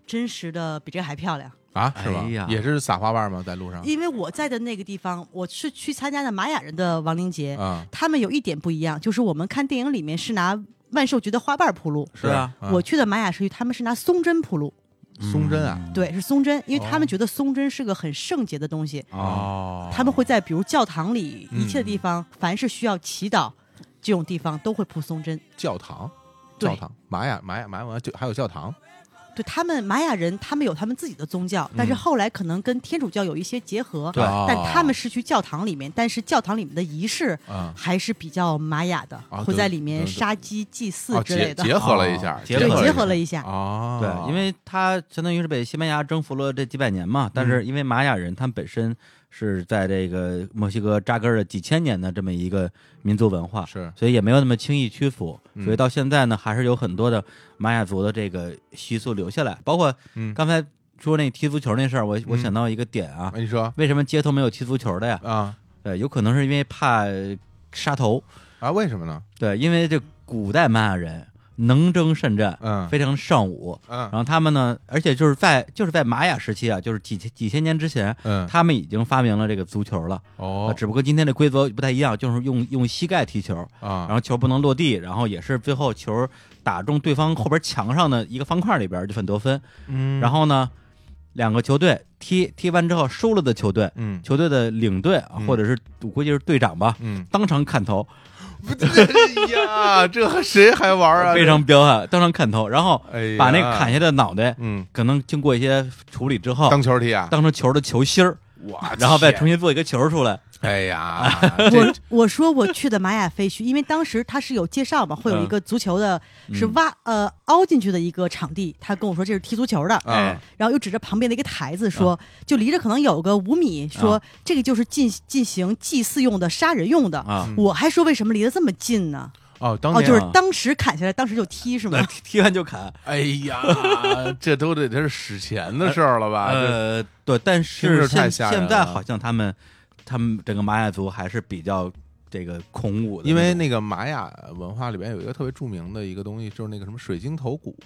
Speaker 3: 真实的比这还漂亮，
Speaker 2: 啊？是吧
Speaker 1: 哎呀？
Speaker 2: 也是撒花瓣吗？在路
Speaker 1: 啊
Speaker 2: 上
Speaker 3: 因为我在的那个地方，我是去参加的玛雅人的亡灵节，
Speaker 2: 啊？
Speaker 3: 他们有一点不一样，就是我们看电影里面是拿万寿菊的花瓣铺路，
Speaker 2: 是
Speaker 1: 对啊嗯
Speaker 3: 我去的玛雅社区他们是拿松针铺路，
Speaker 2: 嗯松针啊？
Speaker 3: 对，是松针，因为他
Speaker 2: 哦
Speaker 3: 们觉得松针是个很圣洁的东西，
Speaker 2: 哦
Speaker 3: 他们会在比如教堂里
Speaker 2: 嗯
Speaker 3: 一切的地方，凡是需要祈祷这种地方都会铺松针。
Speaker 2: 教堂，
Speaker 3: 对
Speaker 2: 教堂，玛雅玛雅玛雅就还有教堂，
Speaker 3: 对他们玛雅人，他们有他们自己的宗教，但是后来可能跟天主教有一些结合，
Speaker 1: 对
Speaker 2: 哦
Speaker 3: 但他们是去教堂里面，但是教堂里面的仪式
Speaker 2: 啊
Speaker 3: 还是比较玛雅的，
Speaker 2: 啊
Speaker 3: 会
Speaker 2: 对
Speaker 3: 在里面
Speaker 2: 对对
Speaker 3: 杀鸡祭祀
Speaker 2: 哦
Speaker 3: 之类
Speaker 2: 结
Speaker 3: 的，
Speaker 2: 结合了一下
Speaker 1: 哦，
Speaker 3: 对，
Speaker 1: 合了一
Speaker 3: 结
Speaker 1: 下
Speaker 3: 合了一下。
Speaker 2: 哦，
Speaker 1: 对，因为它相当于是被西班牙征服了这几百年嘛，但
Speaker 2: 嗯
Speaker 1: 是因为玛雅人他们本身是在这个墨西哥扎根了几千年的这么一个民族文化，
Speaker 2: 是
Speaker 1: 所以也没有那么轻易屈服。
Speaker 2: 嗯
Speaker 1: 所以到现在呢，还是有很多的玛雅族的这个习俗留下来，包括
Speaker 2: 嗯
Speaker 1: 刚才说那踢足球那事儿，我我
Speaker 2: 嗯
Speaker 1: 想到一个点啊，
Speaker 2: 哎你说
Speaker 1: 为什么街头没有踢足球的呀？
Speaker 2: 啊
Speaker 1: 对，呃有可能是因为怕杀头。
Speaker 2: 啊？为什么呢？
Speaker 1: 对，因为这古代玛雅人能征善战，
Speaker 2: 嗯
Speaker 1: 非常尚武。
Speaker 2: 嗯
Speaker 1: 然后他们呢，而且就是在就是在玛雅时期啊，就是几千几千年之前，
Speaker 2: 嗯
Speaker 1: 他们已经发明了这个足球了，呃
Speaker 2: 哦
Speaker 1: 只不过今天的规则不太一样，就是用用膝盖踢球，然
Speaker 2: 啊
Speaker 1: 后球不能落地，然后也是最后球打中对方后边墙上的一个方块里边就算得分。
Speaker 2: 嗯
Speaker 1: 然后呢，两个球队踢踢完之后输了的球队，
Speaker 2: 嗯
Speaker 1: 球队的领队啊
Speaker 2: 嗯
Speaker 1: 或者是我估计是队长吧，
Speaker 2: 嗯，
Speaker 1: 当场砍头，
Speaker 2: 哎呀，这谁还玩啊？
Speaker 1: 非常彪悍，当场砍头，然后
Speaker 2: 哎呀
Speaker 1: 把那个砍下的脑袋，
Speaker 2: 嗯
Speaker 1: 可能经过一些处理之后，
Speaker 2: 当球踢啊，
Speaker 1: 当成球的球芯儿，
Speaker 2: 哇
Speaker 1: 然后再重
Speaker 2: 新
Speaker 1: 新做一个球出 来。
Speaker 2: 哎 呀，
Speaker 3: 我
Speaker 2: 这
Speaker 3: 我说我去的玛雅废墟，因为当时他是有介绍嘛，会有一个足球的，是挖呃凹进去的一个场地。他跟我说这是踢足球的，
Speaker 2: 啊
Speaker 3: 然后又指着旁边的一个台子说，就离着可能有个五米，说、
Speaker 1: 啊
Speaker 3: 这个就是进进行祭祀用的、杀人用的。
Speaker 1: 啊，
Speaker 3: 我还说为什么离得这么近呢？
Speaker 2: 哦，当
Speaker 3: 哦，
Speaker 2: 年
Speaker 3: 就是当时砍下来，当时就踢是吗
Speaker 1: 那？踢踢完就砍。
Speaker 2: 哎呀，这都得这是史前的事儿了吧？啊这
Speaker 1: 呃，对，但
Speaker 2: 听
Speaker 1: 是
Speaker 2: 着太
Speaker 1: 现
Speaker 2: 吓人
Speaker 1: 现在
Speaker 2: 了
Speaker 1: 好像他们他们整个玛雅族还是比较这个孔武的种，
Speaker 2: 因为那个玛雅文化里边有一个特别著名的一个东西，就是那个什么水晶头骨。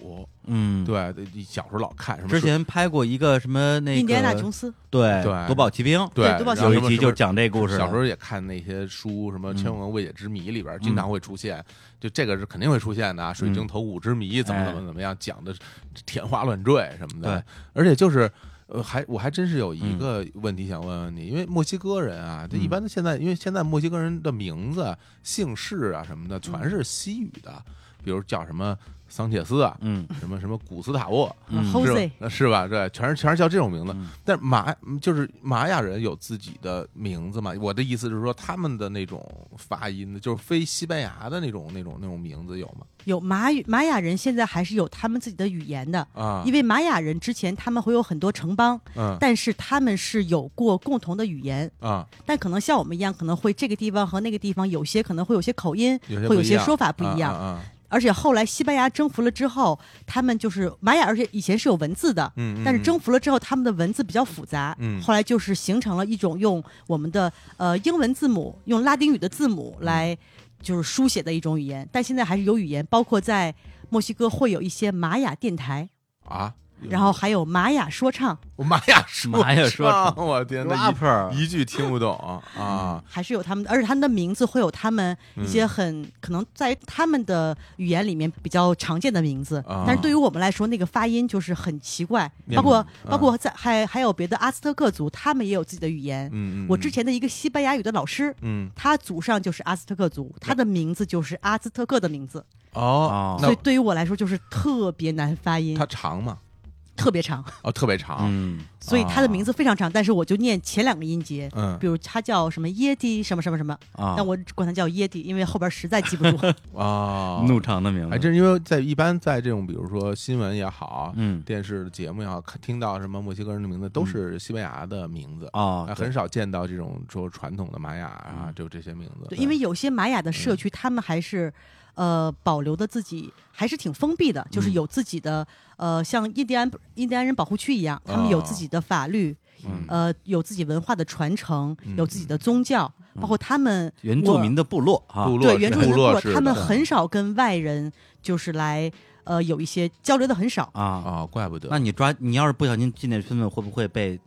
Speaker 1: 嗯，
Speaker 2: 对，你小时候老看什么
Speaker 1: 之
Speaker 2: 水
Speaker 1: 前拍过一个什么那个
Speaker 3: 印第安纳琼
Speaker 1: 啊
Speaker 3: 斯，
Speaker 1: 对
Speaker 2: 对
Speaker 1: 夺宝奇兵，
Speaker 2: 对
Speaker 3: 对夺宝
Speaker 2: 然后
Speaker 1: 有
Speaker 2: 什
Speaker 1: 一
Speaker 2: 么
Speaker 1: 集
Speaker 2: 什么
Speaker 1: 就讲这故事了。
Speaker 2: 小时候也看那些书，什
Speaker 1: 嗯
Speaker 2: 么《千王未解之谜》里边经常会出现，就这个是肯定会出现的啊，水
Speaker 1: 嗯
Speaker 2: 晶头骨之谜怎么怎么怎么样，讲的天花乱坠什么的
Speaker 1: 哎对。嗯
Speaker 2: 而且就是，呃，还我还真是有一个问题想问问你，因为墨西哥人啊，这一般的现在，因为现在墨西哥人的名字、姓氏啊什么的
Speaker 1: 嗯
Speaker 2: 全是西语的，比如叫什么桑切斯啊，
Speaker 1: 嗯，
Speaker 2: 什么什么古斯塔沃，
Speaker 1: 嗯
Speaker 3: 啊 Jose
Speaker 2: 是吧呃是吧？对，全是全是叫这种名字。
Speaker 1: 嗯
Speaker 2: 但玛就是玛雅人有自己的名字嘛？我的意思是说，他们的那种发音，就是非西班牙的那种那种那种名字有吗？
Speaker 3: 有玛语玛雅人现在还是有他们自己的语言的，
Speaker 2: 啊，
Speaker 3: 因为玛雅人之前他们会有很多城邦，
Speaker 2: 嗯
Speaker 3: 但是他们是有过共同的语言，
Speaker 2: 啊，
Speaker 3: 但可能像我们一样，可能会这个地方和那个地方有些可能会有些口音，
Speaker 2: 有些
Speaker 3: 会
Speaker 2: 不
Speaker 3: 有
Speaker 2: 一
Speaker 3: 些
Speaker 2: 样
Speaker 3: 说法不一样。
Speaker 2: 啊啊啊
Speaker 3: 而且后来西班牙征服了之后，他们就是玛雅，而且以前是有文字的，
Speaker 2: 嗯嗯
Speaker 3: 但是征服了之后，他们的文字比较复杂，
Speaker 2: 嗯
Speaker 3: 后来就是形成了一种用我们的呃英文字母，用拉丁语的字母来就是书写的一种语言，但现在还是有语言，包括在墨西哥会有一些玛雅电台，
Speaker 2: 啊，
Speaker 3: 然后还有玛雅说唱，
Speaker 2: 我玛雅说
Speaker 1: 玛雅说
Speaker 2: 唱，我天哪，一
Speaker 1: rapper
Speaker 2: 一句听不懂啊！
Speaker 3: 还是有他们的，而且他们的名字会有他们
Speaker 2: 嗯
Speaker 3: 一些很、可能在他们的语言里面比较常见的名字，
Speaker 2: 啊
Speaker 3: 但是对于我们来说，那个发音就是很奇怪。
Speaker 2: 明白
Speaker 3: 包括
Speaker 2: 嗯
Speaker 3: 包括在还还有别的阿斯特克族，他们也有自己的语言。
Speaker 2: 嗯，嗯
Speaker 3: 我之前的一个西班牙语的老师，
Speaker 2: 嗯
Speaker 3: 他祖上就是阿斯特克族，他的名字就是阿兹特克的名字，
Speaker 2: 哦
Speaker 1: 哦，
Speaker 2: 那
Speaker 3: 所以对于我来说就是特别难发音
Speaker 2: 它，长吗？
Speaker 3: 特别长，
Speaker 2: 哦，特别长，
Speaker 1: 嗯，
Speaker 3: 所以他的名字非常长，但是我就念前两个音节。
Speaker 2: 啊嗯
Speaker 3: 比如他叫什么耶迪什么什么什么，
Speaker 1: 啊，
Speaker 3: 但我只管他叫耶迪，因为后边实在记不住。
Speaker 2: 哦，
Speaker 1: 怒长的名字，
Speaker 2: 哎，这是因为在一般在这种比如说新闻也好，
Speaker 1: 嗯
Speaker 2: 电视节目也好，看听到什么墨西哥人的名字都是西班牙的名字，
Speaker 1: 哦对
Speaker 2: 啊，，
Speaker 1: 嗯
Speaker 2: 很少见到这种说传统的玛雅啊，就这些名字。
Speaker 3: 对，因为有些玛雅的
Speaker 2: 嗯
Speaker 3: 社区，他们还是呃保留的自己还是挺封闭的，就是
Speaker 2: 嗯
Speaker 3: 有自己的呃像印第安印第安人保护区一样，他们有自己的法律，
Speaker 2: 哦嗯
Speaker 3: 呃有自己文化的传承
Speaker 2: 嗯，
Speaker 3: 有自己的宗教，包括他们
Speaker 1: 原住
Speaker 3: 我
Speaker 1: 民的部落啊，
Speaker 2: 部落
Speaker 3: 对
Speaker 2: 是
Speaker 3: 原住民
Speaker 2: 部
Speaker 3: 部
Speaker 2: 落
Speaker 3: 落，
Speaker 2: 是
Speaker 3: 他们
Speaker 2: 的
Speaker 3: 很少跟外人就是来呃有一些交流的 很少。
Speaker 1: 啊，
Speaker 2: 哦，怪不
Speaker 1: 那
Speaker 2: 得，
Speaker 1: 你抓你要是不小心进那村子，会不会被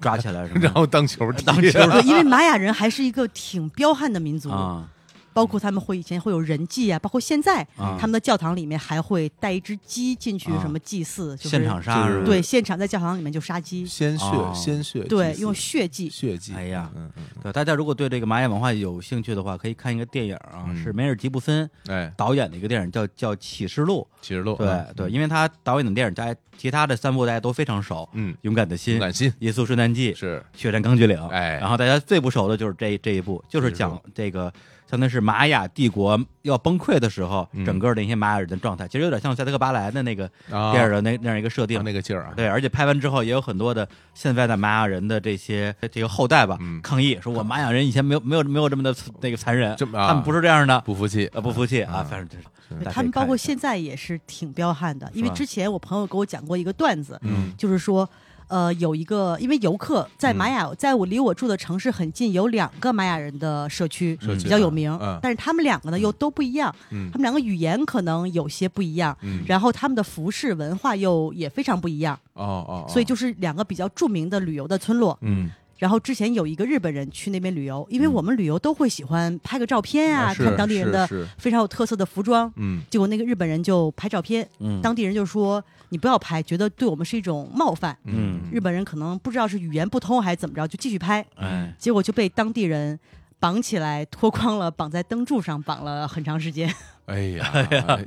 Speaker 1: 抓起来什么的？
Speaker 2: 然后当球踢，
Speaker 1: 当球
Speaker 3: 对，因为玛雅人还是一个挺彪悍的民族，
Speaker 1: 啊，
Speaker 3: 包括他们会以前会有人祭啊，包括现在、
Speaker 1: 啊
Speaker 3: 他们的教堂里面还会带一只鸡进去
Speaker 1: 啊
Speaker 3: 什么祭祀，就是
Speaker 1: 现场杀啊
Speaker 2: 就是
Speaker 1: 是吧？
Speaker 3: 对，现场在教堂里面就杀鸡，
Speaker 2: 鲜血
Speaker 1: 哦
Speaker 2: 鲜血祭祀，
Speaker 3: 对，用血祭。
Speaker 2: 血祭。
Speaker 1: 哎呀
Speaker 2: 嗯嗯，嗯
Speaker 1: 对，大家如果对这个玛雅文化有兴趣的话，可以看一个电影啊，
Speaker 2: 嗯
Speaker 1: 是梅尔吉布森
Speaker 2: 哎，
Speaker 1: 导演的一个电影，叫叫《启示录
Speaker 2: 启示录，》。
Speaker 1: 对
Speaker 2: 嗯
Speaker 1: 对，因为他导演的电影，大家其他的三部大家都非常熟，
Speaker 2: 嗯，
Speaker 1: 勇敢的心》
Speaker 2: 勇敢心
Speaker 1: 《耶稣圣诞记》《
Speaker 2: 是
Speaker 1: 血战钢锯岭》。
Speaker 2: 哎
Speaker 1: 然后大家最不熟的就是这这一部，就是
Speaker 2: 启
Speaker 1: 讲这个相当于是玛雅帝国要崩溃的时候，
Speaker 2: 嗯
Speaker 1: 整个的一些玛雅人的状态，其实有点像塞德克巴莱的那个
Speaker 2: 啊，
Speaker 1: 电影的那那样一个设定
Speaker 2: 啊。那个劲儿啊，
Speaker 1: 对，而且拍完之后也有很多的现在的玛雅人的这些这个后代吧，
Speaker 2: 嗯
Speaker 1: 抗议说我玛雅人以前没有没有没有这么的那个残忍，
Speaker 2: 这么啊
Speaker 1: 他们不是这样的，
Speaker 2: 不服气
Speaker 1: 呃不服气啊，
Speaker 2: 啊
Speaker 1: 反正就是
Speaker 2: 对
Speaker 1: 大家可以
Speaker 3: 他们包括
Speaker 1: 看一下
Speaker 3: 现在也是挺彪悍的，因为
Speaker 1: 吧
Speaker 3: 之前我朋友给我讲过一个段子，
Speaker 2: 嗯
Speaker 3: 就是说，呃，有一个因为游客在玛雅，在我离我住的城市很近，有两个玛雅人的社区
Speaker 2: 社区
Speaker 3: 比较有
Speaker 2: 嗯
Speaker 3: 名
Speaker 2: 嗯，
Speaker 3: 但是他们两个呢又都不一样，
Speaker 2: 嗯
Speaker 3: 他们两个语言可能有些不一样，
Speaker 2: 嗯，
Speaker 3: 然后他们的服饰文化又也非常不一样，
Speaker 2: 哦哦，哦
Speaker 3: 所以就是两个比较著名的旅游的村落。
Speaker 2: 嗯
Speaker 3: 然后之前有一个日本人去那边旅游，因为我们旅游都会喜欢拍个照片
Speaker 2: 啊
Speaker 3: 啊，
Speaker 2: 是
Speaker 3: 看当地人的
Speaker 2: 是是
Speaker 3: 非常有特色的服装。
Speaker 2: 嗯
Speaker 3: 结果那个日本人就拍照片，
Speaker 1: 嗯
Speaker 3: 当地人就说你不要拍，觉得对我们是一种冒犯。
Speaker 1: 嗯
Speaker 3: 日本人可能不知道是语言不通还是怎么着，就继续拍，
Speaker 1: 哎
Speaker 3: 结果就被当地人绑起来脱光了，绑在灯柱上绑了很长时间。
Speaker 2: 哎 呀，哎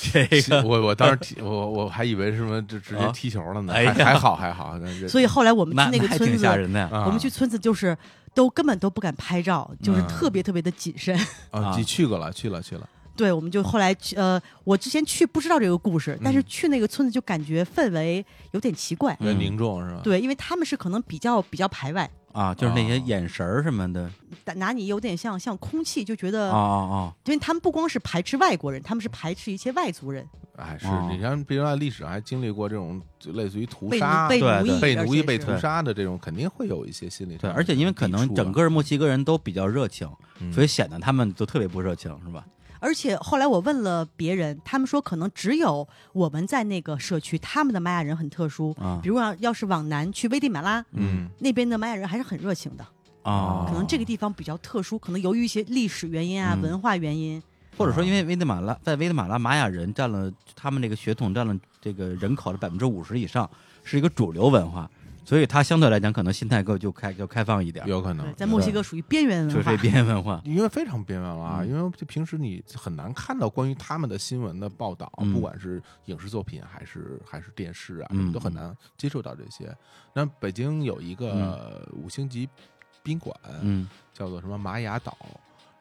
Speaker 1: 这
Speaker 2: 这
Speaker 1: 个
Speaker 2: 我我当时踢我我还以为是什么就直接
Speaker 1: 啊
Speaker 2: 踢球了呢，
Speaker 1: 哎
Speaker 2: 还
Speaker 1: 呀
Speaker 2: 还好还好，那这
Speaker 3: 所以后来我们
Speaker 1: 那
Speaker 3: 去那个
Speaker 1: 还
Speaker 3: 村
Speaker 1: 挺
Speaker 3: 子，
Speaker 1: 吓人的呀，
Speaker 2: 啊
Speaker 3: 我们去村子就是都根本都不敢拍照，就是特别特别的谨慎。
Speaker 2: 啊，
Speaker 1: 啊
Speaker 2: 你去过了，去了去了，
Speaker 3: 对，我们就后来去，呃，我之前去不知道这个故事，但是
Speaker 2: 嗯
Speaker 3: 去那个村子就感觉氛围有点奇怪。
Speaker 1: 嗯
Speaker 2: 有点凝重是吧？
Speaker 3: 对，因为他们是可能比较比较排外，
Speaker 1: 啊，就是那些
Speaker 2: 哦
Speaker 1: 眼神儿什么的，
Speaker 3: 打拿你有点像像空气，就觉
Speaker 1: 哦
Speaker 2: 啊
Speaker 3: 得，
Speaker 1: 哦
Speaker 3: 因为他们不光是排斥外国人，他们是排斥一切外族人，
Speaker 2: 哎，是
Speaker 1: 哦
Speaker 2: 你看，比如在历史上还经历过这种就类似于屠
Speaker 3: 被
Speaker 2: 杀、
Speaker 3: 奴被
Speaker 1: 对
Speaker 3: 奴
Speaker 1: 对
Speaker 3: 役，
Speaker 2: 被
Speaker 3: 而
Speaker 2: 奴
Speaker 3: 且
Speaker 2: 役、被
Speaker 3: 是
Speaker 2: 屠杀的这种，肯定会有一些心理
Speaker 1: 哦，对，
Speaker 2: 上的
Speaker 1: 而且因为可
Speaker 2: 抵触
Speaker 1: 能
Speaker 2: 啊
Speaker 1: 整个墨西哥人都比较热情，
Speaker 2: 嗯
Speaker 1: 所以显得他们就特别不热情，是吧？
Speaker 3: 而且后来我问了别人，他们说可能只有我们在那个社区，他们的玛雅人很特殊。
Speaker 1: 啊
Speaker 3: 比如要要是往南去危地马拉，
Speaker 2: 嗯
Speaker 3: 那边的玛雅人还是很热情的。
Speaker 1: 啊，
Speaker 2: 哦
Speaker 3: 可能这个地方比较特殊，可能由于一些历史原因啊、
Speaker 1: 嗯
Speaker 3: 文化原因，
Speaker 1: 或
Speaker 2: 哦
Speaker 1: 者说因为危地马拉在危地马拉玛雅人占了他们这个血统占了这个人口的百分之五十以上，是一个主流文化，所以它相对来讲可能心态够就开就开放一点儿，
Speaker 2: 有可
Speaker 3: 对
Speaker 2: 能，
Speaker 3: 在墨西哥属于边缘
Speaker 1: 就
Speaker 3: 文
Speaker 1: 这
Speaker 3: 化。
Speaker 1: 边缘文 化。
Speaker 2: 因为非常边缘了啊，
Speaker 1: 嗯
Speaker 2: 因为就平时你很难看到关于他们的新闻的报道，
Speaker 1: 嗯
Speaker 2: 不管是影视作品还是还是电视啊，
Speaker 1: 嗯
Speaker 2: 什么都很难接触到这些。那北京有一个五星级宾馆，
Speaker 1: 嗯，
Speaker 2: 叫做什么玛雅岛，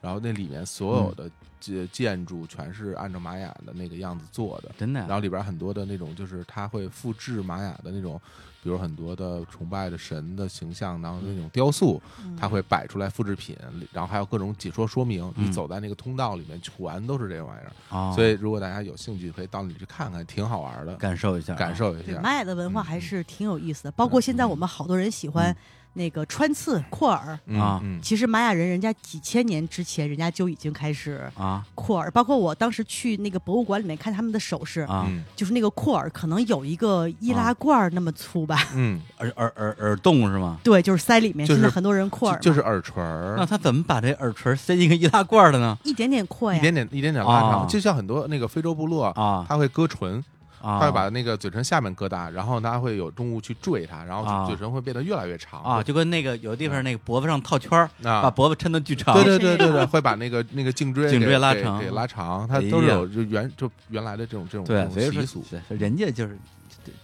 Speaker 2: 然后那里面所
Speaker 1: 嗯
Speaker 2: 有的建建筑全是按照玛雅的那个样子做的。
Speaker 1: 真的
Speaker 2: 然
Speaker 1: 啊、
Speaker 2: 后里边很多的那种，就是它会复制玛雅的那种，比如很多的崇拜的神的形象，然后那种雕塑，
Speaker 3: 嗯
Speaker 2: 他会摆出来复制品，然后还有各种解说说明。
Speaker 1: 嗯
Speaker 2: 你走在那个通道里面，全都是这玩意儿。
Speaker 1: 哦
Speaker 2: 所以，如果大家有兴趣，可以到那里去看看，挺好玩的，
Speaker 1: 感受一下啊，
Speaker 2: 感受一
Speaker 3: 对
Speaker 2: 下。嗯
Speaker 3: 玛雅的文化还是挺有意思的，包括现在我们好多人喜欢那个穿刺、扩耳。
Speaker 2: 嗯
Speaker 1: 啊
Speaker 2: 嗯
Speaker 3: 其实玛雅人人家几千年之前，人家就已经开始
Speaker 1: 啊
Speaker 3: 扩耳，包括我当时去那个博物馆里面看他们的首饰，
Speaker 1: 啊，
Speaker 2: 嗯
Speaker 3: 就是那个扩耳可能有一个易
Speaker 2: 啊
Speaker 3: 拉罐儿那么粗吧。
Speaker 2: 嗯，
Speaker 1: 耳耳耳耳洞是吗？
Speaker 3: 对，就是塞里面。
Speaker 2: 就是
Speaker 3: 现在很多人扩耳
Speaker 2: 就就
Speaker 3: 嘛，
Speaker 2: 是耳垂
Speaker 1: 那
Speaker 2: 儿，
Speaker 1: 他怎么把这耳垂塞进一个易拉罐的呢？
Speaker 3: 一点点扩
Speaker 2: 一
Speaker 3: 呀。
Speaker 2: 点点一点点拉
Speaker 1: 啊
Speaker 2: 长，就像很多那个非洲部落，
Speaker 1: 啊
Speaker 2: 他会割唇，
Speaker 1: 啊，
Speaker 2: 他会把那个嘴唇下面割大，然后他会有重物去坠它，然
Speaker 1: 啊
Speaker 2: 后嘴唇会变得越来越长
Speaker 1: 啊，就跟那个有的地方那个脖子上套圈儿，
Speaker 2: 嗯啊
Speaker 1: 把脖子抻得巨长。
Speaker 2: 对对对对对，会把那个那个颈椎
Speaker 1: 颈椎
Speaker 2: 给
Speaker 1: 拉
Speaker 2: 给
Speaker 1: 长
Speaker 2: 给拉长，它
Speaker 1: 哎呀
Speaker 2: 都是有就原就原来的这种这种
Speaker 1: 对
Speaker 2: 这
Speaker 1: 所以
Speaker 2: 种习
Speaker 1: 说
Speaker 2: 俗，
Speaker 1: 对人家就是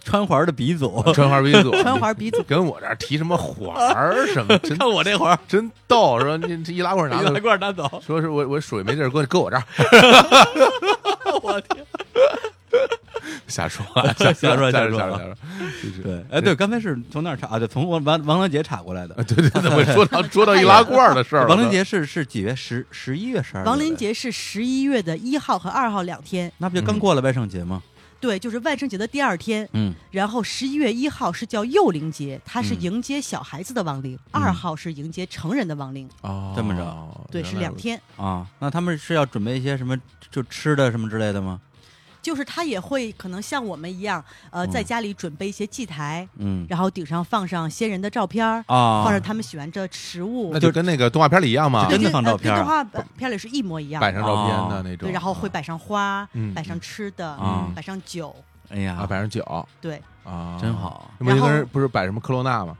Speaker 1: 穿环的鼻祖。
Speaker 2: 穿花鼻祖，
Speaker 3: 穿环鼻祖，
Speaker 2: 跟我这儿提什么环 儿什么， 真
Speaker 1: 看我这会儿，
Speaker 2: 真逗，说你这易拉 罐拿
Speaker 1: 易拉
Speaker 2: 走，
Speaker 1: 罐拿走，
Speaker 2: 说是我我水没地儿搁，搁我这儿，
Speaker 1: 我天！
Speaker 2: 瞎说
Speaker 1: 瞎
Speaker 2: 瞎
Speaker 1: 说
Speaker 2: 说
Speaker 1: 瞎
Speaker 2: 瞎
Speaker 1: 说
Speaker 2: 瞎瞎说， 就是
Speaker 1: 对，哎，对，刚才是从那儿查啊，对，从王王王兰杰查过来的
Speaker 2: 啊。对对对，我说到说到易拉罐的事儿了，
Speaker 1: 哎王林杰是是几月十十一月十二？
Speaker 3: 王林，节是十一月的一号和二号两天，
Speaker 1: 那
Speaker 2: 嗯
Speaker 1: 不就刚过了万圣节吗？
Speaker 3: 对，就是万圣节的第二天。
Speaker 1: 嗯，
Speaker 3: 然后十一月一号是叫幼灵节，它是
Speaker 1: 嗯
Speaker 3: 迎接小孩子的亡灵；二、号是迎接成人的亡灵，
Speaker 2: 哦
Speaker 1: 这么着
Speaker 3: 对，是两，天。
Speaker 1: 啊，那他们是要准备一些什么就吃的什么之类的吗？
Speaker 3: 就是他也会可能像我们一样，呃，
Speaker 1: 嗯
Speaker 3: 在家里准备一些祭台，
Speaker 1: 嗯
Speaker 3: 然后顶上放上先人的照片儿，
Speaker 1: 啊，
Speaker 3: 放上他们喜欢的食物，
Speaker 2: 那就跟那个动画片里一样嘛
Speaker 1: 就，真的
Speaker 3: 跟
Speaker 1: 放
Speaker 3: 呃
Speaker 1: 照片儿
Speaker 3: 跟动画片里是一模一样。
Speaker 2: 摆上照片
Speaker 1: 哦
Speaker 2: 的那种，
Speaker 3: 对，然后会摆上花，
Speaker 2: 嗯
Speaker 3: 摆上吃的，
Speaker 1: 嗯
Speaker 3: 摆上酒，
Speaker 1: 哎呀，
Speaker 2: 啊摆上酒
Speaker 3: 对，
Speaker 2: 啊，
Speaker 1: 真。好，
Speaker 2: 那不就
Speaker 3: 然
Speaker 2: 跟
Speaker 3: 后
Speaker 2: 不是摆什么科罗娜吗？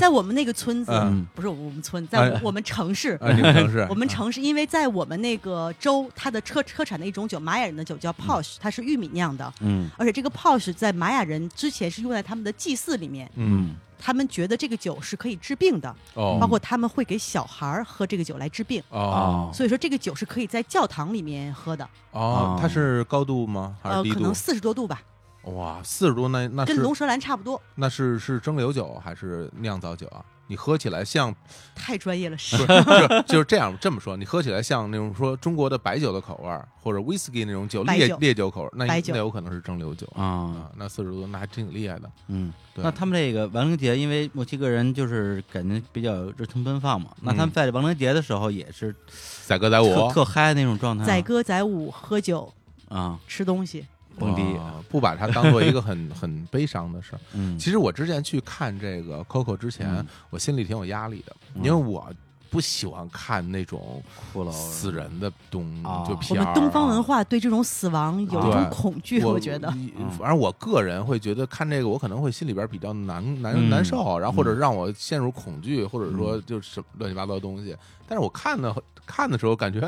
Speaker 3: 在我们那个村子，
Speaker 2: 嗯
Speaker 3: 不是我们村，在我
Speaker 2: 哎
Speaker 3: 我们城市，
Speaker 2: 啊，你们城市
Speaker 3: 我们城市，因为在我们那个州，它的车车产的一种酒，玛雅人的酒
Speaker 2: 嗯
Speaker 3: 叫 posh，它是玉米酿的，
Speaker 1: 嗯
Speaker 3: 而且这个 posh 在玛雅人之前是用在他们的祭祀里面，
Speaker 2: 嗯
Speaker 3: 他们觉得这个酒是可以治病的，
Speaker 2: 哦
Speaker 3: 包括他们会给小孩儿喝这个酒来治病，
Speaker 2: 哦
Speaker 1: 啊，
Speaker 3: 所以说这个酒是可以在教堂里面喝的，
Speaker 2: 哦
Speaker 1: 啊，
Speaker 2: 它是高度吗？还
Speaker 3: 呃，
Speaker 2: 是低
Speaker 3: 可
Speaker 2: 度
Speaker 3: 能？四十多度吧，
Speaker 2: 哇，四十度那那
Speaker 3: 跟
Speaker 2: 是
Speaker 3: 龙舌兰差不多，
Speaker 2: 那是是蒸馏酒还是酿造酒啊？你喝起来像
Speaker 3: 太专业了，是
Speaker 2: 不是啊就是就是这样这么说，你喝起来像那种说中国的白酒的口味儿，或者 whisky 那种酒
Speaker 3: 白
Speaker 2: 烈
Speaker 3: 酒
Speaker 2: 烈酒口味儿，那
Speaker 3: 白酒
Speaker 2: 那有可能是蒸馏酒
Speaker 1: 啊
Speaker 2: 啊。那四十度那还挺厉害的，
Speaker 1: 嗯，
Speaker 2: 对
Speaker 1: 那他们这个亡灵节，因为墨西哥人就是感觉比较热情奔放
Speaker 2: 嗯
Speaker 1: 嘛，那他们在亡灵节的时候也是
Speaker 2: 载歌载
Speaker 1: 特
Speaker 2: 舞，哦
Speaker 1: 特嗨那种状态吗，
Speaker 3: 载歌载舞、喝酒、
Speaker 1: 啊，
Speaker 3: 吃东西，
Speaker 1: 蹦迪，
Speaker 2: 哇，啊不把它当做一个很很悲伤的事儿。
Speaker 1: 嗯，
Speaker 2: 其实我之前去看这个 Coco 之前
Speaker 1: 嗯，
Speaker 2: 我心里挺有压力的，
Speaker 1: 嗯
Speaker 2: 因为我不喜欢看那种
Speaker 1: 骷髅
Speaker 2: 死人的东
Speaker 1: 啊
Speaker 2: 就
Speaker 3: 我
Speaker 2: 片
Speaker 3: 们
Speaker 2: 儿
Speaker 3: 东方
Speaker 2: 啊
Speaker 3: 文化对这种死亡有一种
Speaker 2: 对
Speaker 3: 恐惧，
Speaker 2: 我
Speaker 3: 我觉得。
Speaker 2: 你
Speaker 1: 嗯
Speaker 2: 反正我个人会觉得看这个，我可能会心里边比较难
Speaker 1: 嗯
Speaker 2: 难难受，啊然后或者
Speaker 1: 嗯
Speaker 2: 让我陷入恐惧，或者说就是什么乱七八糟的东西。但是我看的看的时候感觉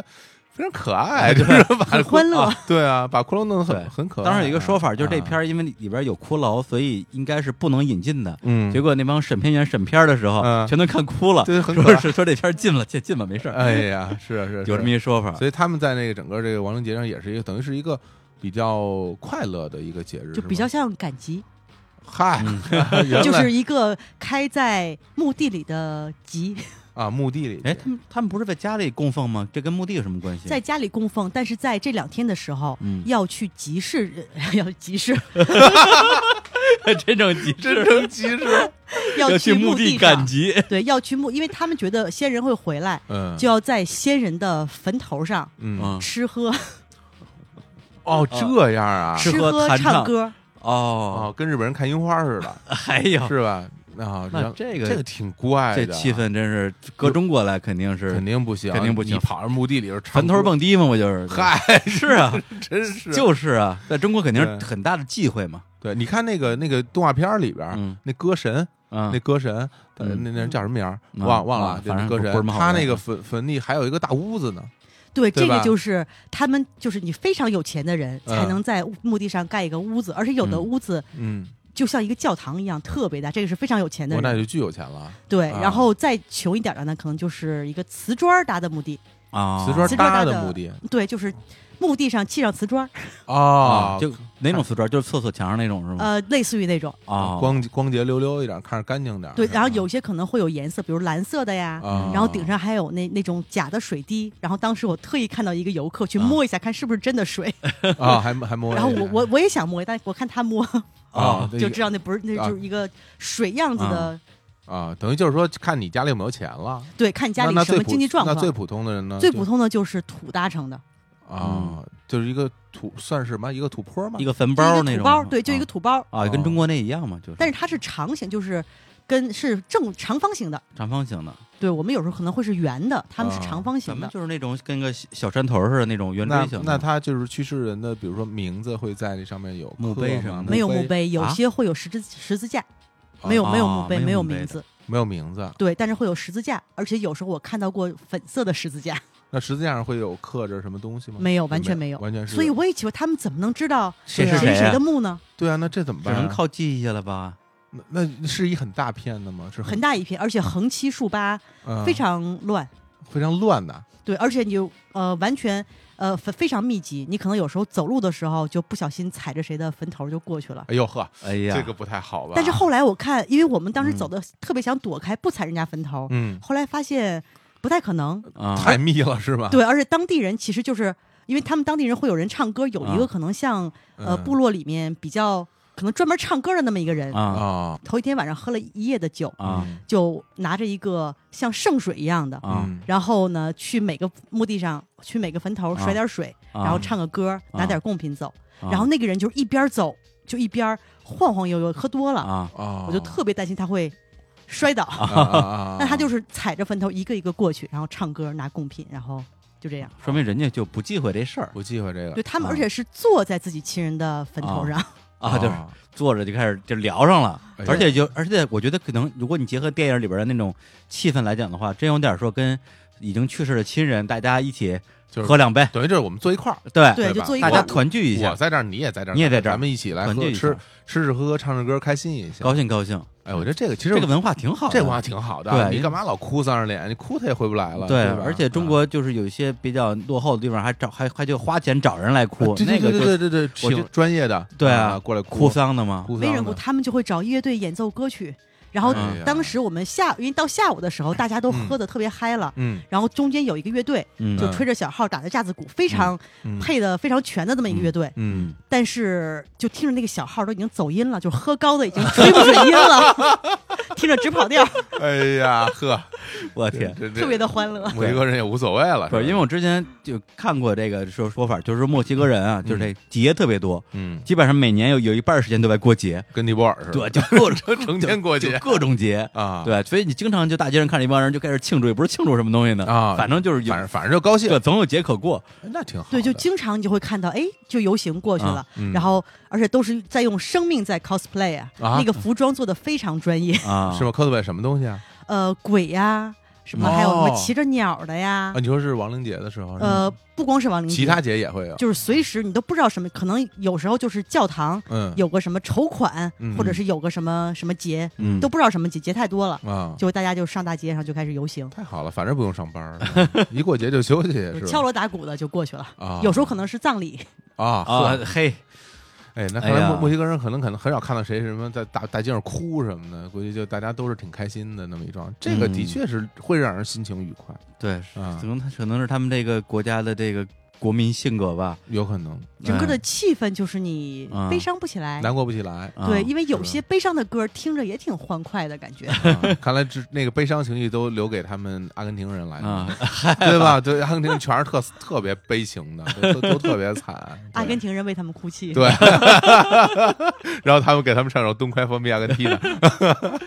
Speaker 2: 非常可
Speaker 1: 哎
Speaker 2: 爱， 就是把
Speaker 3: 很欢乐
Speaker 2: 啊对啊，把骷髅弄得
Speaker 1: 对
Speaker 2: 很很可爱。
Speaker 1: 当时有一个说法，就是这
Speaker 2: 啊
Speaker 1: 片，儿因为里边有骷髅，所以应该是不能引进的。
Speaker 2: 嗯，
Speaker 1: 结果那帮审片员审片儿的时候，
Speaker 2: 嗯
Speaker 1: 全都看哭了，
Speaker 2: 对很可
Speaker 1: 说
Speaker 2: 爱
Speaker 1: 是说这片儿进了，进进吧，没事儿，
Speaker 2: 哎呀，是啊是啊
Speaker 1: 有这么
Speaker 2: 是
Speaker 1: 一说法
Speaker 2: 啊。所以他们在那个整个这个亡灵节上也是一个等于是一个比较快乐的一个节日，
Speaker 3: 就是比较
Speaker 2: 吗
Speaker 3: 像赶集，
Speaker 2: 嗨， 原
Speaker 3: 就
Speaker 2: 来
Speaker 3: 是一个开在墓地里的集，
Speaker 2: 啊墓地里
Speaker 1: 哎，他们他们不是在家里供奉吗？这跟墓地有什么关系？
Speaker 3: 在家里供奉，但是在这两天的时候，
Speaker 1: 嗯
Speaker 3: 要去集市， 要 集市，
Speaker 1: 这种集
Speaker 2: 真
Speaker 1: 市
Speaker 2: 正其实，
Speaker 3: 要
Speaker 1: 去
Speaker 3: 墓
Speaker 1: 地
Speaker 3: 上
Speaker 1: 赶，集，
Speaker 3: 对，要去墓，因为他们觉得先人会回来，
Speaker 2: 嗯，
Speaker 3: 就要在先人的坟头上
Speaker 2: 嗯
Speaker 3: 吃喝、
Speaker 2: 哦这样啊，
Speaker 1: 吃
Speaker 3: 吃
Speaker 1: 喝
Speaker 3: 喝、
Speaker 1: 弹唱
Speaker 3: 唱歌，
Speaker 1: 哦，哎
Speaker 2: 哦，跟日本人看樱花 似的，
Speaker 1: 还有
Speaker 2: 是吧？啊，
Speaker 1: 那
Speaker 2: 然
Speaker 1: 这个
Speaker 2: 这个挺怪
Speaker 1: 这
Speaker 2: 的，啊
Speaker 1: 气氛真是搁中国来肯定
Speaker 2: 肯
Speaker 1: 是
Speaker 2: 定不行，
Speaker 1: 肯定不行
Speaker 2: 你跑人墓地里边唱
Speaker 1: 坟头，蹦迪嘛，我就是
Speaker 2: 嗨，
Speaker 1: 是 啊，
Speaker 2: 真是
Speaker 1: 就是啊，在中国肯定是
Speaker 2: 对
Speaker 1: 很大的忌讳嘛，
Speaker 2: 对。你看那个那个动画片里
Speaker 1: 嗯
Speaker 2: 边，那歌神，
Speaker 1: 嗯
Speaker 2: 那歌神，呃
Speaker 1: 嗯
Speaker 2: 那那人叫什么名儿？
Speaker 1: 嗯
Speaker 2: 忘忘
Speaker 1: 啊
Speaker 2: 了，就
Speaker 1: 反正
Speaker 2: 那歌
Speaker 1: 不不是什嗯
Speaker 2: 神，
Speaker 1: 么好
Speaker 2: 他
Speaker 1: 人
Speaker 2: 那个坟坟地还有一个大屋子呢。
Speaker 3: 对，
Speaker 2: 对
Speaker 3: 这个
Speaker 2: 吧
Speaker 3: 就是他们就是你非常有钱的人才
Speaker 2: 嗯
Speaker 3: 能在墓地上盖一个屋子，而且有的
Speaker 1: 嗯
Speaker 3: 屋子
Speaker 2: 嗯，
Speaker 3: 就像一个教堂一样特别大，这个是非常有钱的
Speaker 2: 我那
Speaker 3: 人。
Speaker 2: 就巨有钱了，
Speaker 3: 对，
Speaker 2: 啊
Speaker 3: 然后再穷一点的呢，可能就是一个瓷砖儿搭的墓地，
Speaker 1: 啊，
Speaker 2: 瓷砖
Speaker 3: 瓷砖搭
Speaker 2: 搭
Speaker 3: 的
Speaker 2: 的墓地
Speaker 3: 对，就是墓地上砌上瓷砖儿，
Speaker 2: 啊
Speaker 1: 啊，，就哪种瓷砖，就是厕所墙上那种是
Speaker 2: 嗯
Speaker 1: 吗？
Speaker 3: 呃，类似于那种。
Speaker 1: 啊，
Speaker 2: 光光洁溜溜一点，看着干净点儿。
Speaker 3: 对，然后
Speaker 2: 是吧
Speaker 3: 有些可能会有颜色，比如蓝色的呀，
Speaker 2: 啊
Speaker 3: 然后顶上还有那那种假的水滴。然后当时我特意看到一个游客去摸一下，看是不是真 的水。
Speaker 2: 啊，还还摸了
Speaker 3: 然后
Speaker 2: 一下。
Speaker 3: 我我我也想摸，但我看他摸
Speaker 2: 啊，
Speaker 1: 哦
Speaker 2: 对
Speaker 3: 就知道那不是，那
Speaker 2: 啊
Speaker 3: 就是一个水样子的
Speaker 2: 啊，等于就是说看你家里有没有钱了，
Speaker 3: 对，看你家
Speaker 2: 那
Speaker 3: 里
Speaker 2: 那
Speaker 3: 什么
Speaker 2: 最普
Speaker 3: 经济状况。
Speaker 2: 那最普通的人呢？
Speaker 3: 最
Speaker 2: 就
Speaker 3: 普通的就是土搭成的，
Speaker 2: 啊，就是一个土，算是什么？一个土坡嘛
Speaker 1: 一。个坟
Speaker 3: 就一
Speaker 1: 包
Speaker 3: 个
Speaker 1: 那
Speaker 3: 土
Speaker 1: 种
Speaker 3: 包，
Speaker 1: 吗
Speaker 3: 对，就一个土包，
Speaker 1: 啊，跟中国那一样嘛，就是，
Speaker 3: 但是它是长形，就是跟是正长方形的。
Speaker 1: 长方形的，
Speaker 3: 对我们有时候可能会是圆的，他们是
Speaker 2: 啊
Speaker 3: 长方
Speaker 1: 咱
Speaker 3: 形
Speaker 1: 们
Speaker 3: 的。
Speaker 1: 就是那种跟个小小山头似的那种圆
Speaker 2: 那
Speaker 1: 锥形的
Speaker 2: 那他就是去世人的，比如说名字会在那上面有
Speaker 1: 墓
Speaker 2: 刻
Speaker 1: 碑
Speaker 2: 吗
Speaker 1: 什么的
Speaker 3: 没有墓
Speaker 2: 墓，
Speaker 3: 碑，有
Speaker 1: 啊
Speaker 3: 些会有十字十字架，
Speaker 2: 啊
Speaker 3: 没有没有
Speaker 1: 啊
Speaker 3: 墓碑，
Speaker 1: 没有
Speaker 3: 没有
Speaker 1: 墓碑
Speaker 3: 名
Speaker 1: 的
Speaker 3: 字，
Speaker 2: 没有名字。
Speaker 3: 对，但是会有十字架，而且有时候我看到过粉色的十字架，
Speaker 2: 那十字架上会有刻着什么东西吗？
Speaker 3: 没有，完全
Speaker 2: 没
Speaker 3: 没有，
Speaker 2: 完全是。
Speaker 3: 所以我也奇怪他们怎么能知道
Speaker 1: 谁
Speaker 2: 是
Speaker 3: 谁
Speaker 1: 谁啊
Speaker 3: 的墓呢？
Speaker 2: 对啊，那这怎么
Speaker 1: 只
Speaker 2: 办啊？
Speaker 1: 能靠记忆了吧？
Speaker 2: 那那是一很大片的吗？是
Speaker 3: 很大一片，而且横七竖八，
Speaker 1: 啊
Speaker 2: 嗯
Speaker 3: 非常乱，
Speaker 2: 非常乱的。
Speaker 3: 对，而且你就呃完全呃非非常密集，你可能有时候走路的时候就不小心踩着谁的坟头就过去了。
Speaker 2: 哎呦呵，
Speaker 1: 哎呀，
Speaker 2: 这个不太好吧？
Speaker 3: 但是后来我看，因为我们当时
Speaker 2: 嗯
Speaker 3: 走的特别想躲开，不踩人家坟头，
Speaker 2: 嗯，
Speaker 3: 后来发现不太可能，
Speaker 1: 啊，
Speaker 2: 太密了是吧？
Speaker 3: 对，而且当地人其实就是因为他们当地人会有人唱歌，有一
Speaker 1: 啊
Speaker 3: 个可能像、呃
Speaker 2: 嗯
Speaker 3: 部落里面比较可能专门唱歌的那么一个人，
Speaker 1: 啊
Speaker 2: 啊
Speaker 3: 头一天晚上喝了一夜的酒，
Speaker 1: 啊
Speaker 2: 嗯
Speaker 3: 就拿着一个像圣水一样的，
Speaker 1: 啊
Speaker 2: 嗯
Speaker 3: 然后呢去每个墓地上去每个坟头
Speaker 1: 啊
Speaker 3: 甩点水，
Speaker 1: 啊
Speaker 3: 然后唱个歌，拿
Speaker 1: 啊
Speaker 3: 点贡品走。
Speaker 1: 啊
Speaker 3: 然后那个人就是一边走就一边晃晃悠悠，喝多了，
Speaker 1: 啊
Speaker 2: 啊，
Speaker 3: 我就特别担心他会摔倒。
Speaker 2: 啊啊啊
Speaker 3: 那他就是是踩着坟头一个一个过去，然后唱歌拿贡品，然后就这
Speaker 2: 啊
Speaker 3: 样。
Speaker 1: 说明人家就不忌讳这事儿
Speaker 2: 不忌讳这个
Speaker 3: 对他们，
Speaker 1: 啊
Speaker 3: 而且是坐在自己亲人的坟头上，
Speaker 1: 啊，就是坐着就开始就聊上了
Speaker 2: 哎，
Speaker 1: 而且就而且我觉得可能如果你结合电影里边的那种气氛来讲的话，真有点说跟已经去世的亲人大家一起
Speaker 2: 就是
Speaker 1: 喝两杯，
Speaker 2: 等于就是我们坐一块儿，
Speaker 1: 对，
Speaker 3: 对，
Speaker 2: 对
Speaker 3: 就
Speaker 2: 吧
Speaker 3: 坐一
Speaker 1: 大
Speaker 3: 块
Speaker 1: 家
Speaker 3: 儿。
Speaker 1: 团聚一
Speaker 2: 我
Speaker 1: 下，
Speaker 2: 在这儿，你也在这儿，
Speaker 1: 你也在这儿
Speaker 2: 咱们一起来
Speaker 1: 团
Speaker 2: 喝
Speaker 1: 聚一下
Speaker 2: 吃吃吃喝喝，唱唱歌，开心一下。
Speaker 1: 高兴高兴，
Speaker 2: 哎，我觉得这个其实
Speaker 1: 这个文化挺好的，
Speaker 2: 这文化挺好的啊，
Speaker 1: 对
Speaker 2: 你干嘛老哭丧着脸？你哭他也回不来了。
Speaker 1: 对，
Speaker 2: 吧啊
Speaker 1: 而且中国就是有一些比较落后的地方，还找还还就花钱找人来哭
Speaker 2: 啊，对
Speaker 1: 那
Speaker 2: 对
Speaker 1: 个
Speaker 2: 对
Speaker 1: 就
Speaker 2: 对对对，
Speaker 1: 我就
Speaker 2: 挺专业的，
Speaker 1: 对啊
Speaker 2: 啊，过来
Speaker 1: 哭
Speaker 2: 哭
Speaker 1: 丧的嘛，
Speaker 2: 哭
Speaker 3: 没
Speaker 2: 丧
Speaker 3: 人过，
Speaker 2: 的
Speaker 3: 他们就会找乐队演奏歌曲。然后
Speaker 2: 哎呀
Speaker 3: 当时我们下，因为到下午的时候大家都喝的特别嗨了，
Speaker 2: 嗯，
Speaker 3: 然后中间有一个乐队
Speaker 1: 嗯
Speaker 3: 就吹着小号打着架子鼓，非常
Speaker 2: 嗯
Speaker 3: 配的非常全的这么一个乐队，
Speaker 2: 嗯，
Speaker 3: 但是就听着那个小号都已经走音了，就是喝高的已经吹不准音了， 听着直跑调，
Speaker 2: 哎呀呵，
Speaker 1: 我嗯 天。
Speaker 2: 这
Speaker 3: 特别的欢乐。
Speaker 2: 我一个人也无所谓了，
Speaker 1: 不是，因为
Speaker 2: 为
Speaker 1: 我之前就看过这个说说法，就是墨西哥人啊，就是这节特别多，
Speaker 2: 嗯，
Speaker 1: 基本上每年有有一半时间都在过节，
Speaker 2: 跟尼泊尔似的，
Speaker 1: 对，就各种
Speaker 2: 成天过
Speaker 1: 就
Speaker 2: 节
Speaker 1: 各种节，
Speaker 2: 啊，
Speaker 1: 对，所以你经常就大街上看着一帮人就开始庆祝，也不是庆祝什么东西呢
Speaker 2: 啊
Speaker 1: 反正就是有
Speaker 2: 反正反正就高兴
Speaker 1: 对，，总有节可过，
Speaker 2: 那挺好的。
Speaker 3: 对，就经常你就会看到，哎，就游行过去了
Speaker 1: 啊，
Speaker 2: 嗯
Speaker 3: 然后而且都是在用生命在 cosplay 啊，
Speaker 2: 啊
Speaker 3: 那个服装做的非常专 业，
Speaker 1: 啊，
Speaker 2: 是吗？科特贝什么东西啊？
Speaker 3: 呃，鬼呀，什么
Speaker 2: 哦
Speaker 3: 还有什么骑着鸟的呀
Speaker 2: 啊，，你说是亡灵节的时候，是吗
Speaker 3: 呃，不光是亡灵节，
Speaker 2: 其他节也会有，
Speaker 3: 就是随时你都不知道什么，可能有时候就是教堂
Speaker 2: 嗯，
Speaker 3: 有个什么筹款，
Speaker 2: 嗯
Speaker 3: 或者是有个什么什么节，
Speaker 1: 嗯
Speaker 3: 都不知道什么节，节太多了，
Speaker 2: 啊，
Speaker 3: 就大家就上大街上就开始游行，
Speaker 2: 太好了，反正不用上班了， 一过节就休息，是吧？
Speaker 3: 敲锣打鼓的就过去了。
Speaker 2: 啊，
Speaker 3: 有时候可能是葬礼，
Speaker 2: 啊
Speaker 1: 啊
Speaker 2: 呵，
Speaker 1: 嘿，
Speaker 2: 哎，那
Speaker 1: 哎
Speaker 2: 看来墨
Speaker 1: 呀
Speaker 2: 墨西哥人可能可能很少看到谁什么在大大街上哭什么的，估计就大家都是挺开心的那么一桩，这个的
Speaker 1: 嗯
Speaker 2: 确是会让人心情愉快，
Speaker 1: 对，
Speaker 2: 啊
Speaker 1: 嗯可能他可能是他们这个国家的这个国民性格吧，
Speaker 2: 有可能
Speaker 3: 整个
Speaker 1: 哎
Speaker 3: 的气氛就是你
Speaker 1: 啊
Speaker 3: 悲伤不起来。
Speaker 2: 难过不起来。
Speaker 1: 啊
Speaker 3: 对，因为有
Speaker 2: 是
Speaker 3: 些悲伤的歌听着也挺欢快的感觉。
Speaker 2: 啊看来这那个悲伤情绪都留给他们阿根廷人来了
Speaker 1: 啊，，
Speaker 2: 对吧？对，阿根廷全是特特别悲情 的，都都都特别惨。
Speaker 3: 阿
Speaker 2: 对
Speaker 3: 根廷人为他们哭泣。
Speaker 2: 对，然后他们给他们唱首《东快方比阿根廷》的，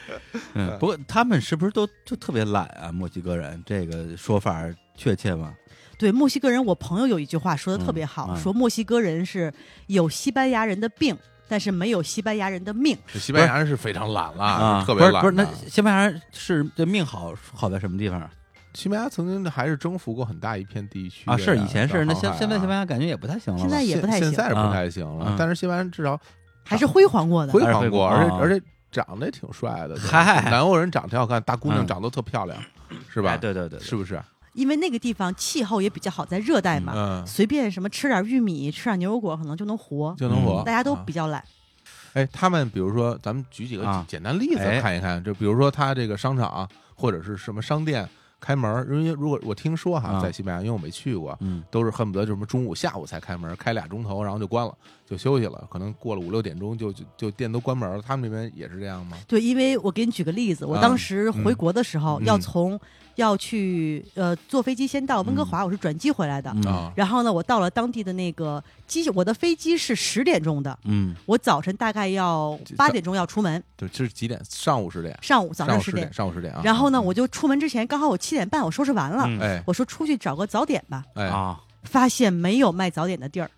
Speaker 1: 嗯，不过他们是不是都就特别懒啊？墨西哥人这个说法儿确切吗？
Speaker 3: 对，墨西哥人，我朋友有一句话说的特别
Speaker 1: 嗯
Speaker 3: 好，
Speaker 1: 啊
Speaker 3: 说墨西哥人是有西班牙人的病，但是没有西班牙人的命。
Speaker 2: 西班牙人是非常懒了，
Speaker 1: 啊，
Speaker 2: 特
Speaker 1: 不
Speaker 2: 别
Speaker 1: 是
Speaker 2: 懒
Speaker 1: 不
Speaker 2: 的。
Speaker 1: 是，那西班牙人是这命好好在什么地方啊
Speaker 2: 西班牙曾经还是征服过很大一片地区
Speaker 1: 啊？是以前是，那
Speaker 2: 现
Speaker 1: 现现在西班牙感觉也不太行了吧。
Speaker 3: 现在也不太
Speaker 2: 啊现
Speaker 3: 行，
Speaker 2: 在是不太行了
Speaker 1: 啊，
Speaker 2: 但是西班牙人至少
Speaker 3: 还是辉煌过的。
Speaker 2: 啊辉
Speaker 1: 还是
Speaker 2: 煌
Speaker 1: 辉
Speaker 2: 过，
Speaker 1: 煌
Speaker 2: 而且
Speaker 1: 啊
Speaker 2: 而且长得也挺帅的。
Speaker 1: 嗨
Speaker 2: 南欧人长得挺好看，大姑娘
Speaker 1: 嗯
Speaker 2: 长得都特漂亮，是吧
Speaker 1: 哎？对对对，对
Speaker 2: 是不是？
Speaker 3: 因为那个地方气候也比较好，在热带嘛，
Speaker 2: 嗯，
Speaker 3: 随便什么吃点玉米，吃点牛油果，可能就能活。
Speaker 2: 就能活。
Speaker 1: 嗯
Speaker 3: 大家都
Speaker 2: 啊
Speaker 3: 比较懒，
Speaker 2: 哎，他们比如说，咱们举几个
Speaker 1: 啊
Speaker 2: 简单例子
Speaker 1: 哎
Speaker 2: 看一看，就比如说他这个商场或者是什么商店开门儿，因为如果我听说哈，
Speaker 1: 啊
Speaker 2: 在西班牙，因为我没去过，
Speaker 1: 嗯
Speaker 2: 都是恨不得就什么中午、下午才开门，开俩钟头，然后就关了，就就休息了，可能过了五六点钟就就就店都关门了。他们那边也是这样吗？
Speaker 3: 对，因为我给你举个例子，我
Speaker 2: 啊
Speaker 3: 当时回
Speaker 2: 嗯
Speaker 3: 国的时候、
Speaker 2: 嗯
Speaker 3: 要从要去呃坐飞机先到
Speaker 2: 嗯
Speaker 3: 温哥华，我是转机回来的。
Speaker 1: 嗯
Speaker 2: 啊，
Speaker 3: 然后呢，我到了当地的那个机，我的飞机是十点钟的，
Speaker 1: 嗯
Speaker 3: 我早晨大概要
Speaker 2: 这
Speaker 3: 八
Speaker 2: 早
Speaker 3: 点钟要出门，
Speaker 2: 就这是几点？上午十点，
Speaker 3: 上午早
Speaker 2: 上
Speaker 3: 上
Speaker 2: 午
Speaker 3: 十
Speaker 2: 点，
Speaker 3: 点。
Speaker 2: 上午十点啊。
Speaker 3: 然后呢，我就出门之前，刚好我七点半我收拾完了，
Speaker 1: 嗯
Speaker 2: 哎
Speaker 3: 我说出去找个早点吧，
Speaker 2: 哎，
Speaker 1: 啊
Speaker 3: 发现没有卖早点的地儿，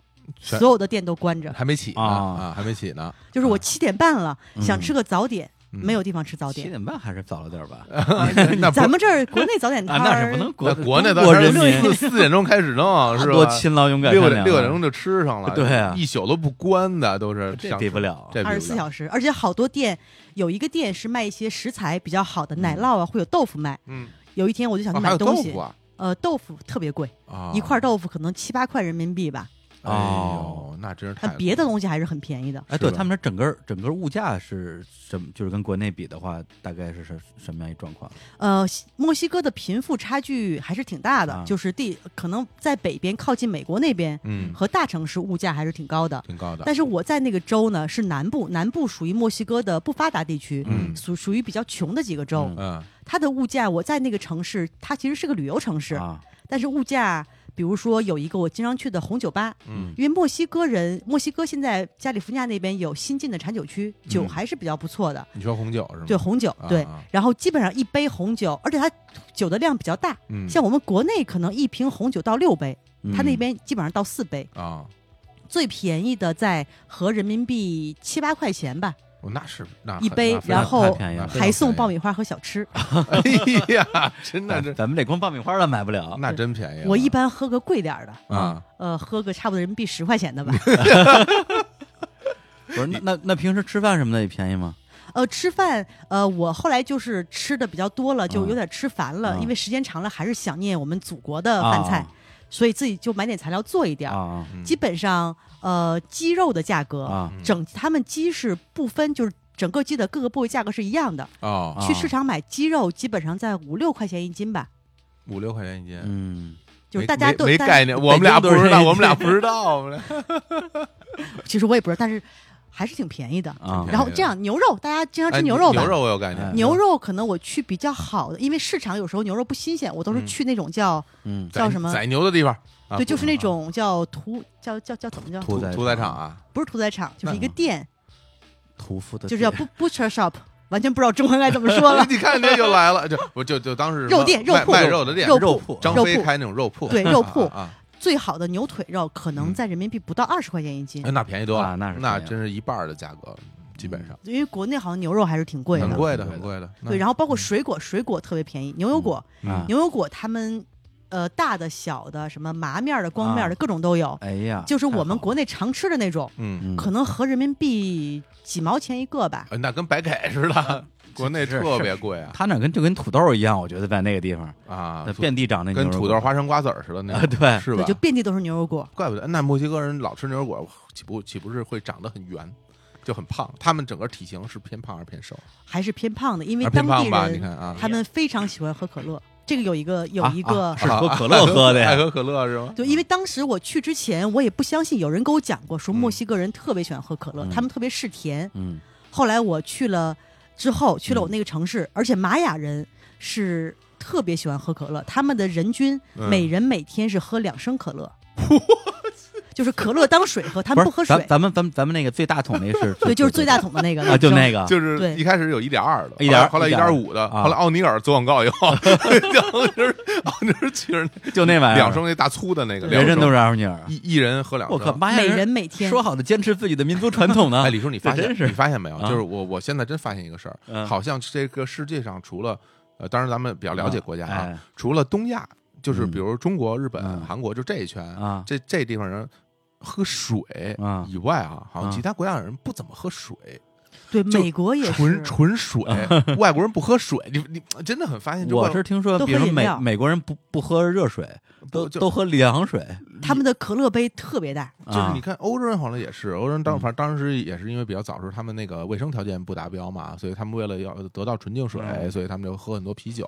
Speaker 2: 全
Speaker 3: 所有的店都 关着。
Speaker 2: 还没起呢
Speaker 1: 啊
Speaker 2: 啊，还没起呢。
Speaker 3: 就是我七点半了，想
Speaker 1: 嗯
Speaker 3: 吃个早点，
Speaker 2: 嗯
Speaker 3: 没有地方吃早
Speaker 1: 七
Speaker 3: 点。
Speaker 1: 点半还是早了点儿 吧？
Speaker 2: 那不
Speaker 3: 嗯咱们这儿国内早 点
Speaker 1: 啊，
Speaker 3: 摊
Speaker 1: 那是
Speaker 3: 儿
Speaker 1: 不能
Speaker 2: 在
Speaker 1: 国
Speaker 2: 国内
Speaker 1: 中
Speaker 2: 的
Speaker 1: 国人民
Speaker 2: 四四点钟开始弄啊是吧？
Speaker 1: 啊多勤劳勇敢，
Speaker 2: 六
Speaker 1: 善
Speaker 2: 点
Speaker 1: 良
Speaker 2: 六
Speaker 1: 啊
Speaker 2: 点钟就吃上了，
Speaker 1: 对啊
Speaker 2: 一宿都不关的，都是
Speaker 1: 这
Speaker 2: 想
Speaker 1: 比不了
Speaker 2: 这比不了
Speaker 3: 二十四小时，而且好多店有一个店是卖一些食材比较好的奶酪啊，会有豆腐卖。
Speaker 2: 嗯，
Speaker 3: 有一天我就想
Speaker 2: 啊
Speaker 3: 去
Speaker 2: 还有
Speaker 3: 买
Speaker 2: 豆
Speaker 3: 东西，
Speaker 2: 腐啊，
Speaker 3: 呃，豆腐特别贵，
Speaker 2: 啊
Speaker 3: 一块豆腐可能七八块人民币吧，
Speaker 1: 哦
Speaker 2: 哎呦，那真是太
Speaker 3: 但别的东西还是很便宜的。
Speaker 1: 哎，
Speaker 2: 是
Speaker 1: 对
Speaker 2: 吧
Speaker 1: 他们这整个整个物价是什么？就是跟国内比的话，大概是什什么样一状况？
Speaker 3: 呃，西墨西哥的贫富差距还是挺大的，
Speaker 1: 啊
Speaker 3: 就是地可能在北边靠近美国那边
Speaker 2: 嗯
Speaker 3: 和大城市物价还是挺高的。
Speaker 2: 挺高的，
Speaker 3: 但是我在那个州呢，是南部，南部属于墨西哥的不发达地区，
Speaker 2: 嗯
Speaker 3: 属属于比较穷的几个州。
Speaker 1: 嗯
Speaker 2: 嗯
Speaker 3: 它的物价，我在那个城市，它其实是个旅游城市，
Speaker 1: 啊，
Speaker 3: 但是物价，比如说有一个我经常去的红酒吧，
Speaker 2: 嗯
Speaker 3: 因为墨西哥人，墨西哥现在加利福尼亚那边有新进的产酒区，酒
Speaker 2: 嗯
Speaker 3: 还是比较不错的，
Speaker 2: 你说红酒是吗？
Speaker 3: 对红酒，
Speaker 2: 啊
Speaker 3: 对
Speaker 2: 啊，
Speaker 3: 然后基本上一杯红酒，而且它酒的量比较大，
Speaker 2: 嗯，
Speaker 3: 像我们国内可能一瓶红酒到六杯，它那
Speaker 1: 嗯
Speaker 3: 边基本上到四杯，
Speaker 2: 啊，
Speaker 3: 最便宜的在合人民币七八块钱吧，
Speaker 2: 我哦那是那
Speaker 3: 一杯
Speaker 2: 那非
Speaker 1: 那
Speaker 3: 然
Speaker 2: 常
Speaker 3: 后
Speaker 1: 太便宜了
Speaker 2: 那非常
Speaker 3: 还送
Speaker 2: 便宜
Speaker 3: 爆米花和小吃。
Speaker 2: 哎呀，真的
Speaker 1: 哎
Speaker 2: 这
Speaker 1: 咱们得光爆米花了买不了，
Speaker 2: 那真便宜了，
Speaker 3: 我一般喝个贵点儿的，
Speaker 2: 啊，
Speaker 3: 呃，喝个差不多人民币十块钱的吧。
Speaker 1: 不是那那那平时吃饭什么的也便宜吗？
Speaker 3: 呃，吃饭，呃，我后来就是吃的比较多了，就有点吃烦了，
Speaker 1: 嗯
Speaker 3: 因为时间长了还是想念我们祖国的
Speaker 2: 啊
Speaker 3: 饭菜，所以自己就买点材料做一点
Speaker 1: 啊
Speaker 3: 儿。
Speaker 1: 啊
Speaker 2: 嗯
Speaker 3: 基本上，呃，鸡肉的价格，
Speaker 1: 啊啊
Speaker 2: 嗯
Speaker 3: 整他们鸡是不分，就是整个鸡的各个部位价格是一样的。
Speaker 2: 哦
Speaker 1: 啊
Speaker 3: 去市场买鸡肉，基本上在五六块钱一斤吧，
Speaker 2: 五六块钱一斤，
Speaker 1: 嗯，
Speaker 3: 就是
Speaker 2: 没
Speaker 3: 大家
Speaker 2: 没
Speaker 3: 都
Speaker 2: 没
Speaker 3: 大
Speaker 2: 概念，我们俩
Speaker 1: 北
Speaker 2: 不
Speaker 1: 京都是
Speaker 2: 知道，
Speaker 1: 这
Speaker 2: 我们俩不知道，我 们俩
Speaker 3: 其实我也不知道，但是还是挺便宜的。
Speaker 1: 啊
Speaker 3: 然后
Speaker 2: 便宜
Speaker 3: 这样牛肉，大家经常
Speaker 2: 哎
Speaker 3: 吃牛肉吧？
Speaker 2: 牛肉我有概念，
Speaker 1: 嗯
Speaker 3: 牛肉可能我去比较好的，因为市场有时候牛肉不新鲜，我都是
Speaker 2: 嗯
Speaker 3: 去那种叫、
Speaker 1: 嗯
Speaker 2: 宰
Speaker 3: 叫什么
Speaker 2: 宰牛的地方，啊
Speaker 3: 对，就是那种叫屠叫叫叫怎么叫，
Speaker 1: 屠
Speaker 2: 屠
Speaker 1: 宰
Speaker 2: 屠宰
Speaker 1: 场
Speaker 2: 场啊，
Speaker 3: 不是屠宰场，就是一个店，
Speaker 1: 屠夫的
Speaker 3: 就是叫 bu- butcher shop，完全不知道中文该怎么说了
Speaker 2: 。你看这又来了，就我就就当时
Speaker 3: 肉店肉
Speaker 2: 卖
Speaker 3: 铺
Speaker 2: 卖肉的店，
Speaker 3: 肉
Speaker 1: 肉
Speaker 3: 铺
Speaker 1: 铺啊
Speaker 2: 张
Speaker 3: 肉
Speaker 2: 飞
Speaker 3: 铺
Speaker 2: 开那种肉铺，
Speaker 3: 对
Speaker 2: 啊
Speaker 3: 肉铺
Speaker 2: 啊，啊
Speaker 3: 最好的牛腿肉可能
Speaker 2: 嗯
Speaker 3: 在人民币不到二十块钱一斤
Speaker 2: 哎，那便宜多
Speaker 1: 啊
Speaker 2: 了，
Speaker 1: 那是
Speaker 2: 那
Speaker 1: 便宜
Speaker 2: 真是一半儿的价格，基本上
Speaker 3: 因为国内好像牛肉还是挺贵
Speaker 1: 对
Speaker 2: 很
Speaker 3: 的。
Speaker 2: 贵的，嗯
Speaker 1: 对
Speaker 2: 很贵的。
Speaker 3: 对，然后包括水果，水果特别便宜，牛油果，
Speaker 2: 嗯
Speaker 1: 啊，
Speaker 3: 牛油果他们呃大的、小的，什么麻面的、光
Speaker 2: 啊
Speaker 3: 面的，各种都有，
Speaker 1: 哎呀，
Speaker 3: 就是我
Speaker 1: 太好
Speaker 3: 们国内常吃的那种，
Speaker 2: 嗯，
Speaker 1: 嗯
Speaker 3: 可能合人民币几毛钱一个吧。
Speaker 2: 呃那跟白给似 的，国内
Speaker 1: 是
Speaker 2: 特
Speaker 1: 是
Speaker 2: 别贵啊
Speaker 1: 他那跟就跟土豆一样，我觉得在那个地方，
Speaker 2: 啊
Speaker 1: 那，遍地长那
Speaker 2: 跟
Speaker 1: 牛肉
Speaker 2: 土豆、
Speaker 1: 果
Speaker 2: 花生、瓜子儿似的那
Speaker 1: 啊，
Speaker 2: 种，
Speaker 1: 对，
Speaker 2: 是
Speaker 3: 对，
Speaker 2: 吧？
Speaker 3: 就遍地都是牛油果。
Speaker 2: 怪不得那墨西哥人老吃牛油果，岂不岂不是会长得很圆，就很胖？他们整个体型是偏胖还是偏瘦？
Speaker 3: 还是偏胖的，因为
Speaker 2: 还是
Speaker 3: 当
Speaker 2: 偏
Speaker 3: 地
Speaker 2: 胖吧？你
Speaker 3: 人
Speaker 2: 看啊，
Speaker 3: 他们非常喜欢喝可乐，这个有一个
Speaker 1: 啊
Speaker 3: 有一个、
Speaker 1: 是喝可乐喝 的
Speaker 2: 爱
Speaker 1: 呀，
Speaker 2: 喝可乐是吗？
Speaker 3: 对，因为当时我去之前，我也不相信，有人跟我讲过，说
Speaker 2: 嗯
Speaker 3: 墨西哥人特别喜欢喝可乐，
Speaker 1: 嗯
Speaker 3: 他们特别嗜甜。
Speaker 1: 嗯
Speaker 3: 后来我去了之后，去了我那个城市，而且玛雅人是特别喜欢喝可乐，他们的人均、
Speaker 2: 嗯
Speaker 3: 每人每天是喝两升可乐，就是可乐当水喝，他们不喝
Speaker 1: 是咱
Speaker 3: 水，
Speaker 1: 咱们咱们咱们那个最大桶那 个是，
Speaker 3: 对，就是最大桶的那个
Speaker 1: 啊，就那
Speaker 3: 个。
Speaker 1: 个
Speaker 2: 就是
Speaker 3: 对
Speaker 2: 一开始有一点二的，
Speaker 1: 1.2
Speaker 2: 后来一点五的，
Speaker 1: 啊
Speaker 2: 后来奥尼尔做广告 以后，奥尼尔奥尼尔去人
Speaker 1: 就那玩意儿，
Speaker 2: 两升那大粗的那个，
Speaker 1: 哎人人都
Speaker 2: 是
Speaker 1: 是二十女儿，
Speaker 2: 一一人喝两
Speaker 1: 我靠，
Speaker 2: 升。
Speaker 1: 玛雅
Speaker 3: 每人每天
Speaker 1: 说好的坚持自己的民族传统呢？
Speaker 2: 哎，李叔，你发
Speaker 1: 这
Speaker 2: 现
Speaker 1: 真是
Speaker 2: 你发现没有？
Speaker 1: 啊
Speaker 2: 就是我我现在真发现一个事儿，
Speaker 1: 嗯
Speaker 2: 好像这个世界上除了呃，当然咱们比较了解国家啊，
Speaker 1: 哎
Speaker 2: 除了东亚，就是
Speaker 1: 嗯
Speaker 2: 比如中国、日本、
Speaker 1: 嗯
Speaker 2: 韩国，就这一圈，
Speaker 1: 啊
Speaker 2: 这这地方人喝水
Speaker 1: 啊
Speaker 2: 以外啊，好像
Speaker 1: 啊
Speaker 2: 其他国家人不怎么喝水，
Speaker 3: 对，
Speaker 2: 就
Speaker 3: 美国也是
Speaker 2: 纯。纯水，哎外国人不喝水，你你真的很发现，就
Speaker 1: 我
Speaker 2: 外
Speaker 1: 是听说，
Speaker 3: 都喝
Speaker 1: 比如说
Speaker 3: 饮
Speaker 1: 美
Speaker 3: 料
Speaker 1: 美国人不不喝热水，都
Speaker 2: 就
Speaker 1: 都喝凉水
Speaker 3: 他们的可乐杯特别大，
Speaker 2: 就是
Speaker 1: 啊
Speaker 2: 你看欧洲人好像也是，欧洲人当反正当时也是因为比较早时候他们那个卫生条件不达标嘛，所以他们为了要得到纯净水，
Speaker 1: 嗯
Speaker 2: 所以他们就喝很多啤酒，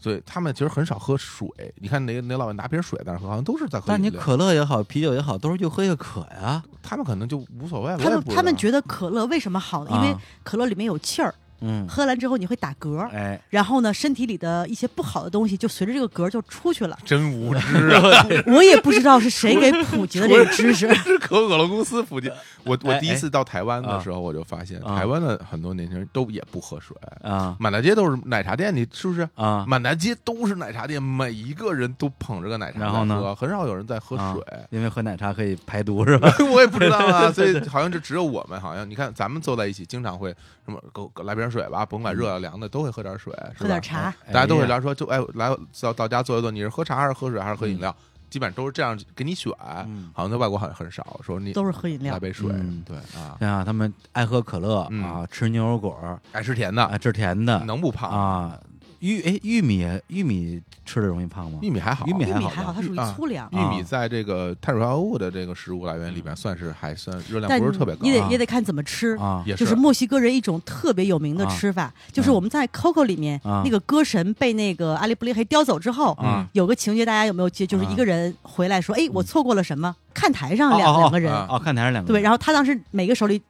Speaker 2: 所以他们其实很少喝水。你看哪哪老外拿瓶水在那喝，好像都是在喝
Speaker 6: 但
Speaker 2: 饮
Speaker 6: 你
Speaker 2: 料。
Speaker 6: 可乐也好，啤酒也好，都是就喝一个渴呀。
Speaker 2: 他们可能就无所谓了。
Speaker 3: 他们他们
Speaker 2: 得。
Speaker 3: 觉得可乐为什么好呢？因为
Speaker 1: 啊
Speaker 3: 可乐里面有气儿，
Speaker 1: 嗯，
Speaker 3: 喝完之后你会打嗝，
Speaker 1: 哎，
Speaker 3: 然后呢，身体里的一些不好的东西就随着这个嗝就出去了
Speaker 2: 真无知啊！
Speaker 3: 我也不知道是谁给普 及的这个知识。
Speaker 2: 是可可乐公司附近。我我
Speaker 1: 哎
Speaker 2: 第一次到台湾
Speaker 1: 哎
Speaker 2: 的时候，我就发现
Speaker 1: 啊
Speaker 2: 台湾的很多年轻人都也不喝水，
Speaker 1: 啊
Speaker 2: 满大街都是奶茶店，你是不是？
Speaker 1: 啊，
Speaker 2: 满大街都是奶茶店，每一个人都捧着个奶茶
Speaker 1: 然后呢啊
Speaker 2: 在喝，很少有人在喝水。
Speaker 1: 因为喝奶茶可以排毒是吧？
Speaker 2: 我也不知道 啊，所以好像就只有我们，好像你看咱们坐在一起，经常会什么给我来瓶水吧，甭管热
Speaker 1: 嗯
Speaker 2: 的凉的，都会喝点水，是吧
Speaker 3: 喝点茶，
Speaker 2: 大家都会聊说，就哎来到到家坐一坐，你是喝茶还是喝水还是喝饮料？基本上都是这样给你选，
Speaker 1: 嗯
Speaker 2: 好像在外国好像很少说你
Speaker 3: 都是喝饮
Speaker 2: 来
Speaker 3: 料。
Speaker 2: 杯水
Speaker 1: 嗯，
Speaker 2: 对啊，
Speaker 1: 啊，他们爱喝可乐、
Speaker 2: 嗯
Speaker 1: 啊，吃牛油果儿
Speaker 2: 爱吃甜
Speaker 1: 啊，
Speaker 2: 的，
Speaker 1: 吃甜的
Speaker 2: 能不胖？
Speaker 1: 啊，玉哎玉米玉米吃的容易胖吗？
Speaker 2: 玉米还好，
Speaker 1: 玉米
Speaker 3: 玉
Speaker 1: 还
Speaker 3: 米
Speaker 1: 好
Speaker 3: 还好，
Speaker 1: 吧
Speaker 3: 它属于
Speaker 2: 啊
Speaker 3: 粗粮，
Speaker 2: 玉米在这个碳水化合物的这个食物来源里边，算是还算热量
Speaker 3: 但
Speaker 2: 不是特别高
Speaker 3: 你，得
Speaker 1: 啊
Speaker 3: 也得看怎么吃。
Speaker 1: 啊
Speaker 2: 也
Speaker 3: 就是墨西哥人一种特别有名的吃法，就是我们在 Coco 里面、
Speaker 1: 啊
Speaker 3: 那个歌神被那个阿利布雷黑叼走之后，
Speaker 1: 啊
Speaker 3: 有个情节大家有没有记？就是一个人回来说：“哎，我错过了什么？”看台上
Speaker 1: 哦
Speaker 3: 两、
Speaker 1: 哦
Speaker 3: 两个人，
Speaker 2: 啊
Speaker 1: 哦，看台上两个
Speaker 3: 对，
Speaker 1: 人
Speaker 3: 然后他当时每个手里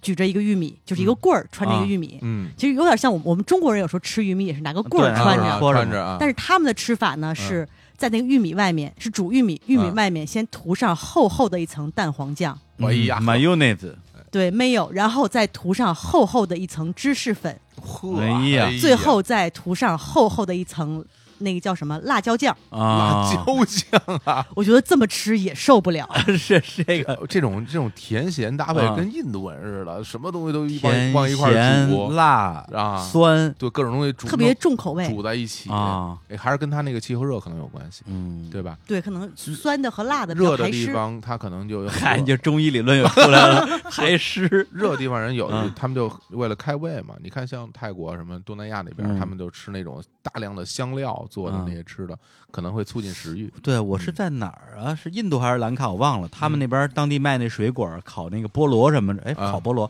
Speaker 3: 举着一个玉米，就是一个棍儿穿着一个玉米，
Speaker 2: 嗯，
Speaker 3: 其实有点像我们我们中国人有时候吃玉米也是拿个棍
Speaker 1: 对
Speaker 3: 儿
Speaker 1: 啊
Speaker 3: 穿着，
Speaker 2: 啊嗯
Speaker 1: 搓着
Speaker 2: 穿着啊，
Speaker 3: 但是他们的吃法呢是在那个玉米外面是煮玉米，玉米
Speaker 2: 嗯
Speaker 3: 外面先涂上厚厚的一层蛋黄酱，
Speaker 2: 哎呀
Speaker 1: 嗯，mayonnaise，
Speaker 3: 对，没有，然后再涂上厚厚的一层芝士粉，
Speaker 2: 呵
Speaker 1: 哎呀
Speaker 3: 最后再涂上厚厚的一层那个叫什么辣椒酱。
Speaker 1: 啊
Speaker 2: 辣，椒酱啊，
Speaker 3: 我觉得这么吃也受 不了。
Speaker 1: 是是这个
Speaker 2: 这种这种甜咸搭配
Speaker 1: 啊
Speaker 2: 跟印度人似的，什么东西都一帮
Speaker 1: 甜
Speaker 2: 帮一块儿
Speaker 1: 咸
Speaker 2: 煮，
Speaker 1: 辣
Speaker 2: 啊
Speaker 1: 酸
Speaker 2: 对各种东西煮
Speaker 3: 特别重口味，
Speaker 2: 煮在一起
Speaker 1: 啊，
Speaker 2: 哎还是跟它那个气候热可能有关系，
Speaker 1: 嗯，
Speaker 2: 对吧？
Speaker 3: 对，可能酸的和辣的比较
Speaker 2: 热
Speaker 3: 排
Speaker 2: 的地
Speaker 3: 湿。
Speaker 2: 方它可能就有
Speaker 1: 嗨，你这中医理论又出来了， 排湿
Speaker 2: 热的地方人有的
Speaker 1: 嗯
Speaker 2: 就他们就为了开胃嘛，你看像泰国什么东南亚那边
Speaker 1: 嗯，
Speaker 2: 他们就吃那种大量的香料做
Speaker 3: 嗯
Speaker 2: 的那些吃的，可能会促进食欲。
Speaker 1: 对我是在哪儿啊？是印度还是兰卡？我忘了。他们那边儿当地卖那水果儿，烤那个菠萝什么的，哎，
Speaker 2: 啊
Speaker 1: 烤菠萝，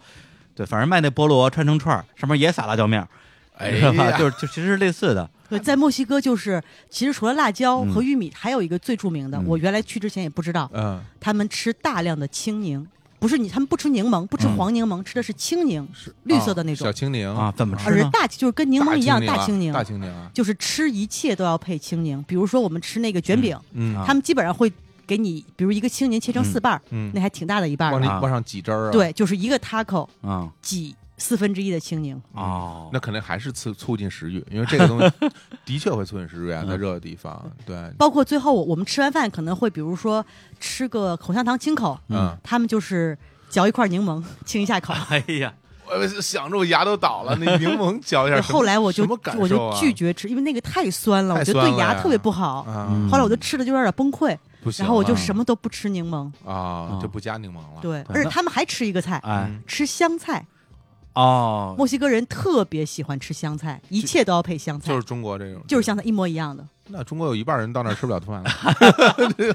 Speaker 1: 对，反正卖那菠萝穿成串儿，上面也撒辣椒面儿， 你知道吧？
Speaker 2: 哎呀
Speaker 1: 就是就其实是类似的，
Speaker 3: 对，呃在墨西哥就是，其实除了辣椒和玉米，还有一个最著名的，
Speaker 1: 嗯
Speaker 3: 我原来去之前也不知道，
Speaker 2: 嗯，
Speaker 3: 他们吃大量的青柠，不是你，他们不吃柠檬，不吃
Speaker 1: 嗯
Speaker 3: 黄柠檬，吃的是青柠，
Speaker 2: 是
Speaker 3: 绿色的
Speaker 2: 啊
Speaker 3: 那种
Speaker 2: 小青柠
Speaker 1: 啊怎么吃
Speaker 3: 而是
Speaker 1: 呢
Speaker 3: 大就是跟柠檬一样大青柠
Speaker 2: 大，青柠啊，
Speaker 3: 就是吃一切都要配青柠。比如说我们吃那个卷饼，
Speaker 2: 嗯
Speaker 1: 啊
Speaker 3: 他们基本上会给你，比如一个青柠切成四瓣儿，
Speaker 2: 嗯
Speaker 3: 那，还挺大的一瓣儿
Speaker 2: 往
Speaker 3: 呢
Speaker 2: 里
Speaker 1: 啊
Speaker 2: 往上挤汁儿啊，，
Speaker 3: 对，就是一个 taco
Speaker 1: 啊
Speaker 3: 挤四分之一的青柠。
Speaker 2: 嗯
Speaker 1: 哦，
Speaker 2: 那可能还是促促进食欲，因为这个东 西的确会促进食欲
Speaker 3: 嗯
Speaker 2: 啊，在热的地方，对，
Speaker 3: 包括最后我我们吃完饭可能会，比如说吃个口香糖清口，
Speaker 2: 嗯，
Speaker 3: 他们就是嚼一块柠檬 清一 下口。
Speaker 1: 哎呀，
Speaker 2: 我想着我牙都倒了，那柠 檬嚼一下，什么
Speaker 3: 后来我就
Speaker 2: 什么感
Speaker 3: 我
Speaker 2: 受
Speaker 3: 就
Speaker 2: 啊
Speaker 3: 拒绝吃，因为那个太酸了，
Speaker 2: 太
Speaker 3: 我觉得
Speaker 2: 酸
Speaker 3: 对
Speaker 2: 了
Speaker 3: 牙
Speaker 2: 呀
Speaker 3: 特别不好。
Speaker 2: 啊，
Speaker 3: 后来我就吃的就有点崩溃，
Speaker 2: 不行
Speaker 3: 然
Speaker 2: 了，
Speaker 3: 后我就什么都不吃柠檬。
Speaker 2: 啊就不加柠檬了，
Speaker 3: 嗯对，
Speaker 1: 对
Speaker 3: 而且
Speaker 1: 那
Speaker 3: 他们还吃一个菜，
Speaker 1: 哎
Speaker 2: 嗯，
Speaker 3: 吃香菜。
Speaker 1: 哦，
Speaker 3: 墨西哥人特别喜欢吃香菜，一切都要配香菜，
Speaker 2: 就是中国这种，
Speaker 3: 就是香菜一模一样的。
Speaker 2: 那中国有一半人到那儿吃不了 饭了，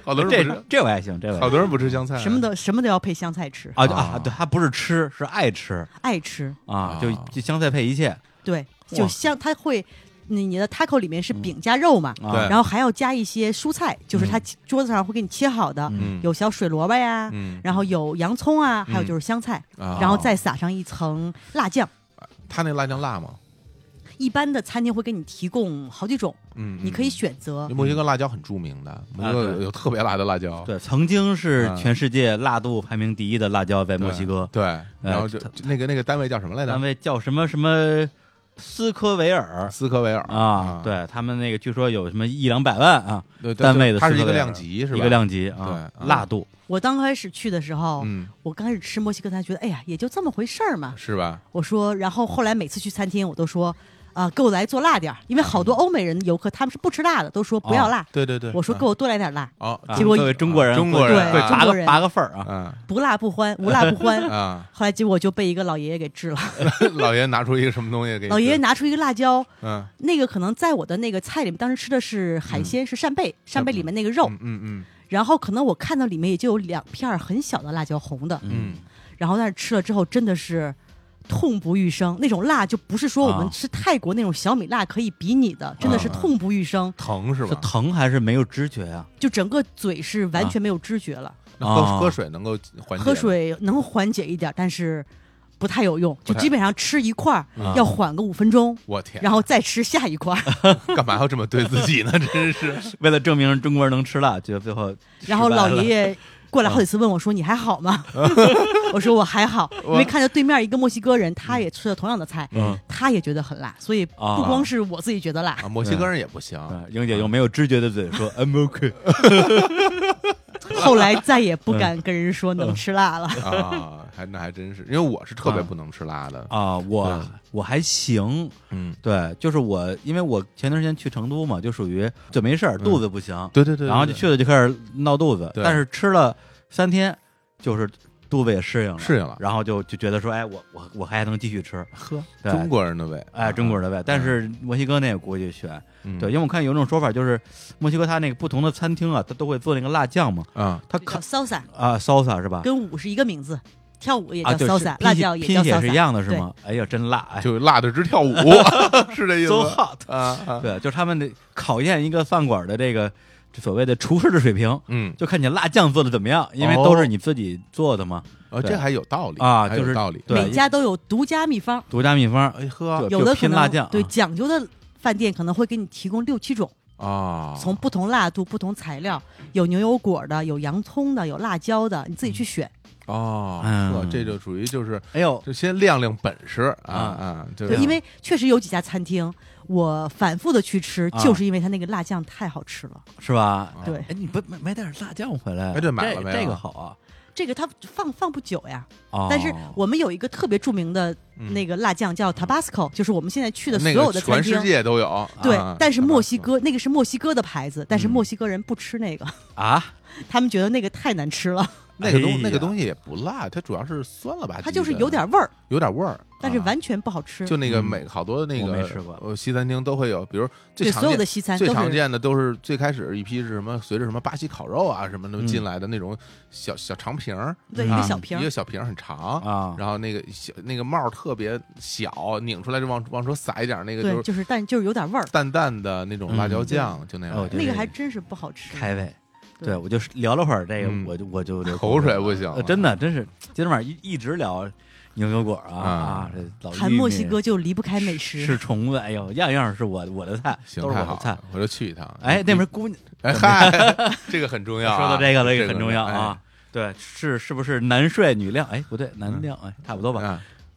Speaker 2: 好多人不
Speaker 1: 这
Speaker 2: 吃，
Speaker 1: 这我还行，这我还
Speaker 2: 好
Speaker 1: 行
Speaker 2: 多人不吃香菜，
Speaker 3: 什么都什么都要配香菜吃，
Speaker 1: 啊
Speaker 2: 啊
Speaker 1: 啊，对，他不是吃，是爱吃
Speaker 3: 爱吃。
Speaker 1: 啊，
Speaker 2: 啊
Speaker 1: 就就香菜配一切
Speaker 3: 对，
Speaker 1: 哇
Speaker 3: 就香，它会你你的 taco 里面是
Speaker 2: 嗯
Speaker 3: 饼加肉嘛，
Speaker 1: 啊，
Speaker 2: 对
Speaker 3: 然后还要加一些蔬菜，就是他桌子上会给你切好的，
Speaker 2: 嗯
Speaker 3: 有小水萝卜呀，
Speaker 2: 嗯，
Speaker 3: 然后有洋葱啊，还有
Speaker 2: 嗯
Speaker 3: 就是香菜，
Speaker 2: 啊
Speaker 3: 然后再撒上一层辣酱。
Speaker 2: 他那辣酱辣吗？
Speaker 3: 一般的餐厅会给你提供好几种，
Speaker 2: 嗯，
Speaker 3: 你可以
Speaker 2: 嗯。
Speaker 3: 选择
Speaker 2: 那。墨西哥辣椒很著名的，墨西哥
Speaker 1: 啊对
Speaker 2: 有有特别辣的辣椒，
Speaker 1: 对，曾经是
Speaker 2: 嗯
Speaker 1: 全世界辣度排名第一的辣椒，在墨西哥，
Speaker 2: 对，然后就
Speaker 1: 它
Speaker 2: 就那个那个单位叫什么来着
Speaker 1: 单？位叫什么什么斯科维尔
Speaker 2: 斯科维尔
Speaker 1: 啊，，对他们那个据说有什么一两百万啊，
Speaker 2: 嗯对对
Speaker 1: 单位的
Speaker 2: 它
Speaker 1: 斯
Speaker 2: 是
Speaker 1: 科
Speaker 2: 一
Speaker 1: 维
Speaker 2: 个
Speaker 1: 尔
Speaker 2: 量级是吧？
Speaker 1: 一个量级啊，
Speaker 2: 对啊
Speaker 1: 辣度
Speaker 3: 我刚开始去的时候，
Speaker 2: 嗯，
Speaker 3: 我刚开始吃墨西哥餐，觉得哎呀也就这么回事儿嘛。
Speaker 2: 是吧？
Speaker 3: 我说，然后后来每次去餐厅，我都说，啊、给我来做辣点儿，因为好多欧美人游客他们是不吃辣的，都说不要辣。
Speaker 2: 啊对对对，
Speaker 3: 我说给我多来点辣，
Speaker 2: 啊，
Speaker 1: 啊
Speaker 3: 结果
Speaker 1: 作为中国人，
Speaker 2: 中国人
Speaker 1: 对
Speaker 2: 对
Speaker 1: 拔
Speaker 3: 中国
Speaker 1: 个
Speaker 3: 人
Speaker 1: 拔个份儿啊，
Speaker 2: 嗯
Speaker 3: 不辣不欢，无辣不欢。
Speaker 2: 啊，
Speaker 3: 后来结果就被一个老爷爷给治了。
Speaker 2: 老爷拿出一个什么东西给你
Speaker 3: 老爷爷拿出一个辣椒，
Speaker 2: 嗯
Speaker 3: 那个可能在我的那个菜里面，当时吃的是海鲜，是扇贝，扇贝里面那个肉。
Speaker 2: 嗯嗯嗯，
Speaker 3: 然后可能我看到里面也就有两片儿很小的辣椒红的，
Speaker 2: 嗯
Speaker 3: 然后但是吃了之后真的是痛不欲生，那种辣就不是说我
Speaker 1: 啊
Speaker 3: 们吃泰国那种小米辣可以比拟的，真的是
Speaker 2: 啊
Speaker 3: 痛不欲生，
Speaker 2: 疼是
Speaker 1: 是
Speaker 2: 吧？
Speaker 1: 疼还是没有知觉啊呀？
Speaker 3: 就整个嘴是完全没有知觉了。
Speaker 2: 那
Speaker 1: 啊
Speaker 2: 喝喝水能够缓解吗，
Speaker 3: 喝水能缓解一点，但是不太有用，
Speaker 2: 不
Speaker 3: 就
Speaker 2: 太
Speaker 3: 基本上吃一块儿、
Speaker 1: 啊
Speaker 3: 要缓个五分钟，
Speaker 2: 我天，啊
Speaker 3: 然后再吃下一块儿，
Speaker 2: 干嘛要这么对自己呢？真是，
Speaker 1: 为了证明中国人能吃辣，结果最后
Speaker 3: 然后老爷
Speaker 1: 爷
Speaker 3: 爷。
Speaker 1: 啊
Speaker 3: 过来好几次问我说：“你还好吗？” 我说：“我还好，因为看着对面一个墨西哥人，他也吃了同样的菜，
Speaker 1: 嗯
Speaker 3: 他也觉得很辣，所以
Speaker 1: 啊
Speaker 3: 不光是我自己觉得辣，
Speaker 2: 啊，墨西
Speaker 3: 嗯
Speaker 2: 哥人也不行，
Speaker 1: 啊，英姐用没有知觉的嘴说 I'm OK，
Speaker 3: 后来再也
Speaker 1: 嗯
Speaker 3: 不敢跟人说能吃辣了。
Speaker 2: 啊，还那还真是，因为我是特别不能吃辣的，
Speaker 1: 啊，我
Speaker 2: 嗯
Speaker 1: 我还行，
Speaker 2: 嗯，
Speaker 1: 对，就是我，因为我前段时间去成都嘛，就属于就没事儿，肚子不行，
Speaker 2: 对嗯对对，
Speaker 1: 然后就
Speaker 2: 对
Speaker 1: 去了就开始闹肚子，
Speaker 2: 对
Speaker 1: 但是吃了三天，就是肚子也适应了，
Speaker 2: 对适应了，
Speaker 1: 然后就就觉得说，哎，我我我还能继续吃，
Speaker 2: 呵，
Speaker 1: 对
Speaker 2: 中国人的胃，
Speaker 1: 哎，中国人的胃，但是墨西哥那个估计选
Speaker 2: 嗯
Speaker 1: 对，因为我看有一种说法，就是墨西哥它那个不同的餐厅啊，它都会做那个辣酱嘛，
Speaker 2: 啊，
Speaker 1: 它
Speaker 3: 叫
Speaker 1: 烤
Speaker 3: salsa，
Speaker 1: 啊 salsa 是吧？
Speaker 3: 跟舞是一个名字，跳舞也
Speaker 1: 啊，
Speaker 3: 叫
Speaker 1: 对，是
Speaker 3: salsa，、辣椒
Speaker 1: 拼
Speaker 3: 也
Speaker 1: 写
Speaker 3: 叫
Speaker 1: 拼写是一
Speaker 3: salsa。
Speaker 1: 样的是吗？哎呀，真辣，哎
Speaker 2: 就辣的直跳 舞，是这意思
Speaker 1: so
Speaker 2: 吗？
Speaker 1: hot，
Speaker 2: 啊啊，
Speaker 1: 对，就是他们得考验一个饭馆的这个所谓的厨师的水平，
Speaker 2: 嗯，
Speaker 1: 就看你辣酱做的怎么样，因为
Speaker 2: 哦
Speaker 1: 都是你自己做的嘛，
Speaker 2: 啊，
Speaker 1: 对
Speaker 2: 这还有道理
Speaker 1: 啊
Speaker 2: 还
Speaker 1: 就是
Speaker 2: 有道理，
Speaker 1: 对
Speaker 3: 每家都有独家秘方，
Speaker 1: 独家秘方，
Speaker 2: 哎呵
Speaker 1: 对
Speaker 3: 有的
Speaker 1: 就
Speaker 3: 可
Speaker 1: 拼
Speaker 3: 能
Speaker 1: 辣酱啊
Speaker 3: 对讲究的饭店可能会给你提供六七种，
Speaker 2: 啊，
Speaker 3: 从不同辣度、不同材料，有牛油果的，有洋葱的，有辣椒的，你自己去选。
Speaker 2: 哦，
Speaker 1: 嗯
Speaker 2: 呵这就属于就是
Speaker 1: 哎呦，
Speaker 2: 就先亮亮本事啊
Speaker 1: 啊
Speaker 2: 啊，就
Speaker 3: 嗯对，
Speaker 2: 是
Speaker 3: 因为确实有几家餐厅，我反复的去吃，
Speaker 1: 啊
Speaker 3: 就是因为它那个辣酱太好吃了。
Speaker 1: 是吧？
Speaker 2: 啊
Speaker 3: 对，
Speaker 1: 哎，你不买买点辣酱回来？
Speaker 2: 哎对买了
Speaker 1: 这
Speaker 2: 没有
Speaker 1: 这个好啊。
Speaker 3: 这个它放放不久呀，
Speaker 1: 哦
Speaker 3: 但是我们有一个特别著名的
Speaker 2: 嗯
Speaker 3: 那个辣酱叫 Tabasco，就是我们现在去的所
Speaker 2: 那
Speaker 3: 有
Speaker 2: 个
Speaker 3: 的餐
Speaker 2: 全世
Speaker 3: 厅。
Speaker 2: 界都有，
Speaker 3: 对
Speaker 2: 啊，嗯
Speaker 3: 但是墨西哥那个是墨西哥的牌子，但是墨西哥人不吃那个，
Speaker 1: 啊，
Speaker 3: 他们觉得那个太难吃了，
Speaker 2: 那个
Speaker 1: 哎
Speaker 2: 东
Speaker 1: 呀
Speaker 2: 那个东西也不辣，它主要是酸了吧唧的，
Speaker 3: 它就是有点味儿，
Speaker 2: 有点味儿，
Speaker 3: 但是
Speaker 2: 啊
Speaker 3: 完全不好吃。
Speaker 2: 就那个
Speaker 1: 嗯
Speaker 2: 每好多那
Speaker 1: 我
Speaker 2: 个
Speaker 1: 没吃过
Speaker 2: 呃西餐厅都会有，比如最
Speaker 3: 对
Speaker 2: 常
Speaker 3: 所有的
Speaker 2: 见
Speaker 3: 西餐
Speaker 2: 最
Speaker 3: 都
Speaker 2: 常
Speaker 3: 是
Speaker 2: 见的都是最开始一批是什么，随着什么巴西烤肉啊什么的
Speaker 1: 嗯
Speaker 2: 进来的那种小小长瓶儿，
Speaker 3: 对一
Speaker 1: 啊
Speaker 3: 个小瓶
Speaker 2: 一个
Speaker 3: 儿，
Speaker 2: 小瓶儿很长。
Speaker 1: 啊，
Speaker 2: 然后那个小那个帽儿特别小，拧出来就往往出撒一点儿，那个就
Speaker 3: 对，
Speaker 2: 是
Speaker 3: 就是但就是有点味儿，
Speaker 2: 淡淡的那种辣椒酱，就那样。
Speaker 1: 哦对
Speaker 3: 那个还真是不好吃。
Speaker 1: 开胃。
Speaker 3: 对
Speaker 1: 对，我就是聊了会儿这个，
Speaker 2: 嗯
Speaker 1: 我就我就流
Speaker 2: 口水
Speaker 1: 了
Speaker 2: 不行了
Speaker 1: 呃真的真是今天晚上一一直聊牛油果啊
Speaker 2: 啊
Speaker 1: 啊，这老
Speaker 3: 谈
Speaker 1: 玉
Speaker 3: 墨
Speaker 1: 米
Speaker 3: 西哥就离不开美
Speaker 1: 是
Speaker 3: 食，
Speaker 1: 虫子，哎呦，样样是我我的菜，
Speaker 2: 行，
Speaker 1: 都是
Speaker 2: 太
Speaker 1: 我
Speaker 2: 好
Speaker 1: 的菜
Speaker 2: 了。，我就去一趟。
Speaker 1: 哎， 那边姑娘
Speaker 2: 哎嗨， 这个很重要啊。
Speaker 1: 说到这个了，
Speaker 2: 这哎
Speaker 1: 也很重要啊。对，是是不是男帅女靓？哎，不对，男靓哎，差不多
Speaker 2: 哎
Speaker 1: 吧。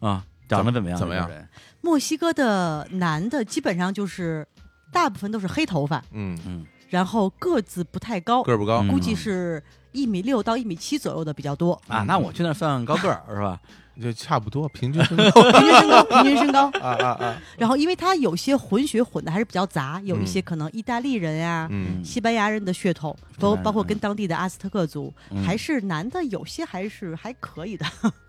Speaker 2: 啊
Speaker 1: 啊，长得怎么样？
Speaker 2: 嗯怎么样
Speaker 1: 这个人？
Speaker 3: 墨西哥的男的基本上就是大部分都是黑头发，
Speaker 2: 嗯，
Speaker 3: 然后个子不太高，
Speaker 2: 个儿不高
Speaker 1: 嗯，
Speaker 3: 估计是一米六到一米七左右的比较 多，
Speaker 2: 嗯
Speaker 1: 啊，那我去那儿算高个儿是吧？
Speaker 2: 就差不多平均身高
Speaker 3: 平均身高，平均身高。
Speaker 2: 啊啊啊！
Speaker 3: 然后因为他有些混血混的还是比较杂，有一些可能意大利人呀、
Speaker 2: 嗯，
Speaker 3: 西班牙人的血统，包包括跟当地的阿斯特克族，
Speaker 1: 嗯
Speaker 3: 还是男的有些还是还可以的。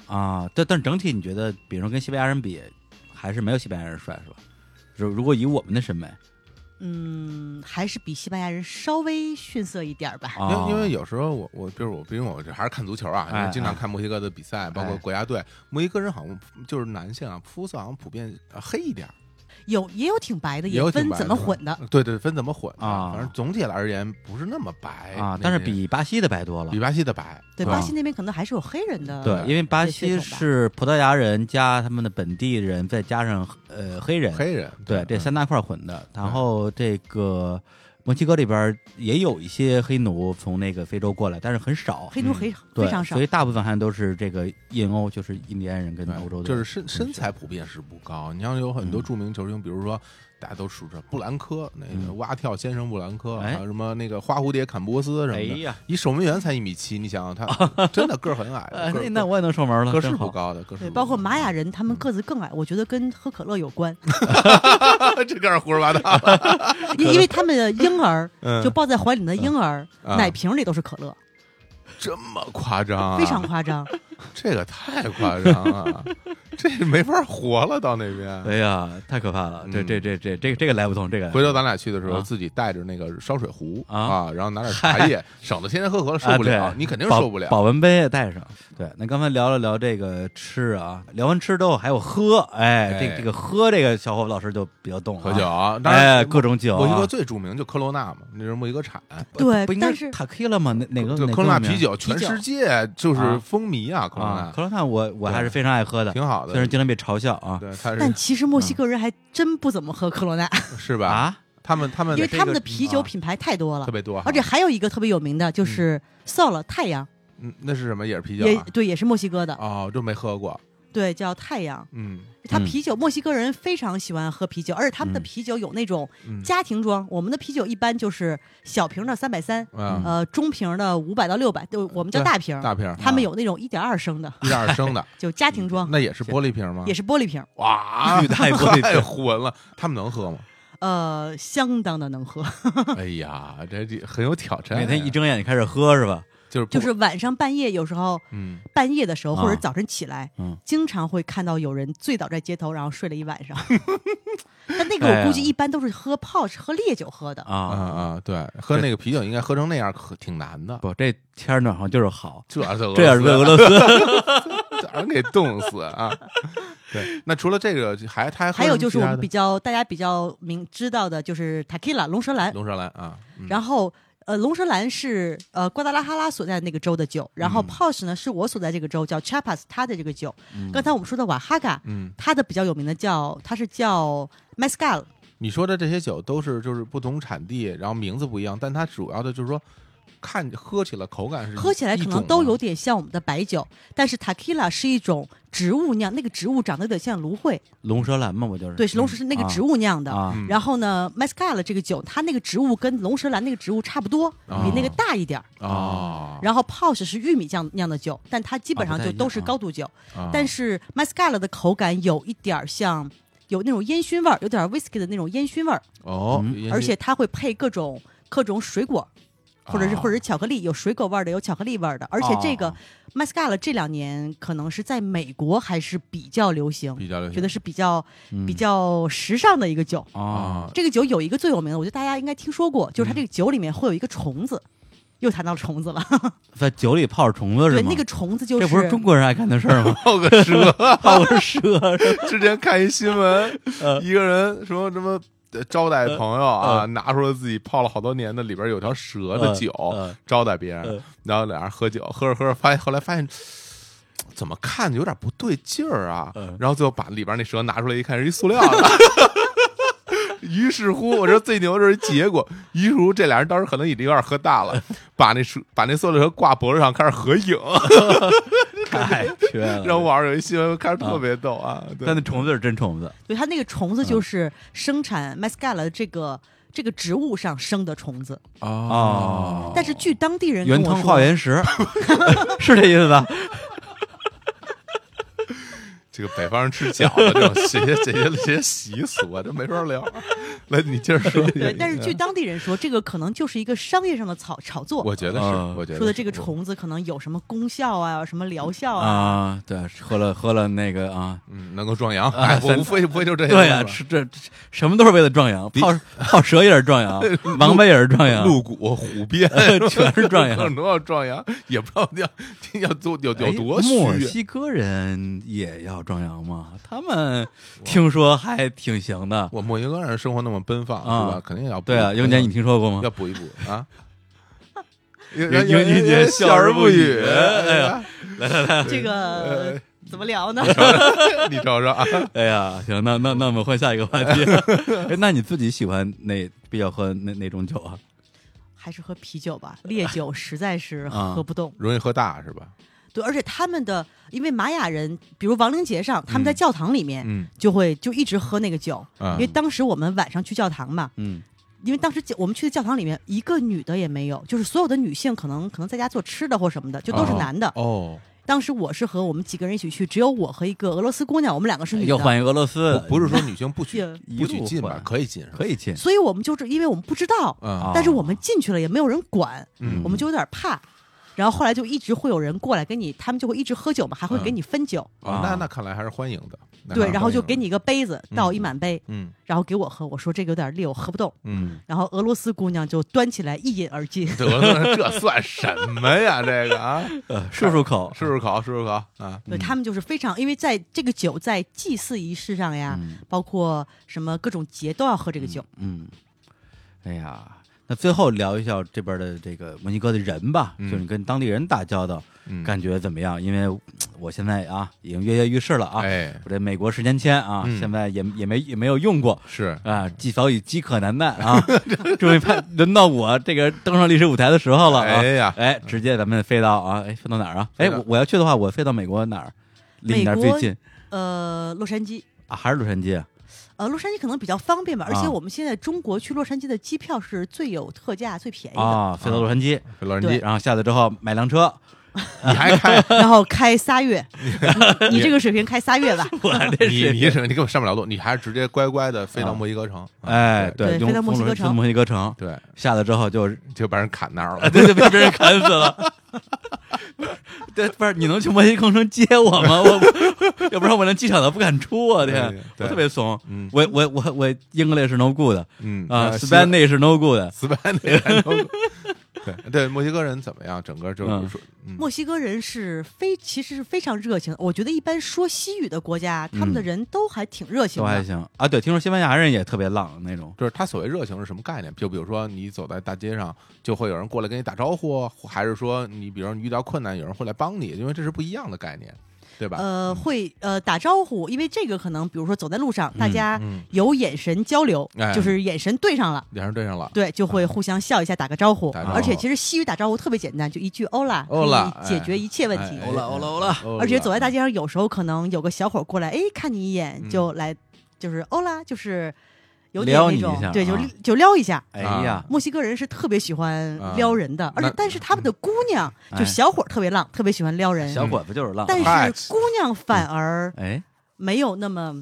Speaker 1: 啊，但但整体你觉得，比如说跟西班牙人比，还是没有西班牙人帅是吧？如如果以我们的审美
Speaker 3: 嗯，还是比西班牙人稍微逊色一点儿吧。
Speaker 2: 因
Speaker 1: 啊，
Speaker 2: 为因为有时候我我比如我毕竟我这还是看足球啊，因
Speaker 1: 哎
Speaker 2: 为经常看墨西哥的比赛，包括
Speaker 1: 哎
Speaker 2: 国家队。墨西哥人好像就是男性啊，肤色好像普遍呃黑一点儿，
Speaker 3: 有也有挺白的，
Speaker 2: 也有挺
Speaker 3: 分
Speaker 2: 白
Speaker 3: 怎么
Speaker 2: 的呃
Speaker 3: 混的。
Speaker 2: 对对，分怎么混的
Speaker 1: 啊
Speaker 2: 反正总体而言不是那么白
Speaker 1: 啊
Speaker 2: 哎那，
Speaker 1: 但是
Speaker 2: 些
Speaker 1: 比巴西的白多了
Speaker 2: 比。巴西的白，
Speaker 3: 对，
Speaker 1: 啊
Speaker 3: 巴西那边可能还是有黑人的。
Speaker 1: 对，因为巴
Speaker 3: 呃这血
Speaker 1: 西
Speaker 3: 统吧
Speaker 1: 是葡萄牙人加他们的本地人，再加上呃黑人，
Speaker 2: 黑人嗯
Speaker 1: 对，这三大块混的。然后这个墨西哥这边也有一些黑奴从那个非洲过来，但是很少，
Speaker 3: 黑奴黑
Speaker 1: 嗯对
Speaker 3: 非常少
Speaker 1: 所以。大部分还都是这个印欧，就是印第安人跟
Speaker 2: 对
Speaker 1: 欧洲的，嗯
Speaker 2: 就是身身材普遍是不高。你像有很多著名球星，比如说大家都熟知布兰科，那个
Speaker 1: 嗯
Speaker 2: 蛙跳先生布兰科，
Speaker 1: 哎
Speaker 2: 还有什么那个花蝴蝶坎波斯什
Speaker 1: 哎
Speaker 2: 么的。
Speaker 1: 呀，
Speaker 2: 一守门员才一米七，你想 想他真的个儿很矮
Speaker 1: 呃
Speaker 2: 的，个
Speaker 1: 那
Speaker 2: 儿
Speaker 1: 那我也能守门了，
Speaker 2: 个儿
Speaker 1: 真
Speaker 2: 是
Speaker 1: 好
Speaker 2: 不高的，个儿是
Speaker 3: 对，
Speaker 2: 不
Speaker 3: 包括
Speaker 2: 高
Speaker 3: 玛雅人，他们个子更矮，我觉得跟喝可乐有关，
Speaker 2: 的， 这个胡说八道。
Speaker 3: 因因为他们的婴儿
Speaker 2: 嗯
Speaker 3: 就抱在怀里的婴儿，
Speaker 2: 啊
Speaker 3: 奶瓶里都是可乐，
Speaker 2: 这么夸张啊，
Speaker 3: 非常夸张。
Speaker 2: 这个太夸张了，这是没法活了，到那边。
Speaker 1: 哎呀，太可怕了！这
Speaker 2: 嗯
Speaker 1: 这这这这个这个来不通，这个来不
Speaker 2: 回
Speaker 1: 通
Speaker 2: 头咱俩去的时候，
Speaker 1: 啊
Speaker 2: 自己带着那个烧水壶
Speaker 1: 啊
Speaker 2: 啊，然后拿点茶叶，省得天天喝渴了受不了
Speaker 1: 啊，对
Speaker 2: 你肯定
Speaker 1: 保
Speaker 2: 受不了。
Speaker 1: 保温杯也带上。对，那刚才聊了聊这个吃啊，聊完吃之后还有喝，哎，
Speaker 2: 哎
Speaker 1: 这这个喝这个小伙老师就比较动了啊
Speaker 2: 喝酒，，当
Speaker 1: 哎，
Speaker 2: 然
Speaker 1: 各种酒啊，
Speaker 2: 墨西哥最著名就科罗娜嘛，那是墨西哥产，
Speaker 3: 对
Speaker 1: 不应该
Speaker 3: 但是
Speaker 1: 塔 Q 了吗？哪哪个
Speaker 2: 就
Speaker 1: 哪
Speaker 2: 科罗娜
Speaker 1: 个名
Speaker 2: 啤酒，全世界就是风靡啊，科罗
Speaker 1: 啊
Speaker 2: 娜，
Speaker 1: 科罗娜我我还是
Speaker 2: 对
Speaker 1: 非常爱喝的，
Speaker 2: 挺好的
Speaker 1: 虽然，经常被嘲笑啊
Speaker 2: 对，它
Speaker 3: 但
Speaker 2: 是
Speaker 3: 其实墨西哥人还真不怎么喝科罗娜，
Speaker 2: 是吧？
Speaker 1: 啊，
Speaker 2: 他们他们
Speaker 3: 因为
Speaker 2: 这
Speaker 3: 他们
Speaker 2: 个
Speaker 3: 的啤酒
Speaker 2: 啊
Speaker 3: 品牌太多了
Speaker 2: 特，别多哈，
Speaker 3: 而且还有一个特别有名的就是 Sol 太阳，
Speaker 2: 嗯那是什么也是啤酒
Speaker 3: 也
Speaker 2: 啊，
Speaker 3: 对，也是墨西哥的，
Speaker 2: 哦，就没喝过，
Speaker 3: 对，叫太阳。
Speaker 2: 嗯
Speaker 3: 他
Speaker 1: 嗯
Speaker 3: 啤酒，墨西哥人非常喜欢喝啤酒，而且他们的
Speaker 1: 嗯
Speaker 3: 啤酒有那种
Speaker 2: 嗯
Speaker 3: 家庭装。我们的啤酒一般就是小瓶的三百三，
Speaker 1: 嗯
Speaker 2: 啊，
Speaker 3: 呃，中瓶的五百到六百，就我们叫
Speaker 2: 对
Speaker 3: 大瓶。
Speaker 2: 大瓶儿，啊
Speaker 3: 他们有那种一点二升的，
Speaker 2: 一点二 升的
Speaker 3: 就家庭装，
Speaker 2: 那也是玻璃瓶吗？
Speaker 3: 也是玻璃瓶，
Speaker 2: 哇，
Speaker 1: 绿的还玻璃瓶
Speaker 2: 太混了，他们能喝吗？
Speaker 3: 呃，相当的能喝。
Speaker 2: 哎呀，这这很有挑战呀。
Speaker 1: 每天一睁眼就开始喝是吧？
Speaker 2: 就是不
Speaker 3: 就是晚上半夜，有时候
Speaker 2: 嗯，
Speaker 3: 半夜的时候，
Speaker 1: 啊
Speaker 3: 或者早晨起来，
Speaker 1: 嗯
Speaker 3: 经常会看到有人醉倒在街头，然后睡了一 晚上。但那个
Speaker 1: 哎呀
Speaker 3: 我估计一般都是喝泡喝烈酒喝的，
Speaker 2: 啊
Speaker 1: 啊，
Speaker 2: 啊，对，喝
Speaker 1: 这
Speaker 2: 那个啤酒应该喝成那样可挺难的。
Speaker 1: 不，这天儿暖和就是好，
Speaker 2: 这是俄
Speaker 1: 这要是被俄
Speaker 2: 罗
Speaker 1: 罗斯
Speaker 2: 斯 早上给冻死啊！对，那除了这个，还他还喝
Speaker 3: 还有
Speaker 2: 什么
Speaker 3: 就是
Speaker 2: 其
Speaker 3: 我
Speaker 2: 他
Speaker 3: 们
Speaker 2: 的
Speaker 3: 比较大家比较明知道的就是 tequila 龙舌兰，
Speaker 2: 龙舌兰啊，嗯
Speaker 3: 然后呃龙舌兰是呃瓜达拉哈拉所在的那个州的酒，然后
Speaker 2: 嗯
Speaker 3: Posh 呢是我所在这个州叫 Chiapas 它的这个酒。刚才我们说的瓦哈嘎，
Speaker 2: 嗯，
Speaker 3: 它的比较有名的叫它是叫 Mescal，
Speaker 2: 你说的这些酒都是就是不同产地，然后名字不一样，但它主要的就是说，看喝起来口感是啊
Speaker 3: 喝起来可能都有点像我们的白酒，但是 tequila 是一种植物酿，那个植物长得有点像芦荟，
Speaker 1: 龙舌兰嘛，不就是
Speaker 3: 对，是龙舌是那个
Speaker 1: 啊
Speaker 3: 植物酿的。
Speaker 1: 啊
Speaker 2: 嗯
Speaker 3: 然后呢，Mescal 的这个酒，它那个植物跟龙舌兰那个植物差不多，比那个
Speaker 2: 哦
Speaker 3: 大一点儿。
Speaker 2: 啊，
Speaker 3: 然后 Posh 是玉米酱酿的酒，但它基本上
Speaker 1: 啊不
Speaker 3: 就
Speaker 1: 太
Speaker 3: 都是
Speaker 1: 一样啊
Speaker 3: 高度酒。
Speaker 2: 啊
Speaker 3: 但是 Mescal 的口感有一点儿像，有那种烟熏味儿，有点儿 whisky 的那种烟熏味儿，
Speaker 2: 哦，
Speaker 1: 嗯
Speaker 2: 也
Speaker 3: 而且它会配各种各种水果，或者是、
Speaker 2: 啊
Speaker 3: 或者是巧克力，有水果味儿的，有巧克力味儿的。而且这个 Mescal 这两年可能是在美国还是比较流行，
Speaker 2: 比较流行
Speaker 3: 觉得是嗯比较、
Speaker 1: 嗯
Speaker 3: 比较时尚的一个酒。
Speaker 1: 啊
Speaker 2: 啊，
Speaker 3: 这个酒有一个最有名的，我觉得大家应该听说过，就是它这个酒里面会有一个虫子，又谈到虫子了。
Speaker 1: 在酒里泡着虫子是
Speaker 3: 对，
Speaker 1: 吗？
Speaker 3: 那个虫子就
Speaker 1: 这不是中国人爱干的事 儿吗？
Speaker 2: 泡个蛇，
Speaker 1: 泡个蛇是吧
Speaker 2: 之前看一 新闻，
Speaker 1: 呃
Speaker 2: 一个人说什么呃招待朋友
Speaker 1: 呃
Speaker 2: 啊，
Speaker 1: 呃
Speaker 2: 拿出了自己泡了好多年的里边有条蛇的酒
Speaker 1: 呃呃
Speaker 2: 招待别人
Speaker 1: 呃，
Speaker 2: 然后俩人喝酒，喝着喝着发现后来发现。怎么看着有点不对劲儿啊？
Speaker 1: 呃
Speaker 2: 然后最后把里边那蛇拿出来一看，是一塑料 的。于是乎，我说最牛的是结果。于是乎，这俩人当时可能已经有点喝大了，
Speaker 1: 嗯
Speaker 2: 把那蛇把那塑料蛇挂脖子上开始合影。
Speaker 1: 太缺了。
Speaker 2: 然后网上有一新闻，看着特别逗啊。对
Speaker 1: 嗯但那虫子是真虫子，
Speaker 3: 对，它那个虫
Speaker 1: 嗯
Speaker 3: 子就是生产 Mescal 的这个这个植物上生的虫子，
Speaker 1: 哦
Speaker 3: 但是据当地人跟
Speaker 1: 原
Speaker 3: 我
Speaker 1: 汤
Speaker 3: 说，
Speaker 1: 化原 石，是这意思吧？
Speaker 2: 这个北方人吃饺子这种这些这些这些习俗啊，这没法聊。 来，你接着说。
Speaker 3: 对，但是
Speaker 1: 嗯
Speaker 3: 据当地人说，这个可能就是一个商业上的炒炒作。
Speaker 2: 我觉得
Speaker 1: 啊
Speaker 2: 是，我觉得
Speaker 3: 说的这
Speaker 2: 是
Speaker 3: 个虫子可能有什么功效啊，有什么疗效啊？
Speaker 1: 啊，对，喝了喝了那个啊，
Speaker 2: 嗯能够壮阳，哎，我无非不会就这些东
Speaker 1: 对啊
Speaker 2: 西吧。，
Speaker 1: 呀、吃这这什么都是为了壮阳，泡泡蛇也是壮阳王八也是壮阳，
Speaker 2: 鹿骨、虎鞭
Speaker 1: 啊 全 是壮阳
Speaker 2: 各种都要壮阳，也不知道要要多有有多
Speaker 1: 哎墨尔
Speaker 2: 虚。啊
Speaker 1: 西哥人也要壮阳吗？他们听说还挺行的。
Speaker 2: 我墨西哥人生活那么奔放，
Speaker 1: 啊
Speaker 2: 是吧？肯定要补
Speaker 1: 对啊，英姐，你听说过
Speaker 2: 要
Speaker 1: 吗？
Speaker 2: 补一补 啊。
Speaker 1: 英英英姐笑而不语哎呀，啊
Speaker 3: 这个怎么聊呢？
Speaker 2: 你瞅瞅啊，
Speaker 1: 哎呀，行，那那那我们换下一个话 题。哎，那你自己喜欢哪比较喝哪哪种酒啊？
Speaker 3: 还是喝啤酒吧，烈酒实在是
Speaker 1: 啊
Speaker 3: 喝不动。
Speaker 2: 容易喝大是吧？
Speaker 3: 对，而且他们的，因为玛雅人，比如亡灵节上，他们在教堂里面
Speaker 2: 嗯
Speaker 3: 就会就一直喝那个酒，
Speaker 2: 啊
Speaker 3: 因为当时我们晚上去教堂嘛，
Speaker 1: 嗯，
Speaker 3: 因为当时教我们去的教堂里面一个女的也没有，就是所有的女性可能可能在家做吃的或什么的，就都是
Speaker 2: 哦
Speaker 3: 男的。
Speaker 2: 哦，
Speaker 3: 当时我是和我们几个人一起去，只有我和一个俄罗斯姑娘，我们两个是女
Speaker 1: 哎又
Speaker 3: 的，
Speaker 1: 换一俄罗斯，
Speaker 2: 不不是说女性不许
Speaker 3: 也
Speaker 2: 不许进吧
Speaker 1: 一？路
Speaker 2: 可以进是吧，
Speaker 1: 可以进
Speaker 3: 所以我们就是因为我们不知道，
Speaker 2: 嗯
Speaker 1: 啊
Speaker 3: 但是我们进去了也没有人管，
Speaker 2: 嗯
Speaker 3: 我们就有点怕。然后后来就一直会有人过来跟你，他们就会一直喝酒嘛，还会给你分酒，
Speaker 2: 啊，那那看来还是欢迎的。那还
Speaker 3: 对，
Speaker 2: 是
Speaker 3: 然后
Speaker 2: 欢
Speaker 3: 就
Speaker 2: 迎
Speaker 3: 给
Speaker 2: 的，
Speaker 3: 你一个杯子，倒一满杯，
Speaker 2: 嗯
Speaker 3: 然后给我喝，我说这个有点烈，我喝不动。
Speaker 2: 嗯，
Speaker 3: 然后俄罗斯姑娘就端起来一饮而尽，
Speaker 1: 嗯
Speaker 2: 得了，这算什么呀？这个啊，
Speaker 7: 呃，漱漱口，
Speaker 2: 漱漱口，漱漱口啊，
Speaker 3: 对他们 就是非常，因为在这个酒在祭祀仪式上呀，包括什么各种节都要喝这个酒。
Speaker 1: 嗯，哎呀，那最后聊一下这边的这个墨西哥的人吧，
Speaker 2: 嗯
Speaker 1: 就是你跟当地人打交道、
Speaker 2: 嗯，
Speaker 1: 感觉怎么样？因为嘖我现在啊已经跃跃欲试了啊，
Speaker 2: 哎，
Speaker 1: 我这美国时间签啊，
Speaker 2: 嗯
Speaker 1: 现在也也没也没有用过。
Speaker 2: 是
Speaker 1: 啊，既早已饥渴难耐啊，终于盼轮到我这个登上历史舞台的时候了啊！
Speaker 2: 哎呀
Speaker 1: 哎，直接咱们飞到啊，哎，飞到哪儿啊？
Speaker 2: 飞
Speaker 1: 哎，
Speaker 2: 到
Speaker 1: 我我要去的话，我飞到美国哪儿？离你那儿
Speaker 3: 美
Speaker 1: 最
Speaker 3: 国
Speaker 1: 近
Speaker 3: 呃，洛杉矶，
Speaker 1: 啊？还是洛杉矶啊？
Speaker 3: 呃，洛杉矶可能比较方便吧，而且
Speaker 1: 啊
Speaker 3: 我们现在中国去洛杉矶的机票是最有特价、最便宜的。
Speaker 1: 啊飞到洛杉矶，
Speaker 2: 飞洛杉矶，
Speaker 1: 然后下来之后买辆 车，
Speaker 2: 你还 开
Speaker 3: 然后开仨 月，你这个水平开仨月吧。
Speaker 1: 我这
Speaker 2: 你
Speaker 1: 是
Speaker 2: 你什么？你根本上不了路，你还是直接乖乖的飞到
Speaker 1: 啊
Speaker 2: 墨西哥城。
Speaker 1: 哎，
Speaker 2: 对
Speaker 3: 对
Speaker 1: 用
Speaker 3: 飞到墨西哥
Speaker 1: 飞到
Speaker 3: 城
Speaker 1: 墨西哥城
Speaker 2: 对，
Speaker 1: 下来之后就。
Speaker 2: 就把人砍那儿了
Speaker 1: 啊对对被别人砍死了。 对，不是你能去墨西哥城接我 吗？我要不然我连机场都不敢出啊！
Speaker 2: 对
Speaker 1: 天，
Speaker 2: 对
Speaker 1: 我特别怂
Speaker 2: 嗯，
Speaker 1: 我我我我 English is no good
Speaker 2: 嗯
Speaker 1: 啊
Speaker 2: 呃西
Speaker 1: ，Spanish is no good，
Speaker 2: 斯班那个人都 对对，墨西哥人怎么样？整个就是
Speaker 1: 嗯
Speaker 2: 说，嗯
Speaker 3: 墨西哥人是非其实是非常热情的，我觉得一般说西语的国家，他们的
Speaker 1: 嗯
Speaker 3: 人都还挺热情
Speaker 1: 都
Speaker 3: 的。
Speaker 1: 还行啊。对，听说西班牙人也特别浪那种。
Speaker 2: 就是他所谓热情是什么概念？就比如说你走在大街上，就会有人过来跟你打招呼，还是说你比如你遇到困难，有人会来帮你？因为这是不一样的概念，对吧？
Speaker 3: 呃，会呃打招呼，因为这个可能，比如说走在路上，大家
Speaker 2: 嗯
Speaker 3: 有眼神交流，
Speaker 2: 哎
Speaker 3: 就是眼神对上了，
Speaker 2: 两人对上了，
Speaker 3: 对，就会互相笑一下，打个招呼。
Speaker 2: 打招呼
Speaker 3: 而且其实西语打招呼特别简单，就一句 “ola”，可以
Speaker 2: Hola，
Speaker 3: 解决一切问题。
Speaker 2: 哎哎
Speaker 1: 欧了欧了
Speaker 2: 欧了
Speaker 3: 而且走在大街上，有时候可能有个小伙过来，哎，看你一眼
Speaker 2: 嗯
Speaker 3: 就来，就是 “ola”，就是有点
Speaker 1: 撩
Speaker 3: 那
Speaker 1: 你一
Speaker 3: 种
Speaker 1: 下，
Speaker 3: 对，就
Speaker 1: 啊
Speaker 3: 就撩一下。
Speaker 1: 哎呀，
Speaker 3: 墨西哥人是特别喜欢
Speaker 2: 啊
Speaker 3: 撩人的，而
Speaker 2: 那嗯
Speaker 3: 且但是他们的姑娘
Speaker 1: 哎
Speaker 3: 就小伙儿特别浪，特别喜欢撩人。
Speaker 1: 小伙子就是浪。
Speaker 2: 嗨
Speaker 3: 但是姑娘反而
Speaker 1: 哎，
Speaker 3: 没有那么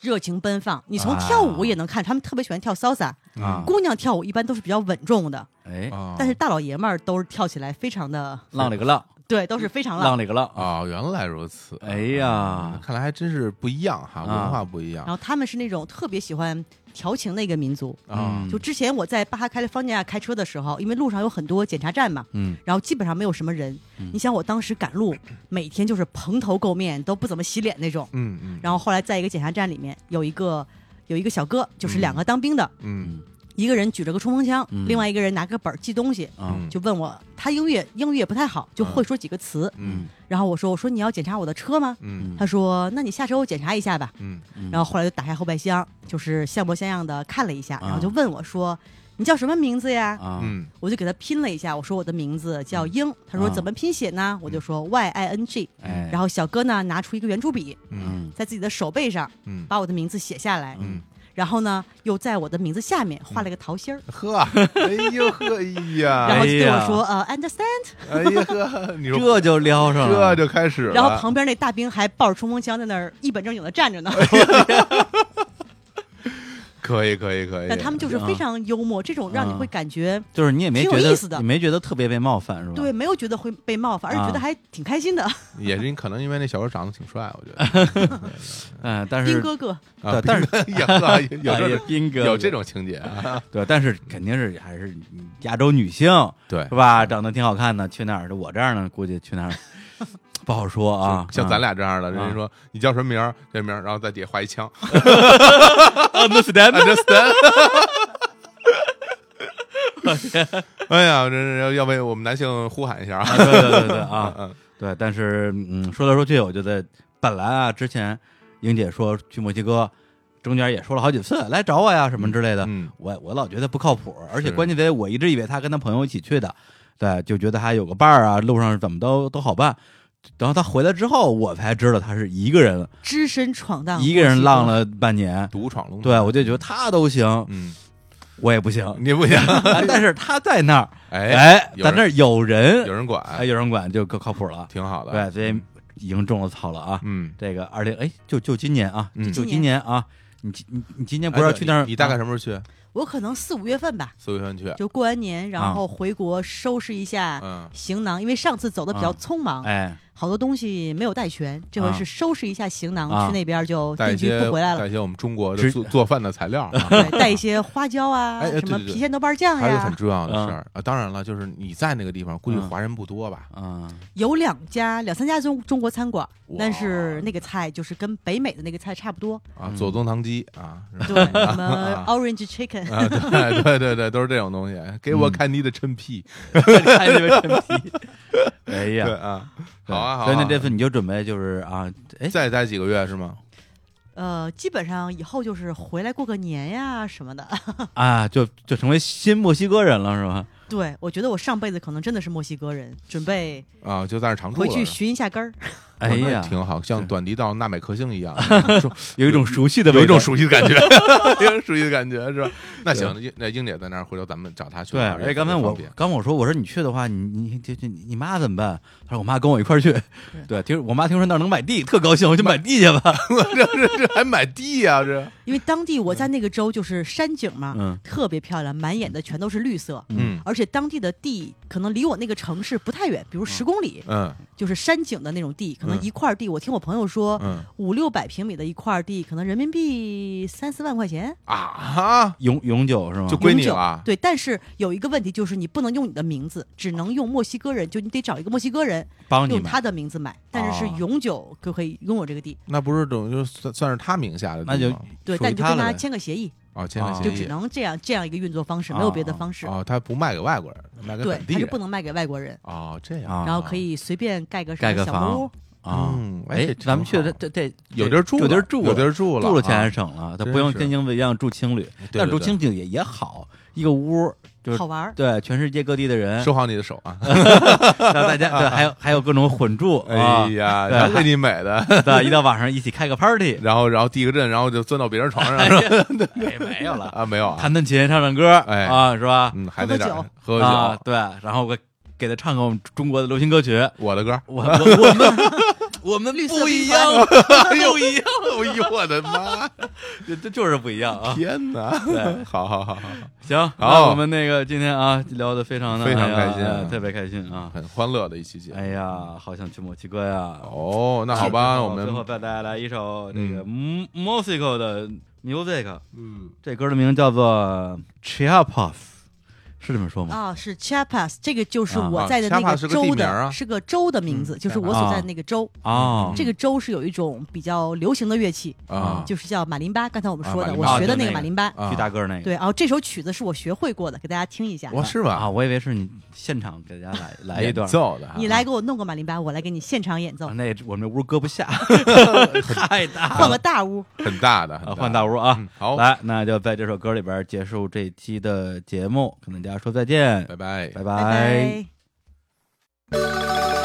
Speaker 3: 热情奔放。你从
Speaker 1: 啊
Speaker 3: 跳舞也能看，他们特别喜欢跳 salsa。
Speaker 1: 啊
Speaker 3: 姑娘跳舞一般都是比较稳重的，
Speaker 1: 哎，
Speaker 2: 嗯啊
Speaker 3: 但是大老爷们儿都是跳起来非常的，
Speaker 1: 浪里个浪，
Speaker 3: 对，都是非常浪。
Speaker 1: 浪里个浪啊！
Speaker 2: 啊，原来如此。嗯
Speaker 1: 哎呀，
Speaker 2: 看来还真是不一样哈，文化不一样
Speaker 3: 然后他们是那种特别喜欢调情的一个民族。
Speaker 2: 啊
Speaker 1: 嗯
Speaker 3: 就之前我在巴哈开利方尼亚开车的时候，因为路上有很多检查站嘛，
Speaker 1: 嗯，
Speaker 3: 然后基本上没有什么人。你想我当时赶路，每天就是蓬头垢面，都不怎么洗脸那种。
Speaker 2: 嗯嗯
Speaker 3: 然后后来在一个检查站里面，有一个有一个小哥，就是两个当兵的，
Speaker 2: 嗯
Speaker 3: 一个人举着个冲锋枪，
Speaker 1: 嗯
Speaker 3: 另外一个人拿个本儿记东西，
Speaker 1: 啊
Speaker 2: 嗯
Speaker 3: 就问我，他英语英语也不太好，就会说几个词。
Speaker 2: 嗯
Speaker 3: 然后我说我说你要检查我的车吗？
Speaker 2: 嗯
Speaker 3: 他说那你下车我检查一下吧。
Speaker 2: 嗯
Speaker 3: 然后后来就打开后备箱，就是像模像样的看了一下，
Speaker 1: 啊
Speaker 3: 然后就问我说你叫什么名字呀？
Speaker 1: 啊
Speaker 2: 嗯
Speaker 3: 我就给他拼了一下，我说我的名字叫英，他说
Speaker 1: 啊
Speaker 3: 怎么拼写呢？我就说 Y I N G，
Speaker 1: 哎，
Speaker 3: 然后小哥呢拿出一个圆珠笔，
Speaker 2: 嗯
Speaker 1: 嗯
Speaker 3: 在自己的手背上
Speaker 2: 嗯
Speaker 3: 把我的名字写下来，
Speaker 2: 嗯，
Speaker 3: 然后呢又在我的名字下面画了个桃心儿，
Speaker 2: 呵，哎呦呵，哎
Speaker 3: 然
Speaker 2: 呀，
Speaker 1: 哎
Speaker 3: 后就对我
Speaker 1: 呀
Speaker 3: 说呃 understand，
Speaker 2: 哎呀呵，你说
Speaker 1: 这就撩上
Speaker 2: 这
Speaker 1: 了，
Speaker 2: 就开始了，
Speaker 3: 然后旁边那大兵还抱着冲锋枪在那儿一本正经的站着呢，
Speaker 2: 可以可以可以，
Speaker 3: 但他们就是非常幽默，这种让你会感觉
Speaker 1: 就是你也没
Speaker 3: 挺
Speaker 1: 觉
Speaker 3: 有
Speaker 1: 得
Speaker 3: 意思的
Speaker 1: 你没觉得特别被冒犯是吧？
Speaker 3: 对没有觉得会被冒犯，而且觉得还挺开心的。
Speaker 2: 也是可能因为那小哥长得挺帅，我觉得。
Speaker 1: 嗯，但
Speaker 3: 丁
Speaker 1: 是
Speaker 3: 哥哥，
Speaker 2: 啊
Speaker 1: 对，但是
Speaker 2: 也呵有
Speaker 1: 哎
Speaker 2: 这
Speaker 1: 呀
Speaker 2: 种
Speaker 1: 斌哥
Speaker 2: 有这种情节啊，
Speaker 1: 对，但是肯定是还是亚洲女性
Speaker 2: 对
Speaker 1: 是，吧？长得挺好看的，去那儿我这样的估计 去那儿不好说啊。
Speaker 2: 像咱俩这样的，人
Speaker 1: 啊
Speaker 2: 家说你叫什么名儿，这名儿，然后在底下画 一枪
Speaker 1: 啊 understand，
Speaker 2: ，understand。哎呀，这这要要为我们男性呼喊一下啊！
Speaker 1: 对对对对啊，
Speaker 2: 嗯
Speaker 1: 对，但是嗯，说来说去，我觉得本来啊，之前英姐说去墨西哥，中间也说了好几次来找我呀什么之类的，
Speaker 2: 嗯
Speaker 1: 我我老觉得不靠谱，而且
Speaker 2: 是
Speaker 1: 关键得我一直以为他跟他朋友一起去的，对，就觉得他有个伴儿啊，路上怎么都都好办。然后他回来之后，我才知道他是一个人，
Speaker 3: 只身闯荡，
Speaker 1: 一个人浪，了半年。
Speaker 2: 独闯龙门
Speaker 1: 对，我啊就觉得他都行，
Speaker 2: 嗯，
Speaker 1: 我也不行。
Speaker 2: 你不 行，
Speaker 1: 但是他在那儿，
Speaker 2: 哎，
Speaker 1: 哎，
Speaker 2: 有人
Speaker 1: 在那儿有人，
Speaker 2: 有人
Speaker 1: 哎，
Speaker 2: 管，
Speaker 1: 有人管就可靠谱了。
Speaker 2: 挺好的。
Speaker 1: 对，所以已经中了草了啊。
Speaker 2: 嗯，
Speaker 1: 这个二零哎，就就今年啊，
Speaker 2: 嗯
Speaker 1: 就
Speaker 3: 今
Speaker 1: 今年啊，你今你你今年不是
Speaker 2: 哎
Speaker 1: 要
Speaker 2: 对
Speaker 1: 去那儿？
Speaker 2: 你你大概
Speaker 1: 啊
Speaker 2: 什么时候去？
Speaker 3: 我可能四五月份吧，
Speaker 2: 四月份去，
Speaker 3: 就过完年，
Speaker 1: 啊
Speaker 3: 然后回国收拾一下
Speaker 2: 嗯，
Speaker 3: 行囊，因为上次走的比较
Speaker 1: 啊
Speaker 3: 匆忙，
Speaker 1: 哎，
Speaker 3: 好多东西没有带全，这
Speaker 1: 啊
Speaker 3: 回是收拾一下行囊、
Speaker 1: 啊
Speaker 3: 去那边就
Speaker 2: 带
Speaker 3: 定
Speaker 2: 一
Speaker 3: 居
Speaker 2: 些
Speaker 3: 不回来
Speaker 2: 带
Speaker 3: 了，
Speaker 2: 一些我们中国的
Speaker 1: 直
Speaker 2: 做做饭的 材料啊，
Speaker 3: 对，带一些花椒啊，
Speaker 2: 哎哎
Speaker 3: 什
Speaker 2: 对
Speaker 3: 么
Speaker 2: 对对
Speaker 3: 郫县豆瓣酱
Speaker 2: 还有一个
Speaker 3: 呀
Speaker 2: 很，重要的事
Speaker 1: 嗯
Speaker 2: 儿啊，当然了，就是你在那个地方，估计
Speaker 1: 嗯
Speaker 2: 华人不多吧？
Speaker 1: 嗯，
Speaker 3: 有两家两三家中中国餐馆
Speaker 2: 哇，
Speaker 3: 但是那个菜就是跟北美的那个菜差 不多，
Speaker 2: 啊，
Speaker 1: 嗯
Speaker 2: 左宗棠鸡啊，是吧
Speaker 3: 对，什 么 orange chicken，、
Speaker 1: 嗯
Speaker 2: 啊，对对对对，都是这种东西。给我看你的 陈皮，
Speaker 1: 看这个陈皮，哎呀，
Speaker 2: 对啊，好啊好
Speaker 1: 所以
Speaker 2: 啊
Speaker 1: 那，这次你就准备就是啊，哎，
Speaker 2: 再待几个月是吗？
Speaker 3: 呃，基本上以后就是回来过个年呀什么的。
Speaker 1: 啊，就就成为新墨西哥人了是
Speaker 2: 哦
Speaker 1: 吧？
Speaker 3: 对，我觉得我上辈子可能真的是墨西哥人，准备
Speaker 2: 啊，就在那儿常住
Speaker 3: 回
Speaker 2: 了。哦
Speaker 3: 去寻一下 根儿。
Speaker 1: 哎
Speaker 2: 那
Speaker 1: 呀，
Speaker 2: 挺好，像短笛到纳美克星一 样，
Speaker 1: 有一种熟悉的味道，
Speaker 2: 有一种熟悉的感觉， 有一种熟悉的感觉是吧？那行，英那英姐在那儿，回头咱们找她去
Speaker 1: 对，
Speaker 2: 玩儿也。
Speaker 1: 而且刚才
Speaker 2: 也
Speaker 1: 我
Speaker 2: 方便
Speaker 1: 刚我说我说你去的话，你你这这你妈怎么办？她说我妈跟我一块儿去。 对，听说我妈听说那儿能买地，特高兴，我去买地去 吧。
Speaker 2: 这这这还买地呀？这
Speaker 3: 因为当地我在那个州就是山景嘛，
Speaker 1: 嗯
Speaker 3: 特别漂亮，满眼的全都是绿色，
Speaker 2: 嗯
Speaker 3: 而且当地的地可能离我那个城市不太远，比如十公里，
Speaker 2: 嗯
Speaker 3: 就是山景的那种地，可
Speaker 2: 嗯
Speaker 3: 能一块地，我听我朋友说，
Speaker 2: 嗯
Speaker 3: 五六百平米的一块地，可能人民币三四万块钱。
Speaker 2: 啊，
Speaker 1: 永永久是吗？
Speaker 2: 就归你
Speaker 3: 永久
Speaker 2: 了
Speaker 3: 对，但是有一个问题就是你不能用你的名字，只能用墨西哥人，就你得找一个墨西哥人
Speaker 1: 帮你
Speaker 3: 用
Speaker 1: 买
Speaker 3: 他的名字买，但是是
Speaker 1: 哦
Speaker 3: 永久就可以拥有这个地。
Speaker 2: 那不是等于就算算是他名下的地吗，
Speaker 1: 那就
Speaker 3: 对，
Speaker 1: 属
Speaker 3: 但
Speaker 1: 于
Speaker 3: 你就
Speaker 1: 他
Speaker 3: 跟
Speaker 1: 了
Speaker 3: 他
Speaker 1: 呗
Speaker 3: 签个协议，
Speaker 2: 哦签了
Speaker 1: 啊
Speaker 2: 协
Speaker 3: 就
Speaker 2: 议
Speaker 3: 只能这样这样一个运作方式，没有别的方式。
Speaker 2: 哦，他不卖给外国人，卖给
Speaker 3: 对
Speaker 2: 本，地
Speaker 3: 他就
Speaker 2: 人
Speaker 3: 不能卖给外国人，
Speaker 2: 哦，这样
Speaker 1: 啊
Speaker 3: 然后可以随便盖个什
Speaker 1: 盖
Speaker 3: 么
Speaker 1: 个
Speaker 3: 小
Speaker 1: 房
Speaker 3: 木屋。
Speaker 1: 啊。
Speaker 2: 嗯，哎，
Speaker 1: 哎，
Speaker 2: 这
Speaker 1: 咱们去
Speaker 2: 挺
Speaker 1: 的
Speaker 2: 好
Speaker 1: 这这
Speaker 2: 有地儿住了，
Speaker 1: 有地儿住了，
Speaker 2: 有地儿住了，
Speaker 1: 住了钱
Speaker 2: 啊
Speaker 1: 省了，他
Speaker 2: 真
Speaker 1: 不用
Speaker 2: 是
Speaker 1: 跟英子一样住青旅，
Speaker 2: 对
Speaker 1: 但
Speaker 2: 对
Speaker 1: 住
Speaker 2: 对
Speaker 1: 青旅也也好，一个屋儿就是
Speaker 3: 好玩儿，
Speaker 1: 对全世界各地的人，
Speaker 2: 收好你的手啊！
Speaker 1: 让大家对还有还有各种混住啊
Speaker 2: 哎，呀，
Speaker 1: 对
Speaker 2: 然后给你买的，
Speaker 1: 对，一到晚上一起开个 party，
Speaker 2: 然后然后递个阵，然后就钻到别人床上
Speaker 1: 没没有了，
Speaker 2: 啊？没有啊？
Speaker 1: 弹弹琴，唱唱歌，
Speaker 2: 哎
Speaker 1: 啊，是吧？
Speaker 2: 嗯，还那点儿
Speaker 3: 喝
Speaker 2: 喝
Speaker 1: 啊，
Speaker 2: 酒，
Speaker 1: 对，然后我给他唱个我们中国的流行歌曲，
Speaker 2: 我的歌。
Speaker 1: 我我我们我们
Speaker 3: 绿色
Speaker 1: 不一
Speaker 3: 兵
Speaker 1: 样
Speaker 3: 团，
Speaker 1: 不一样，
Speaker 2: 哎呦我的妈！
Speaker 1: 这这就是不一样啊！
Speaker 2: 天哪！
Speaker 1: 对
Speaker 2: 好好好好，好
Speaker 1: 行，那
Speaker 2: 好
Speaker 1: 我们那个今天啊聊的非常的
Speaker 2: 非常
Speaker 1: 哎呀
Speaker 2: 开心啊
Speaker 1: 哎特别开心啊！
Speaker 2: 很欢乐的一期节目。
Speaker 1: 哎呀，好想去墨西哥呀！
Speaker 2: 哦，那好吧，我
Speaker 1: 最后
Speaker 2: 们
Speaker 1: 带大家来一首这个
Speaker 2: 嗯
Speaker 1: m o s i c o 的 music，啊
Speaker 2: 嗯，
Speaker 1: 这歌的名字叫做 Chiapas，是这么说吗？
Speaker 3: 啊，是 Chiapas，这个就是
Speaker 1: 啊
Speaker 3: 我在的那
Speaker 2: ，Chiapas 是个地
Speaker 3: 州
Speaker 2: 名
Speaker 3: 的，
Speaker 2: 啊
Speaker 3: 是个州的名字，
Speaker 2: 嗯
Speaker 3: 就是我所在
Speaker 1: 啊
Speaker 3: 的那个州。
Speaker 1: 哦，
Speaker 3: 这个州是有一种比较流行的乐器，
Speaker 2: 啊
Speaker 3: 就是叫马林巴。刚才我们
Speaker 2: 啊
Speaker 3: 说
Speaker 2: 马
Speaker 3: 的，
Speaker 2: 林
Speaker 3: 我
Speaker 1: 巴
Speaker 3: 学的
Speaker 1: 就那
Speaker 3: 那个马
Speaker 1: 个
Speaker 3: 林巴。
Speaker 2: 啊
Speaker 1: 巨大个儿那个，
Speaker 3: 对，然后这首曲子是我学会过的，给大家听一下。
Speaker 2: 哇是
Speaker 1: 啊，
Speaker 2: 吧？
Speaker 1: 我以为是你现场给大家 来来一段
Speaker 2: 演。奏的哈，
Speaker 3: 你来给我弄个马林巴，我来给你现场演奏
Speaker 1: 啊，，那我们这屋搁不 下，太大
Speaker 3: 换
Speaker 1: 了。
Speaker 3: 个大屋。
Speaker 2: 很大的，很
Speaker 1: 啊，
Speaker 2: 的
Speaker 1: 换大屋啊
Speaker 2: 嗯！好，
Speaker 1: 来，那就在这首歌里边结束这期的节目，跟大家说再见，
Speaker 2: 拜拜。
Speaker 1: 拜
Speaker 3: 拜拜。